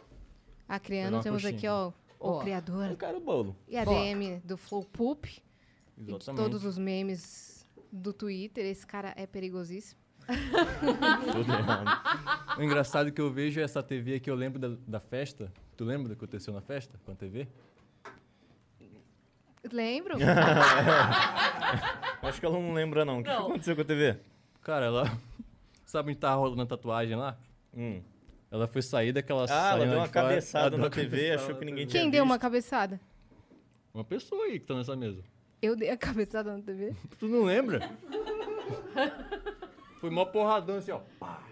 Pegar Criano, uma temos aqui, coxinha. ó, o Ó, criador Eu quero bolo. e a DM do Flow Poop. E de Exatamente. todos os memes do Twitter. Esse cara é perigosíssimo. Tudo errado. O engraçado que eu vejo é essa TV aqui, eu lembro da, da festa. Tu lembra do que aconteceu na festa com a TV? Lembro? Acho que ela não lembra, não. O que Não. aconteceu com a TV? Cara, ela. Sabe onde tá rolando a tatuagem lá? Ela foi sair daquela Hum. Ah, ela salinha deu de uma fora, cabeçada ela deu na uma TV, cabeçada achou na que ninguém TV. Quem deu uma cabeçada? Uma pessoa aí que tá nessa mesa. Eu dei a cabeçada na TV? Tu não lembra? Foi mó porradão assim, ó. Pá.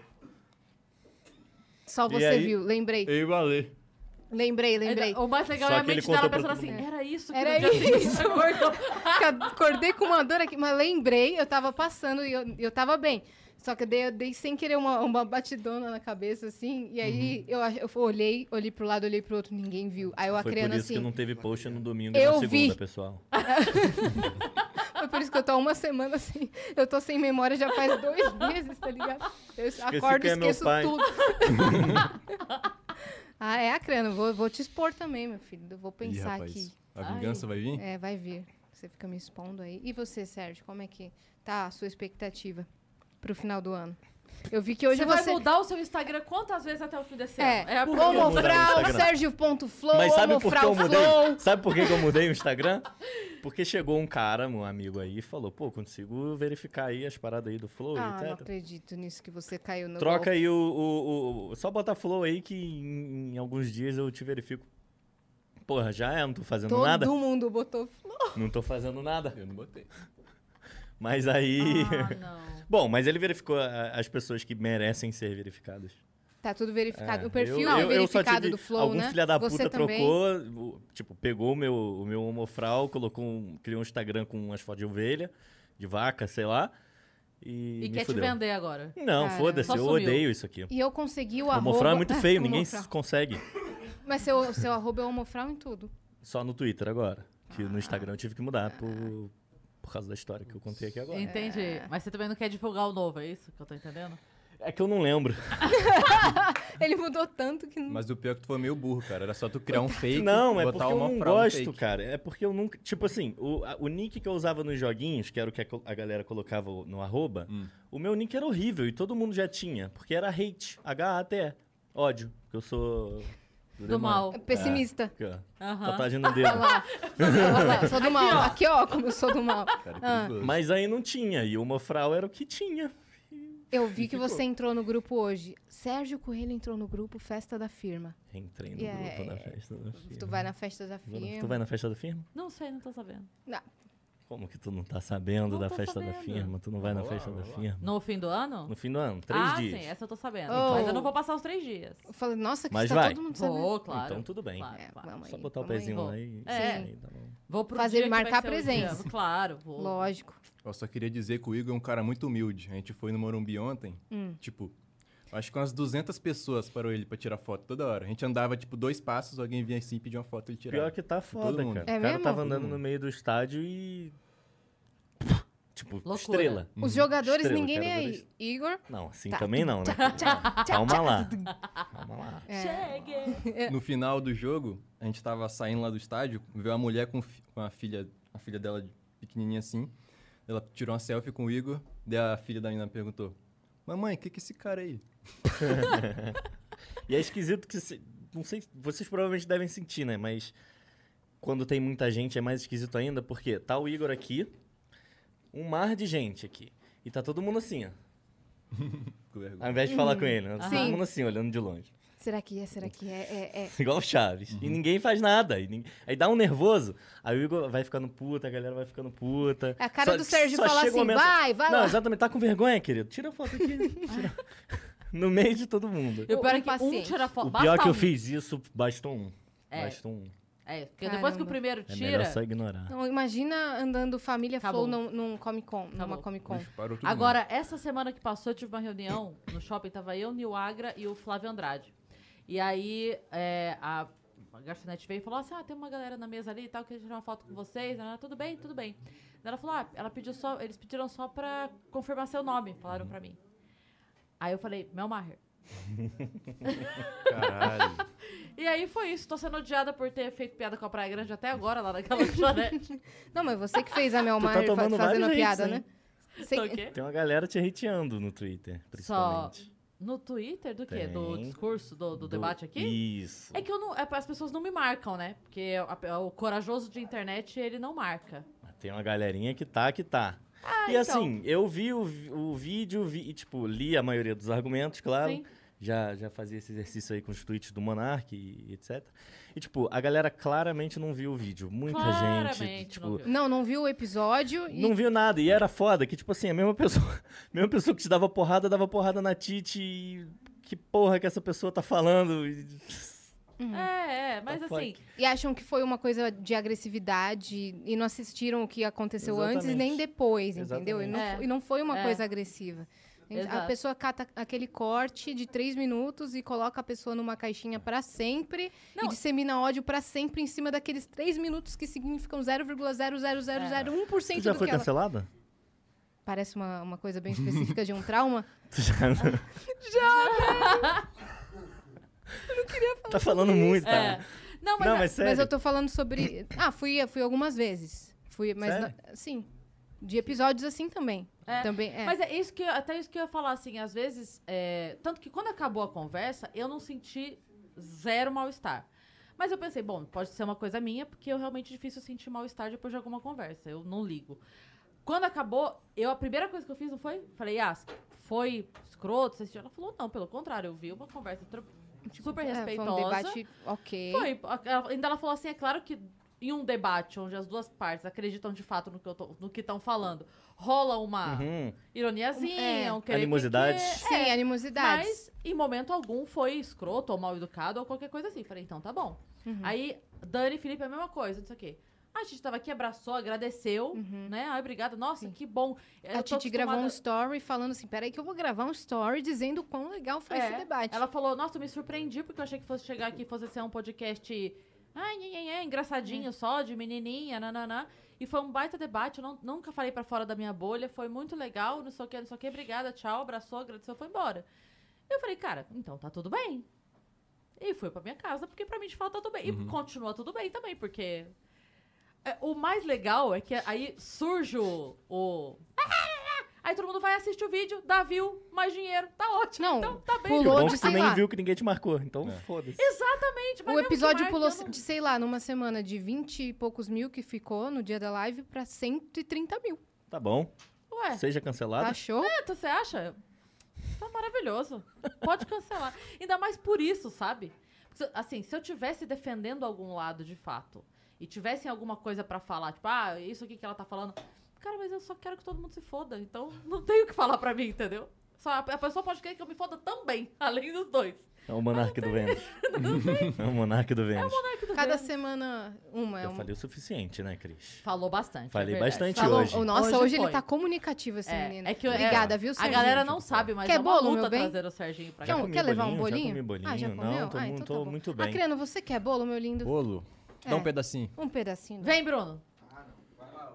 Só E você aí- viu, lembrei. Eu e o Ale. Lembrei, lembrei. O mais legal Só é a que ele mente dela contou pra pensando todo assim, mundo. era isso que Era no dia seguinte isso. eu acordou. Ca- Acordei com uma dor aqui, mas lembrei, eu tava passando e eu, eu tava bem. Só que daí eu dei sem querer uma, uma batidona na cabeça, assim, e aí Uhum. eu, ach- eu olhei, olhei pro lado, olhei pro outro, ninguém viu. Aí eu Foi por acreano isso assim. que não teve post no domingo e Eu na segunda, vi. pessoal. Foi por isso que eu tô há uma semana assim. Eu tô sem memória já faz dois meses, tá ligado? Eu acordo e quem é meu esqueço pai. tudo. ah, é acreano, vou, vou te expor também, meu filho. Eu Vou Ih, pensar rapaz, aqui. a vingança vai vir? É, vai vir. Você fica me expondo aí. E você, Sérgio, como é que tá a sua expectativa pro final do ano? Eu vi que hoje você você... vai mudar o seu Instagram quantas vezes até o fim desse ano? É, a o pergunta. homofral, Sérgio.flow, Mas sabe por que eu homofral mudei? flow. Sabe por que que eu mudei o Instagram? Porque chegou um cara, um amigo aí, e falou, pô, consigo verificar aí as paradas aí do Flow Ah, e não tal. acredito nisso que você caiu no tá Troca golpe. aí o, o- o- Só bota Flow aí que em, em alguns dias eu te verifico. Porra, já é, não tô fazendo Todo nada. mundo botou flow. Não tô fazendo nada. Eu não botei. Mas aí. Ah, Bom, mas ele verificou a- as pessoas que merecem ser verificadas. Tá tudo verificado. É, o perfil eu- eu- eu só verificado tive- do Flow, algum né? filha da Você puta também. trocou, o- tipo, pegou o meu, o meu homofral, colocou um, criou um Instagram com umas fotos de ovelha, de vaca, sei lá, e E me quer fudeu. te vender agora. Não, Cara. foda-se, Só eu sumiu. odeio isso aqui. E eu consegui o arroba... Homofral é muito feio, ninguém homofral. s- consegue. Mas seu, seu arroba é homofral em tudo. Só no Twitter agora, que no Instagram eu tive que mudar por, por causa da história que eu contei aqui É. agora. Entendi. Mas você também não quer divulgar o novo, é isso que eu tô entendendo? É que eu não lembro. Ele mudou tanto que... Mas o pior é que tu foi meio burro, cara. Era só tu criar um fake, Não, é botar porque eu uma não fralda gosto, fake. cara. É porque eu nunca. Tipo assim, o, a- o nick que eu usava nos joguinhos, que era o que a, co- a galera colocava o- no arroba, Hum. o meu nick era horrível e todo mundo já tinha. Porque era hate. H-A-T-E. Ódio. Porque eu sou. Do demônio. mal. Pessimista. É, aqui, ó. Aham. Tatuagem no dedo. Olha lá. Olha lá, sou do mal. Aqui, ó, como eu sou do mal. Ah, Mas aí não tinha. E o Mofral era o que tinha. eu vi que você entrou no grupo hoje. Sérgio Coelho entrou no grupo Festa da Firma. Entrei no E é- grupo né, na festa da firma. Tu vai na Festa da Vou na- Firma. Tu vai na festa da firma? Não sei, não tô sabendo. Não. Como que tu não tá sabendo da tô festa da sabendo. firma? Tu não vai na Vamos lá, festa da vamos lá. firma? No fim do ano? No fim do ano, três ah, dias. sim, essa eu tô sabendo. Oh. Mas eu não vou passar os três dias. Eu falei, nossa, que Mas está vai. todo mundo sabendo. Vou, claro. Então tudo bem. Claro, claro. Só botar o pezinho lá e. É. Sim. Tá bom. Vou pro Fazer dia que vai marcar ser o dia. presença. Claro, vou. Lógico. Eu só queria dizer que o Igor é um cara muito humilde. A gente foi no Morumbi ontem, Hum. tipo, acho que umas 200 pessoas parou ele pra tirar foto toda hora. A gente andava, tipo, dois passos, alguém vinha assim, pedia uma foto e tirava. Pior que tá Tipo, Todo foda, mundo. cara. É o cara tava andando no meio do estádio e. Tipo, estrela. Uhum. Os jogadores, Estrela, ninguém cara, nem jogadores. aí. Igor. Não, assim Tá. também não, né? Tchá, tchá, Calma tchá. lá. É. Chegue. No final do jogo, a gente tava saindo lá do estádio, veio a mulher com, fi- com a filha, a filha dela de- pequenininha assim. Ela tirou uma selfie com o Igor, daí a filha da menina perguntou: "Mamãe, o que que é esse cara aí?" e é esquisito que. se- Não sei, vocês provavelmente devem sentir, né? Mas quando tem muita gente é mais esquisito ainda, porque tá o Igor aqui, um mar de gente aqui. E tá todo mundo assim, ó. Ao invés de Uhum. falar com ele, né? Tá Sim. todo mundo assim, olhando de longe. Será que é? Será que é? É, é. Igual o Chaves. E ninguém faz nada. E ninguém- Aí dá um nervoso. Aí o Igor vai ficando puta, a galera vai ficando puta. É A cara do Sérgio fala chega um assim, "Vai, vai Não, lá." exatamente. Tá com vergonha, querido. Tira a foto aqui. Tira- No meio de todo mundo. Eu paro que um Impaciente. tira foto. O pior é basta que um. eu fiz isso, bastou um. É. Bastou um. É, porque depois que Caramba. o primeiro É tira. Tá melhor só ignorar. Então, imagina andando família Flow Acabou. num, num Comic Con, numa Comic Con. Parou tudo. Tá Agora, essa semana que passou, eu tive uma reunião no shopping, tava eu, Nil Agra e o Flávio Andrade. E aí, é, a A garçonete veio e falou assim: Ah, tem uma galera na mesa ali e tal, queria tirar uma foto com vocês. Ela, tudo bem, tudo bem. Daí Ela falou: Ah, ela pediu só, eles pediram só pra confirmar seu nome, Uhum. falaram pra mim. Aí eu falei: Mel Maher. Caralho. E aí foi isso, tô sendo odiada por ter feito piada com a Praia Grande até agora lá naquela lanchonete. Não, mas você que fez a Mel Tu tá Maher um tomando fazendo vários piada, hits, né? hein? Sei- Tem uma galera te hateando no Twitter, Só principalmente. no Twitter do quê? Do Tem. discurso, do, do Do- debate aqui? Isso. É que eu não, é, as pessoas não me marcam, né? Porque a- o corajoso de internet, ele não marca. Tem uma galerinha que tá, que tá. Ah, e então. assim, eu vi o, vi- o vídeo vi- e, tipo, li a maioria dos argumentos, claro. Sim. Já, já fazia esse exercício aí com os tweets do Monark e e etc. E, tipo, a galera claramente não viu o vídeo. Muita gente, Claramente tipo... Não, não viu o episódio. e- Não viu nada, e era foda, que tipo assim, a mesma pessoa, a mesma pessoa que te dava porrada, dava porrada na Tite e que porra que essa pessoa tá falando. E- É, é, mas Uhum. Tá assim. funk. E acham que foi uma coisa de agressividade e não assistiram o que aconteceu antes e Exatamente. nem depois, entendeu? E não, Exatamente. fo- e não foi uma É. coisa agressiva. A Exato. pessoa cata aquele corte de três minutos e coloca a pessoa numa caixinha pra sempre e dissemina ódio pra sempre em cima daqueles três minutos que significam 0,00001% Tu já do foi que ela- cancelada? Parece uma, uma coisa bem específica de um trauma. Tu já- Já, tá falando muito, tá? é. Não, mas, mas sério. eu tô falando sobre. Ah, fui, fui algumas vezes. Fui, mas Sério? na- sim. De episódios assim também. É, Também é. Mas é isso que eu- até isso que eu ia falar, assim, às vezes. é, tanto que quando acabou a conversa, eu não senti zero mal-estar. Mas eu pensei, bom, pode ser uma coisa minha, porque eu realmente difícil sentir mal-estar depois de alguma conversa. Eu não ligo. Quando acabou, eu a primeira coisa que eu fiz não foi? Falei, Yas, foi escroto? Você assistiu?" Ela falou, não, pelo contrário, eu vi uma conversa tran- super É, foi respeitosa. um debate ok. Foi. a- ela- Ainda ela falou assim, é claro que em um debate onde as duas partes acreditam de fato no que eu tô- no que estão falando, rola uma Uhum. ironiazinha, É. um querer Animosidades. que- É, Sim, animosidades. Mas em momento algum foi escroto ou mal educado ou qualquer coisa assim. Falei, então tá bom. Uhum. Aí Dani e Felipe é a mesma coisa, não sei o quê. Ah, A gente tava aqui, abraçou, agradeceu, né? Ai, obrigada. Nossa, que bom. Uhum. A Eu tô Titi gravou um acostumada- story falando assim: peraí, que eu vou gravar um story dizendo o quão legal foi É. esse debate. Ela falou, nossa, eu me surpreendi porque eu achei que fosse chegar aqui e fosse ser um podcast ai, ai, ai, ai, É. engraçadinho só, de menininha, nananã. E foi um baita debate, eu não- nunca falei pra fora da minha bolha, foi muito legal, não sei o que, não sei o que, obrigada, tchau, abraçou, agradeceu, foi embora. Eu falei, cara, então tá tudo bem. E fui pra minha casa, porque pra mim de fato tá tudo bem. E Uhum. continua tudo bem também, porque... é, o mais legal é que aí surge o... o- Aí todo mundo vai assistir o vídeo, dá view, mais dinheiro, tá ótimo. então tá bem. Que bom que tu nem viu que ninguém te marcou, então foda-se. Exatamente. mas é o mesmo que episódio marque, pulou, eu não- de, sei lá, numa semana de 20 e poucos mil que ficou no dia da live pra 130 mil. Tá bom. Ué. Seja cancelado. Tá show? É, tu- você acha? Tá maravilhoso. Pode cancelar. Ainda mais por isso, sabe? Porque se- Assim, se eu tivesse defendendo algum lado de fato e tivessem alguma coisa pra falar, tipo, ah, isso aqui que ela tá falando. Cara, mas eu só quero que todo mundo se foda, então não tem o que falar pra mim, entendeu? Só a a pessoa pode querer que eu me foda também, além dos dois. É o monarca Ah, do Vênus. É o monarca do Vênus. Cada semana uma. É Eu uma... falei o suficiente, né, Cris? Falou bastante. Falei é verdade. bastante hoje. Oh, nossa, Hoje hoje, ele foi. tá comunicativo esse É, menino. é que eu- é, Obrigada, viu, A Serginho? galera não sabe, mas Quer é uma bolo, luta meu bem? trazer o Serginho pra Quer, cá. um- quer levar um bolinho? Já comi bolinho? Ah, já comeu? Não, tô, ah, mu- então tô tá bom. muito bem. Acriano, você quer bolo, meu lindo? Bolo. Dá um pedacinho. Um pedacinho. Vem, Bruno.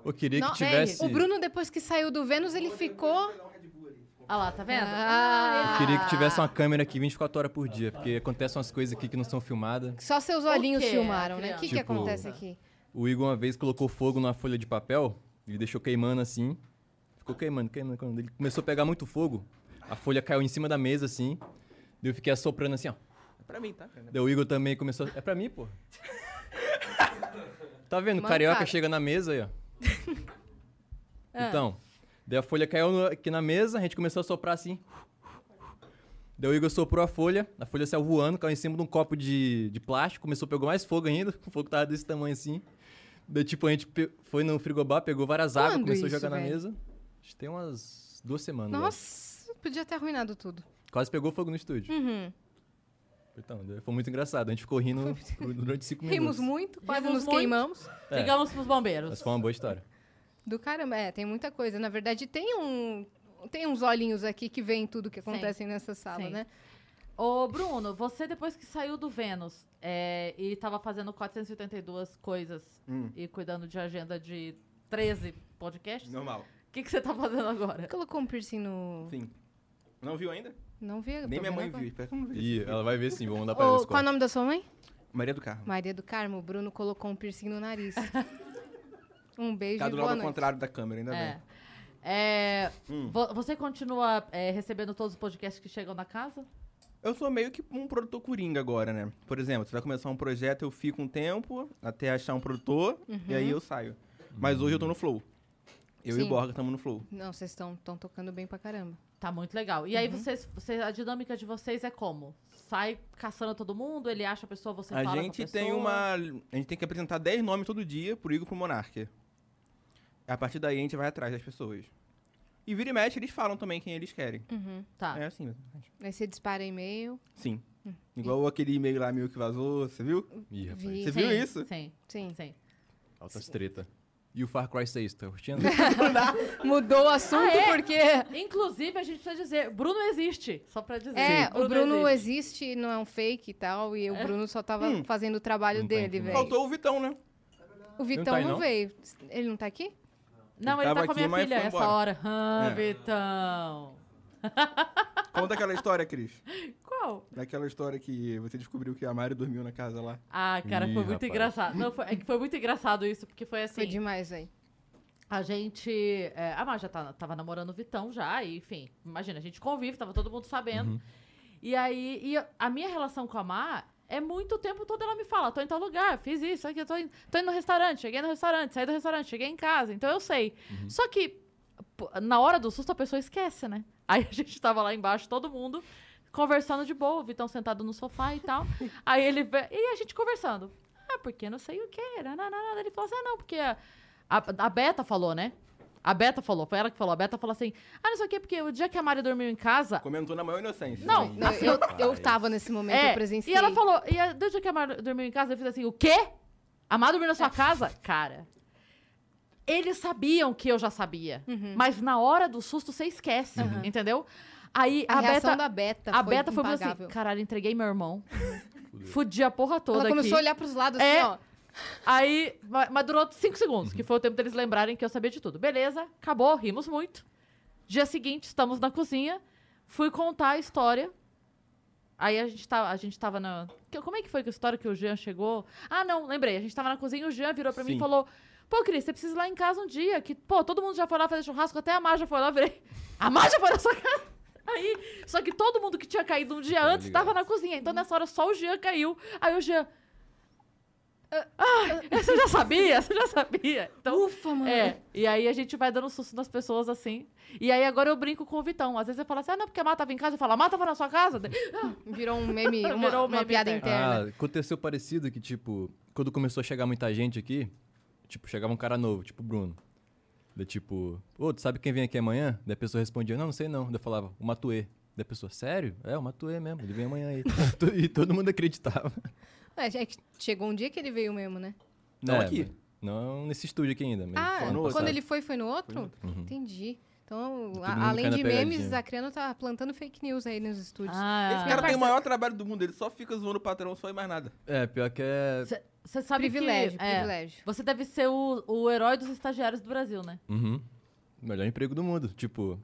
Eu queria Não, é que tivesse. O Bruno, depois que saiu do Vênus, ele ficou... Olha lá, tá vendo? Ah, Eu queria que tivesse uma câmera aqui 24 horas por dia, porque acontecem umas coisas aqui que não são filmadas. Só seus olhinhos quê, filmaram, né? O que, que Tipo, acontece aqui? O Igor uma vez colocou fogo numa folha de papel, ele deixou queimando assim. Ficou queimando, queimando, queimando. Ele começou a pegar muito fogo, a folha caiu em cima da mesa assim. Daí eu fiquei assoprando assim, ó. É pra mim, tá? Daí o Igor também começou. a- É pra mim, pô. Tá vendo? Mancada. Carioca chega na mesa aí, ó. Tipo, Ah. Então, daí a folha caiu no- aqui na mesa, a gente começou a soprar assim. Daí o Igor soprou a folha, a folha saiu voando, caiu em cima de um copo de, de plástico, começou a pegar mais fogo ainda, o fogo tava desse tamanho assim. Daí, tipo, a gente pe- foi no frigobar, pegou várias águas, Quando começou isso, a jogar na velho? mesa. Acho que tem umas duas semanas. eu acho. Nossa, podia ter arruinado tudo. Quase pegou fogo no estúdio. Uhum. Então, daí foi muito engraçado. A gente ficou rindo por- durante cinco minutos. Rimos muito, quase Rimos nos muito. queimamos. É. Ligamos pros bombeiros. Mas foi uma boa história. Do caramba, é, tem muita coisa. Na verdade, tem um. Tem uns olhinhos aqui que veem tudo que acontece nessa sala, Sim. né? Ô, Bruno, você depois que saiu do Vênus é, e tava fazendo 482 coisas Hum. e cuidando de agenda de 13 podcasts. Normal. O que, que você tá fazendo agora? Colocou um piercing no. Sim. Não viu ainda? Não vi. Nem minha mãe viu. Espero que eu não veja. Ih, ela vai ver sim, vou mandar pra ela. Ô, qual é o nome da sua mãe? Maria do Carmo. Maria do Carmo. O Bruno colocou um piercing no nariz. um beijo Tá e do boa lado ao noite. contrário da câmera, ainda É. bem. É, Hum. vo- você continua é, recebendo todos os podcasts que chegam na casa? Eu sou meio que um produtor coringa agora, né? Por exemplo, você vai começar um projeto, eu fico um tempo até achar um produtor Uhum. e aí eu saio. Mas hoje eu tô no Flow. Eu e o Sim. Borga estamos no Flow. Não, vocês estão tocando bem pra caramba. Tá muito legal. E aí Uhum. vocês, vocês- a dinâmica de vocês é como? Sai caçando todo mundo, ele acha a pessoa, você a fala com a gente pessoa. tem uma. A gente tem que apresentar 10 nomes todo dia pro Igor e pro Monark. A partir daí a gente vai atrás das pessoas. E vira e mexe, eles falam também quem eles querem. Uhum. Tá. É assim mesmo. Aí você dispara e-mail. Sim. Igual aquele e-mail lá meu que vazou, você viu? Ih, rapaz. Vi. Você viu Sim, isso? Sim. Sim. Sim. Altas treta. E o Far Cry 6, tá curtindo? Mudou o assunto Ah, é? porque. Inclusive, a gente precisa dizer, Bruno existe. Só pra dizer. É, o Bruno existe. não é um fake e tal, e É. o Bruno só tava Hum. fazendo o trabalho dele, velho. Faltou o Vitão, né? O Ele não Vitão tá aí, não, não? veio. Ele não tá aqui? Não, ele Tava tá com a aqui, minha mas filha foi essa embora. hora. Ah, É. Vitão. Conta aquela história, Cris. Qual? Daquela história que você descobriu que a Mari dormiu na casa lá. Ah, cara, foi muito engraçado. Não, foi, é que foi muito engraçado isso, porque foi assim. Foi demais, velho. A gente. é, a Mar já tá- tava namorando o Vitão já, e, enfim, imagina, a gente convive, tava todo mundo Uhum. sabendo. E aí, e a- a minha relação com a Mar é muito tempo todo ela me fala: tô em tal lugar, fiz isso, aqui, tô, in- tô indo no restaurante, cheguei no restaurante, saí do restaurante, cheguei em casa, então eu sei. Só que pô, na hora do susto a pessoa esquece, né? Aí a gente tava lá embaixo, todo mundo. Conversando de boa, o Vitão sentado no sofá e tal. Aí ele. ve- E a gente conversando. Ah, porque não sei o quê. nananana. Ele falou assim: ah, não, porque a, a, a Beta falou, né? A Beta falou, foi ela que falou. A Beta falou assim: ah, não sei o quê, porque o dia que a Mari dormiu em casa, Comentou na maior inocência. Não, Não, assim, eu, eu tava nesse momento, eu presenciei. E ela falou, e a- desde que a Mar dormiu em casa, eu fiz assim, o quê? A Mar dormiu na sua casa? Cara, eles sabiam que eu já sabia. Uhum. Mas na hora do susto, você esquece, entendeu? Aí A a, reação Beta... da Beta A foi Beta foi assim, impagável. caralho, entreguei meu irmão. Fudi a porra toda Ela aqui. começou a olhar pros lados É. assim, ó. Aí, ma- mas durou cinco segundos, que foi o tempo deles lembrarem que eu sabia de tudo. Beleza, acabou, rimos muito. Dia seguinte, estamos na cozinha, fui contar a história. Aí a gente tava, a gente tava na. que- Como é que foi que a história que o Jean chegou? Ah, não, lembrei. A gente tava na cozinha, o Jean virou pra mim e Sim. falou: Pô, Cris, você precisa ir lá em casa um dia. Que, pô, todo mundo já foi lá fazer churrasco, até a Marja foi lá, eu virei. A Marja foi na sua casa. Aí, só que todo mundo que tinha caído um dia antes tava na cozinha. Então nessa hora só o Jean caiu. Aí o Jean. Ah, você já sabia? Você já sabia? Então, Ufa, mano. É, e aí a gente vai dando um susto nas pessoas assim. E aí agora eu brinco com o Vitão. Às vezes eu falo assim, ah, não, porque a Mata tava em casa. Eu falo, a Mata tava na sua casa? Virou um meme, uma, Virou um uma meme piada Ah, interna. aconteceu parecido que, tipo, quando começou a chegar muita gente aqui, tipo, chegava um cara novo, tipo o Bruno. Daí, tipo, ô, tu sabe quem vem aqui amanhã? Daí a pessoa respondia, não, não sei não. Daí eu falava, o Matuê. Daí a pessoa, sério? É, o Matuê mesmo, ele vem amanhã aí. To- e todo mundo acreditava. Mas É. que chegou um dia que ele veio mesmo, né? Não É, aqui. mas- Não nesse estúdio aqui ainda. mas Ah, foi ano quando passado. ele foi, foi no outro? Uhum. Entendi. Então, a- mundo além cai na de memes, pegadinha. a Criano tá plantando fake news aí nos estúdios. Ah. Esse cara tem o maior trabalho do mundo, ele só fica zoando o patrão, só e mais nada. É, pior que é... Você sabe Privilégio, que... é, privilégio. Você deve ser o, o herói dos estagiários do Brasil, né? Uhum. Melhor emprego do mundo. Tipo,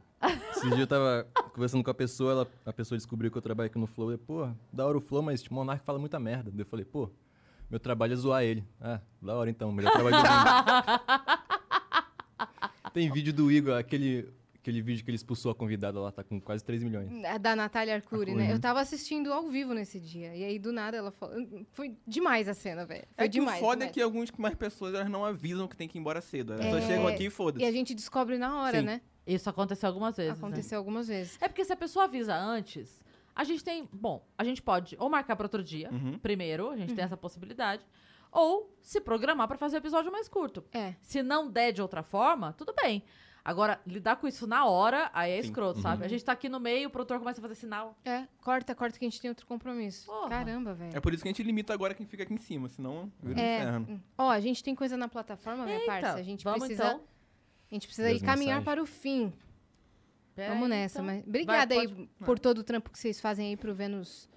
esses dias eu tava conversando com a pessoa, ela, a pessoa descobriu que eu trabalho aqui no Flow. E, pô, da hora o Flow, mas tipo, o Monark fala muita merda. Daí eu falei, pô, meu trabalho é zoar ele. Ah, da hora então, melhor trabalho do mundo. Tem vídeo do Igor, aquele, aquele vídeo que ele expulsou a convidada lá, tá com quase 3 milhões. A É Da Natália Arcuri, Arcuri, né? Eu uhum. tava assistindo ao vivo nesse dia. E aí, do nada, ela falou. "Hum, Foi demais a cena, velho. Foi É que o demais. foda é demais. que algumas mais pessoas elas não avisam que tem que ir embora cedo. Elas só É, chegam aqui e foda-se. E a gente descobre na hora, Sim. né? Isso aconteceu algumas vezes. né? Aconteceu algumas vezes. É porque se a pessoa avisa antes, a gente tem. Bom, a gente pode ou marcar pra outro dia, Uhum. primeiro, a gente tem Uhum. essa possibilidade. Ou se programar pra fazer o episódio mais curto. É. Se não der de outra forma, tudo bem. Agora, lidar com isso na hora, aí é Sim. escroto, sabe? Uhum. A gente tá aqui no meio, o produtor começa a fazer sinal. É, corta, corta que a gente tem outro compromisso. Caramba, velho. É por isso que a gente limita agora quem fica aqui em cima, senão vira um É, inferno. Ó, a gente tem coisa na plataforma, minha Eita, parça. A gente vamos precisa. então. A gente precisa Ver as ir caminhar mensagens. para o fim. Pera Vamos aí, nessa. então. Mas... Obrigada Vai, aí pode- por todo o trampo que vocês fazem aí pro Vênus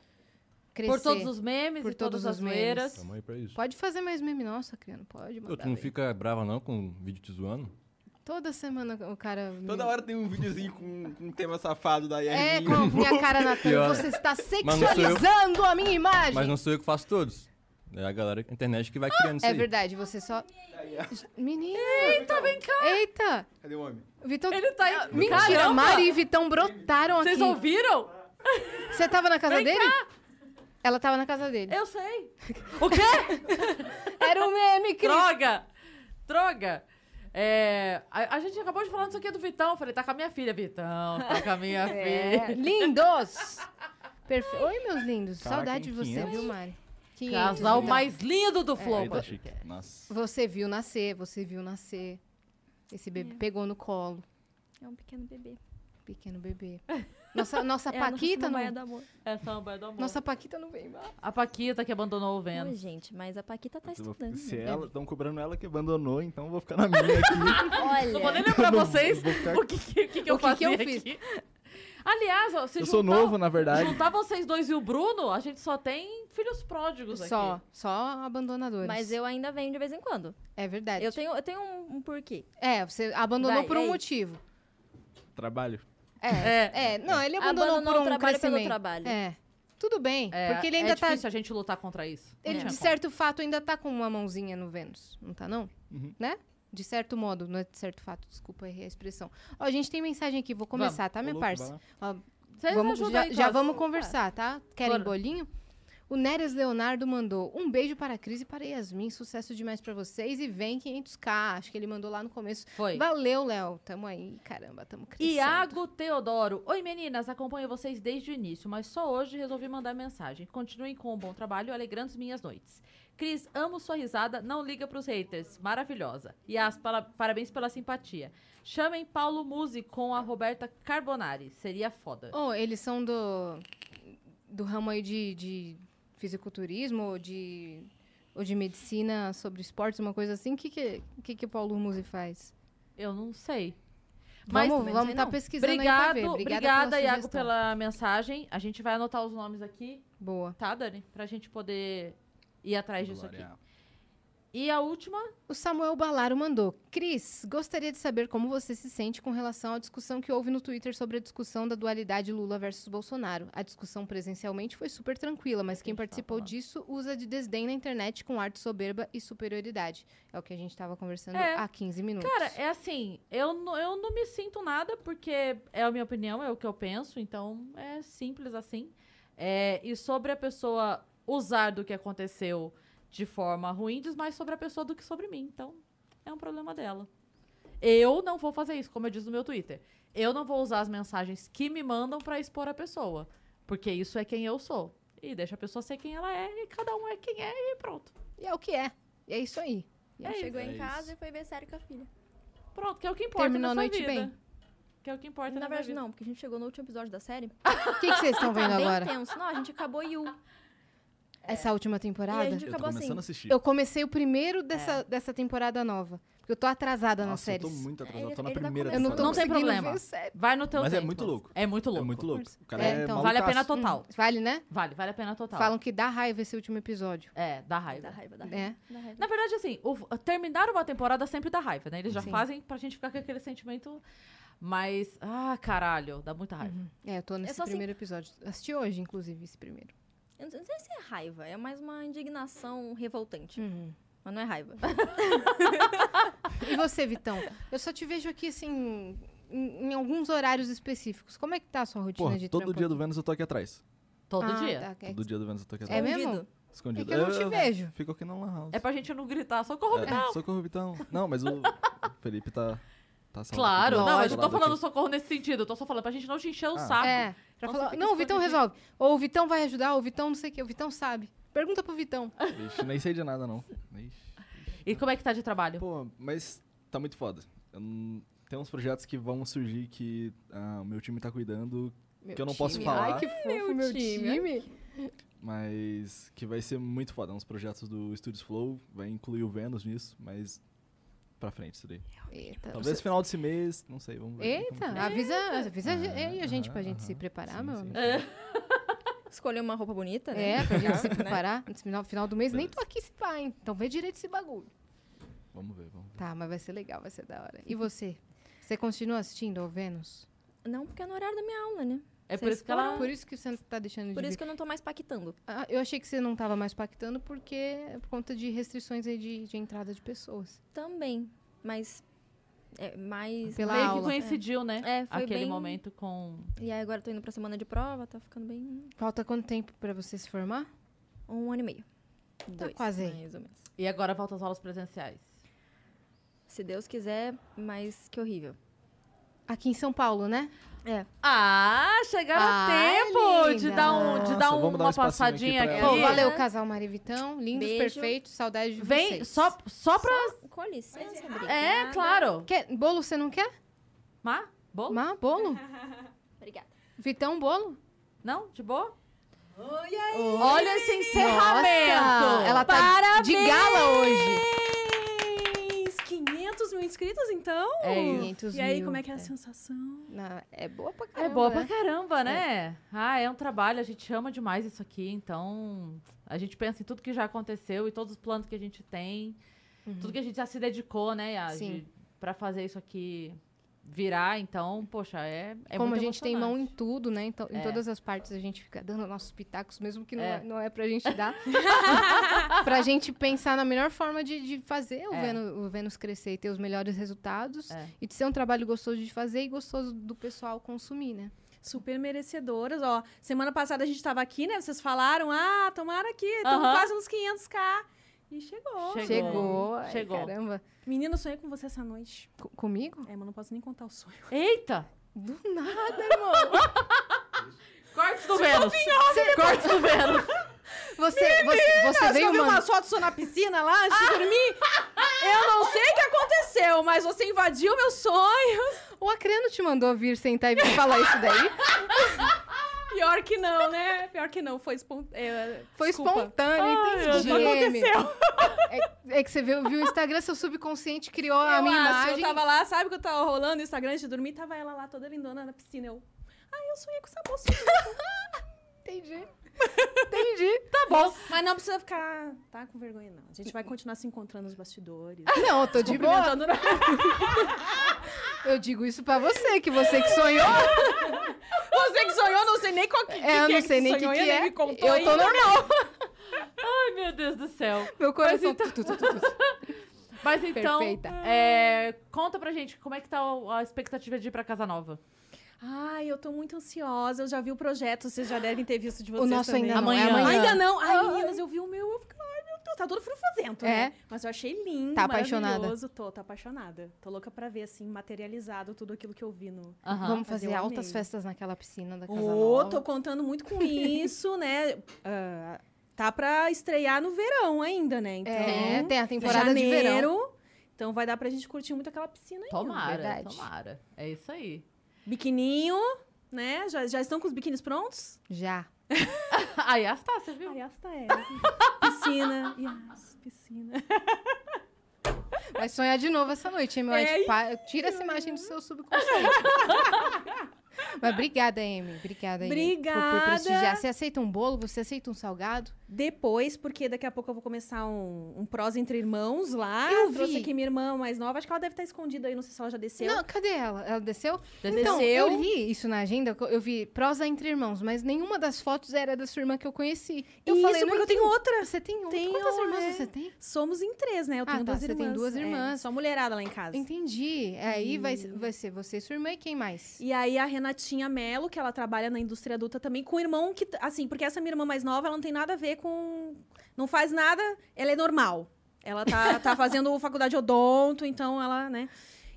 crescer. Por todos os memes Por e todas todos as os memes. zoeiras. Tamo aí pra isso. Pode fazer mais meme nossa, criando. Pode Pô, mandar. tu não ver. fica brava não com o vídeo te zoando? Toda semana o cara... me- Toda hora tem um videozinho com, com um tema safado da Yasmin. É, com a minha cara na tela. Pior. Você está Mas não sou eu. sexualizando a minha imagem. Mas não sou eu que faço todos. É a galera da internet que vai criando isso É aí. verdade, você só... Menina! Eita, vem cá! Eita! Cadê o homem? Vitão... Ele tá aí. Mentira, Caramba! Mari e Vitão brotaram aqui. Vocês ouviram? Você tava na casa Vem dele? cá! Ela tava na casa dele. Eu sei. O quê? Era um meme, Cris. Droga! Droga! É, a, a gente acabou de falar disso aqui do Vitão. Eu Falei, tá com a minha filha, Vitão. Tá com a minha É, filha. Lindos! Perfe... Oi, meus lindos. Caraca, Saudade hein, de você, 500? viu, Mari? 500, Casal então. mais lindo do É, Flow. vo- Você viu nascer, você viu nascer. Esse bebê É. pegou no colo. É um pequeno bebê. Pequeno bebê. Nossa, nossa É a nossa Paquita samambaia não... do amor. É a samambaia do amor. Nossa Paquita não veio mais. A Paquita que abandonou o Oi, Vênus. gente, mas a Paquita tá estudando. Se né? ela, estão cobrando ela que abandonou, então eu vou ficar na minha aqui. Olha. Não vou nem lembrar Não, vocês vou ficar- o que, que, o que que eu O que que fazia eu aqui. Aliás, ó, se Eu juntar, sou novo, na verdade. juntar vocês dois e o Bruno, a gente só tem filhos pródigos Só, aqui. só abandonadores. Mas eu ainda venho de vez em quando. É verdade. Eu tenho, eu tenho um, um porquê. É, você abandonou Vai, por um ei. motivo. Trabalho. É, é, não, ele abandonou, Abandonou por um o trabalho pelo crescimento. trabalho. É, tudo bem, É, porque ele ainda é tá... difícil a gente lutar contra isso. Não Ele, tinha de como. certo fato, ainda tá com uma mãozinha no Vênus, não tá não? Uhum. Né? De certo modo, não é de certo fato, desculpa, errei a expressão. Ó, a gente tem mensagem aqui, vou começar, Vamos. tá, Ô, minha louco, parça? Ó, Vocês vamos, ajudam já, aí, já Cláudio. vamos conversar, tá? Querem Bora. bolinho? O Neres Leonardo mandou um beijo para a Cris e para a Yasmin, sucesso demais pra vocês e vem 500k, acho que ele mandou lá no começo. Foi. Valeu, Léo, tamo aí, caramba, tamo crescendo. Iago Teodoro. Oi meninas, acompanho vocês desde o início, mas só hoje resolvi mandar mensagem. Continuem com um bom trabalho, alegrando minhas noites. Cris, amo sua risada, não liga pros haters. Maravilhosa. E as pala- parabéns pela simpatia. Chamem Paulo Musi com a Roberta Carbonari. Seria foda. Oh, eles são do, do ramo aí de, de fisiculturismo ou de, ou de medicina sobre esportes, uma coisa assim. O que, que, que, que o Paulo Musi faz? Eu não sei. Vamos- também não vamos sei tá não. pesquisando aí pra Obrigado, ver. Obrigada Obrigada, pela Iago, sugestão. pela mensagem. A gente vai anotar os nomes aqui. Boa. Tá, Dani? Pra gente poder ir atrás disso aqui. E a última? O Samuel Balaro mandou. Cris, gostaria de saber como você se sente com relação à discussão que houve no Twitter sobre a discussão da dualidade Lula versus Bolsonaro. A discussão presencialmente foi super tranquila, mas quem participou disso usa de desdém na internet com arte soberba e superioridade. É o que a gente estava conversando É. há 15 minutos. Cara, é assim, eu, n- eu não me sinto nada, porque é a minha opinião, é o que eu penso, então é simples assim. É, e sobre a pessoa usar do que aconteceu de forma ruim, diz mais sobre a pessoa do que sobre mim. Então, é um problema dela. Eu não vou fazer isso, como eu disse no meu Twitter. Eu não vou usar as mensagens que me mandam pra expor a pessoa. Porque isso é quem eu sou. E deixa a pessoa ser quem ela é, e cada um é quem é, e pronto. E é o que é. E é isso aí. E Ela é chegou isso. em casa e foi ver sério com a filha. Pronto, que é o que importa Terminou a nessa noite vida. bem. Que é o que importa Na nessa verdade, vida. não, porque a gente chegou no último episódio da série. O que que vocês estão vendo tá bem agora? Tenso. Não, a gente acabou Yu. Essa última temporada? E a gente Eu tô acabou assim. começando a assistir. Eu comecei o primeiro dessa, dessa temporada nova. Porque eu tô atrasada nas Nossa, eu séries. tô muito atrasado. Tô na ele tá primeira começando. Eu não tô Não tem conseguindo problema. ver série. Vai no teu Mas é tempo. muito louco. É muito louco. É muito louco. O cara É, é, então. Vale a pena malucaço. total. Vale, né? Vale, vale a pena total. Falam que dá raiva esse último episódio. É, dá raiva. Dá raiva, dá É. raiva. Dá raiva. Na verdade, assim, o- terminar uma temporada sempre dá raiva, né? Eles já Sim. fazem pra gente ficar com aquele sentimento. Mas, ah, caralho, dá muita raiva. É, eu tô nesse só assim- primeiro episódio. Assisti hoje, inclusive, esse primeiro. Eu não sei- não sei se é raiva, é mais uma indignação revoltante. Uhum. Mas não é raiva. E você, Vitão? Eu só te vejo aqui, assim, em, em alguns horários específicos. Como é que tá a sua rotina Porra, de todo trampo? dia do Vênus eu tô aqui atrás. Todo Ah, dia. tá, ok. Todo dia do Vênus eu tô aqui É atrás. mesmo? Escondido. É que eu não te vejo. Fico aqui na Lan House. É pra gente não gritar, socorro, Vitão! É, socorro, Vitão. Não, mas o Felipe tá. tá salvo Claro, aqui. não, eu não tô Lado falando aqui. socorro nesse sentido, eu tô só falando pra gente não te Ah. encher o saco. É. Já Então falou, você fica não, o Vitão escondido. resolve. Ou o Vitão vai ajudar, ou o Vitão não sei o que, o Vitão sabe. Pergunta pro Vitão. Ixi, nem sei de nada, não. Ixi. E como é que tá de trabalho? Pô, mas tá muito foda. Eu não- Tem uns projetos que vão surgir que ah, o meu time tá cuidando, que eu não posso falar. Ai, que fofo, meu time. Mas que vai ser muito foda. Uns projetos do Studios Flow, vai incluir o Vênus nisso, mas pra frente isso daí. Eita. Talvez Você- final desse mês, não sei, vamos ver. Eita, avisa, É. avisa a ge- Aham, ei, a gente pra aham, gente se preparar, meu amigo. Escolher uma roupa bonita, né? É, pra gente se Legal, né? preparar. No final, final do mês, nem tô aqui se pá, hein? Então vê direito esse bagulho. Vamos ver, vamos ver. Tá, mas vai ser legal, vai ser da hora. E você? Você continua assistindo ao Vênus? Não, porque é no horário da minha aula, né? É Vocês foram- Por isso que você tá deixando de Por vir. isso que eu não tô mais paquitando. Ah, eu achei que você não tava mais pactando porque por conta de restrições aí de, de entrada de pessoas. Também, mas... É, mais... Pela Meio que aula. coincidiu, né? É, foi Aquele bem- momento com... E aí agora eu tô indo pra semana de prova, tá ficando bem... Falta quanto tempo pra você se formar? Tá Um ano e meio. Dois, quase aí. mais ou menos. E agora volta às aulas presenciais. Se Deus quiser, mas que horrível. Aqui em São Paulo, né? é É. Ah, chegaram a tempo de dar um- de dar Nossa, vamos dar uma um espacinho aqui passadinha pra aqui. ela. Pô, valeu, casal Marivitão. Lindos, Beijo. perfeitos. Saudade de Vem, vocês. só- só pra- Com licença, obrigada. É, claro. Quer, bolo você não quer? Má? Bolo? Má, bolo? Obrigada. Vitão, bolo? Não? De boa? Olha esse encerramento! Nossa, ela tá Parabéns! de gala hoje. 500 mil inscritos, então? É isso. 500 E aí, mil, como é que é a é. sensação? Na- é boa pra É caramba. boa pra caramba, né? Ah, é um trabalho, a gente ama demais isso aqui, então a gente pensa em tudo que já aconteceu e todos os planos que a gente tem, tudo que a gente já se dedicou, né, Yas, Uhum. Sim. de- pra fazer isso aqui virar, então, poxa, é, é Como a muito gente tem mão emocionante. em tudo, né? Então, em É. todas as partes a gente fica dando nossos pitacos, mesmo que não É. é, não é pra gente dar. pra gente pensar na melhor forma de, de fazer o, É. Vênus, o Vênus crescer e ter os melhores resultados. É. E de ser um trabalho gostoso de fazer e gostoso do pessoal consumir, né? Super merecedoras, ó. Semana passada a gente tava aqui, né? Vocês falaram, ah, tomara aqui, estamos Aham. quase nos 500k. E chegou. Chegou. Chegou, ai, Chegou. caramba. Menina, eu sonhei com você essa noite. comigo? É, mas não posso nem contar o sonho. Eita! Do nada, irmão. Cortes do Vênus. Você- Cortes do Vênus. Você, você, você veio, viu mano. umas fotos sua na piscina lá antes de dormir? Eu não sei o que aconteceu, mas você invadiu meus sonhos. O Acreano te mandou vir sentar e vir falar isso daí? Pior que não, né? Pior que não, foi é, espontâneo. Foi espontâneo, entendi. aconteceu. É, é que você viu, viu o Instagram, seu subconsciente criou a Eu minha acho, imagem. Eu tava lá, sabe que eu tava rolando no Instagram antes de dormir? Tava ela lá toda lindona na piscina. Eu. Ai, eu sonhei com essa moça. Entendi. Entendi. Tá bom. Mas não precisa ficar tá com vergonha, não. A gente vai continuar se encontrando nos bastidores. Não, eu tô se de boa. né? cumprimentando na- Eu digo isso pra você, que você que sonhou. Você que sonhou, não sei nem qual que, que É, eu que não é que sei nem o que, sonhou, que nem é. me contou eu tô ainda. né? normal. Ai, meu Deus do céu. Meu coração. Mas então, Perfeita. é, conta pra gente como é que tá o- a expectativa de ir pra Casa Nova. Ai, eu tô muito ansiosa. Eu já vi o projeto, vocês já devem ter visto de vocês O nosso também. ainda não, é Amanhã. amanhã. Ainda não. Ai, Ai. meninas, eu vi o meu, eu fico, ai, meu Deus, tá todo frufuzento, Ah. É. né? Mas eu achei lindo, Tá apaixonada? maravilhoso. Tô, tô apaixonada. Tô louca pra ver, assim, materializado tudo aquilo que eu vi no... Vamos Mas fazer eu altas amei. festas naquela piscina da casa Ô, nova. tô contando muito com isso, né? Ah, tá pra estrear no verão ainda, né? Então, É, tem a temporada de janeiro, verão. Então vai dar pra gente curtir muito aquela piscina ainda. Tomara, tomara. É isso aí. Biquininho, né? Já, já estão com os biquínis prontos? Já. A Yas tá, você viu? A Yas tá, é. Piscina. Yas, piscina. Vai sonhar de novo essa noite, hein, meu? É Pa- Tira essa imagem do seu subconsciente. Mas obrigada, Amy. Obrigada, Amy. Por, por Obrigada. prestigiar. Você aceita um bolo? Você aceita um salgado? Depois, porque daqui a pouco eu vou começar um, um prós entre irmãos lá. Eu Trouxe vi. aqui minha irmã mais nova. Acho que ela deve estar escondida aí, não sei se ela já desceu. Não, cadê ela? Ela desceu? Desceu. Então, eu li isso na agenda, co- eu vi prosa entre irmãos, mas nenhuma das fotos era da sua irmã que eu conheci. Eu Isso, falei, não porque eu tenho entendo. outra. Você tem outra? Tenho, Quantas irmãs é. você tem? Somos em três, né? Eu Ah, tenho tá, duas você irmãs. tem duas é. irmãs. Só mulherada lá em casa. Entendi. É, Aí vai, E- vai ser você, sua irmã e quem mais? E aí a Renatinha Melo, que ela trabalha na indústria adulta também, com o irmão que, t- assim, porque essa minha irmã mais nova, ela não tem nada a ver com. Não faz nada, ela é normal. Ela tá, tá fazendo faculdade odonto, então ela, né?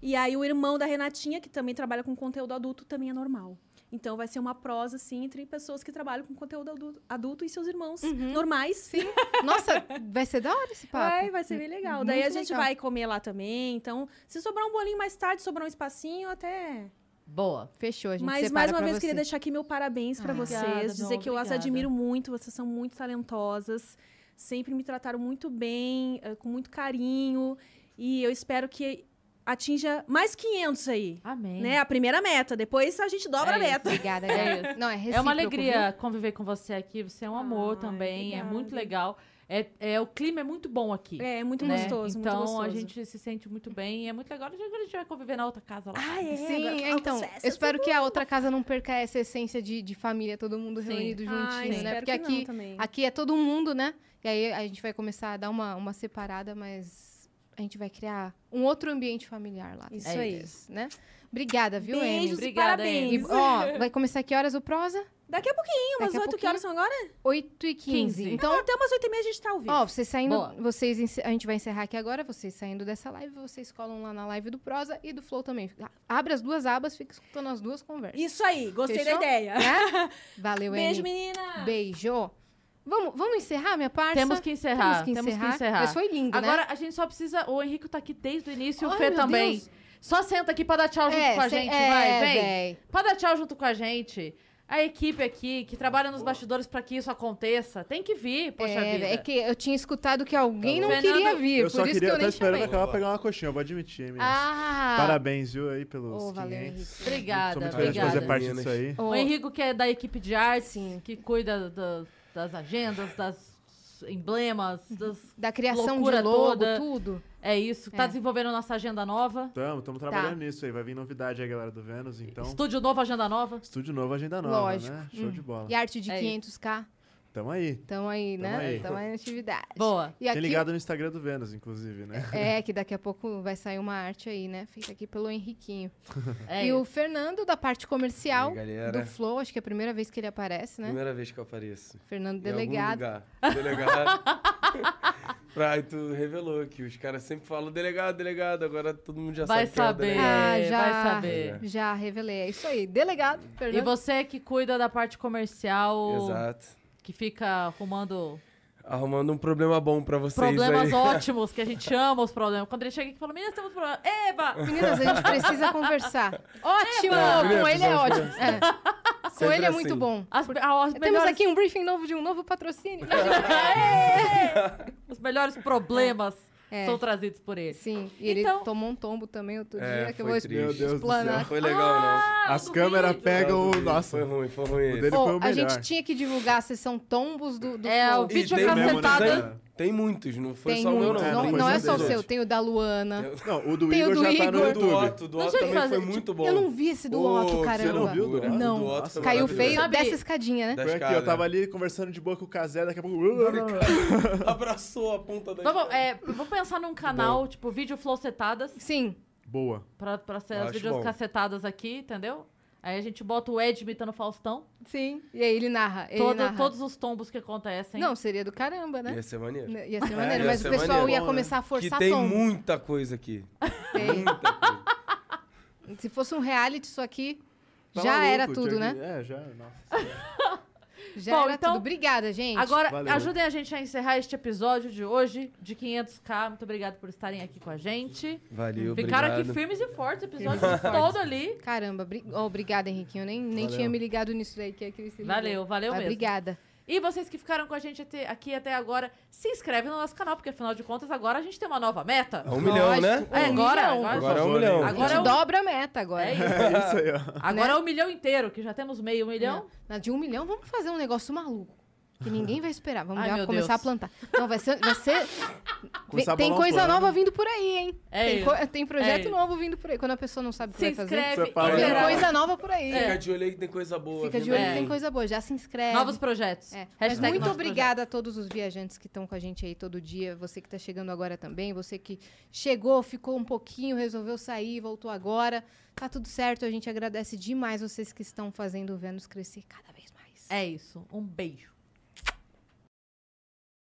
E aí o irmão da Renatinha, que também trabalha com conteúdo adulto, também é normal. Então vai ser uma prosa, assim, entre pessoas que trabalham com conteúdo adu- adulto e seus irmãos normais. Sim. Uhum. Nossa, vai ser da hora esse papo. Vai, vai ser bem legal. Muito Daí a gente legal. vai comer lá também. Então, se sobrar um bolinho mais tarde, sobrar um espacinho, até Boa. Fechou, a gente mas separa mais uma pra vez você. queria deixar aqui meu parabéns pra Ah. vocês, Obrigada, dizer Dom, que eu as obrigada. admiro muito, vocês são muito talentosas, sempre me trataram muito bem, eh, com muito carinho. E eu espero que atinja mais 500 aí. Amém. Né? A primeira meta. Depois a gente dobra É a meta. isso, obrigada, Gabi. É isso. Não, é É uma recíproco, alegria viu? conviver com você aqui. Você é um amor também, é muito legal. É, é, o clima é muito bom aqui. É, é muito né? gostoso, muito Então a gostoso. gente se sente muito bem e é muito legal. A gente a gente vai conviver na outra casa lá. Ah, Sim, é, então. Eu espero que a outra casa não perca essa essência de, de família, todo mundo Sim. reunido Ah, juntinho, né? espero Porque que não aqui, também. aqui é todo mundo, né? E aí a gente vai começar a dar uma, uma separada, mas a gente vai criar um outro ambiente familiar lá. Isso É aí. isso, Né? Obrigada, viu, Beijos Amy? e Obrigada, parabéns. E, ó, vai começar que horas o prosa? Daqui a pouquinho, umas Daqui a 8 que horas são agora? 8 e 15. Então, até umas 8 e meia a gente tá ao vivo. Ó, vocês saindo, Boa. vocês encer- a gente vai encerrar aqui agora, vocês saindo dessa live, vocês colam lá na live do Prosa e do Flow também. Fica- Abre as duas abas, fica escutando as duas conversas. Isso aí, gostei da ideia. Né? Valeu, Beijo, Anne. menina! Beijo. Vamos, vamos encerrar, minha parça? Temos que encerrar. Temos que encerrar. Mas foi lindo, Agora, né? a gente só precisa... O Henrique tá aqui desde o início e o Ai, Fê meu também. Deus. Só senta aqui pra dar tchau junto É, com a sem- gente, é, vai, vem. véi. Pra dar tchau junto com a gente. A equipe aqui, que trabalha nos bastidores pra que isso aconteça, tem que vir, poxa é, vida. é que eu tinha escutado que alguém não Fernando- queria vir, Eu por só isso queria, que eu eu tava nem esperando chamei. acabar pegar uma coxinha, eu vou admitir, meninas. Ah! Parabéns, viu, aí, pelos Ô, valeu, 500. Henrique. Obrigada, Sou muito feliz de obrigada. fazer parte disso aí. O Ô. Henrico, que é da equipe de arte, que cuida do- das agendas, das emblemas, das Da criação loucura de logo, toda. tudo. É isso. Tá É. desenvolvendo a nossa agenda nova. Tamo, Tá. tamo trabalhando nisso aí. Vai vir novidade aí, galera do Vênus, então. Estúdio novo, agenda nova. Estúdio novo, agenda nova, Lógico. né? Show Hum. de bola. E arte de É 500k. Tamo aí. Tamo aí, Tamo né? aí. Tamo aí na atividade. Boa. E aqui, Tem ligado no Instagram do Vênus, inclusive, né? É, que daqui a pouco vai sair uma arte aí, né? Feita aqui pelo Henriquinho. É e isso. o Fernando, da parte comercial E aí, galera? do Flow, acho que é a primeira vez que ele aparece, né? Primeira vez que eu apareço. Fernando Em Delegado. algum lugar. Delegado. pra, e tu revelou que os caras sempre falam delegado, delegado, agora todo mundo já Vai sabe que é o saber, delegado. vai saber. É. Ah, Já revelei. É isso aí. Delegado, Fernando. E você que cuida da parte comercial. Exato. Que fica arrumando Arrumando um problema bom pra vocês problemas aí. ótimos, que a gente ama os problemas. Quando ele chega aqui e fala, meninas, temos problema. Eba! Meninas, a gente precisa conversar. Ótimo! com É, meninas, ele é precisamos ótimo. É. Com né? Sempre ele é muito assim. bom. As, Temos melhores- aqui um briefing novo de um novo patrocínio. É. Os melhores problemas É. são trazidos por ele. Então Sim, E ele tomou um tombo também outro É, dia, que eu foi vou triste. Meu Deus do explanar. Ah, céu, foi legal, não. As câmeras pegam o. Nossa. Foi ruim, foi ruim. O dele Pô, foi o a melhor. gente tinha que divulgar a sessão tombos do, do É, Flow. o vídeo né? é cacetado. Tem muitos, não foi Tem só o meu, muitos. não. Não, não é só o seu, tem o da Luana. Não, o do Tem o Igor do já tá no Igor. Do YouTube. Otto, do Deixa Otto eu te também fazer- Tipo, foi muito bom. Eu não vi esse do Ô, Otto, caramba. Você não viu o do Otto? Não. Do Otto foi Caiu maravilhoso. feio dessa escadinha, né? Foi aqui, eu tava ali conversando de boa com o Casé, daqui a pouco. Abraçou a ponta da Vamos, é, vamos pensar num canal, tipo, vídeo flow setadas. Sim. Boa. Pra, pra ser Eu as acho vídeos bom. cacetadas aqui, entendeu? Aí a gente bota o Ed imitando o Faustão. Sim. E aí ele narra. Ele Todo- narra. Todos os tombos que acontecem. Não, seria do caramba, né? Ia ser maneiro. Ia ser É, maneiro, ia mas o ser pessoal maneiro. ia começar a forçar Que tem tombo. muita coisa aqui. Se fosse um reality isso aqui, Tá já maluco, era tinha tudo, que- né? É, já. Nossa. Já Bom, era então, tudo. Obrigada, gente. Agora, Valeu. ajudem a gente a encerrar este episódio de hoje, de 500k. Muito obrigado por estarem aqui com a gente. Valeu, Ficaram aqui obrigado. firmes e fortes, o episódio Firmes e fortes. todo ali. Caramba, bri- oh, obrigada, Henriquinho. Eu nem, nem Valeu. tinha me ligado nisso daí que a Cris se ligou. Valeu, valeu Mas mesmo. Obrigada. E vocês que ficaram com a gente até- aqui até agora, se inscreve no nosso canal, porque afinal de contas agora a gente tem uma nova meta. É um milhão, Lógico, né? É, um agora, milhão. agora, Agora é um milhão. A Agora gente é um- dobra a meta agora. É isso. Agora é um milhão inteiro, que já temos meio milhão. Né? Na de um milhão, vamos fazer um negócio maluco. Que ninguém vai esperar. Vamos Ai, já meu começar Deus. a plantar. Não, vai ser. Vai ser... Vem- Começar a tem bolar um coisa plano. nova vindo por aí, hein? É tem, isso. co- tem projeto É isso. novo vindo por aí. Quando a pessoa não sabe o que Se vai fazer. inscreve, Você fala, tem "Não". coisa nova por aí. Fica de olho aí que tem coisa boa. Fica de vindo olho que aí. É. tem coisa boa, já se inscreve. Novos projetos. É. Mas Hashtag muito novos obrigada a todos os viajantes que estão com a gente aí todo dia. Você que está chegando agora também, você que chegou, ficou um pouquinho, resolveu sair, voltou agora. Tá tudo certo, a gente agradece demais vocês que estão fazendo o Vênus crescer cada vez mais. É isso. Um beijo.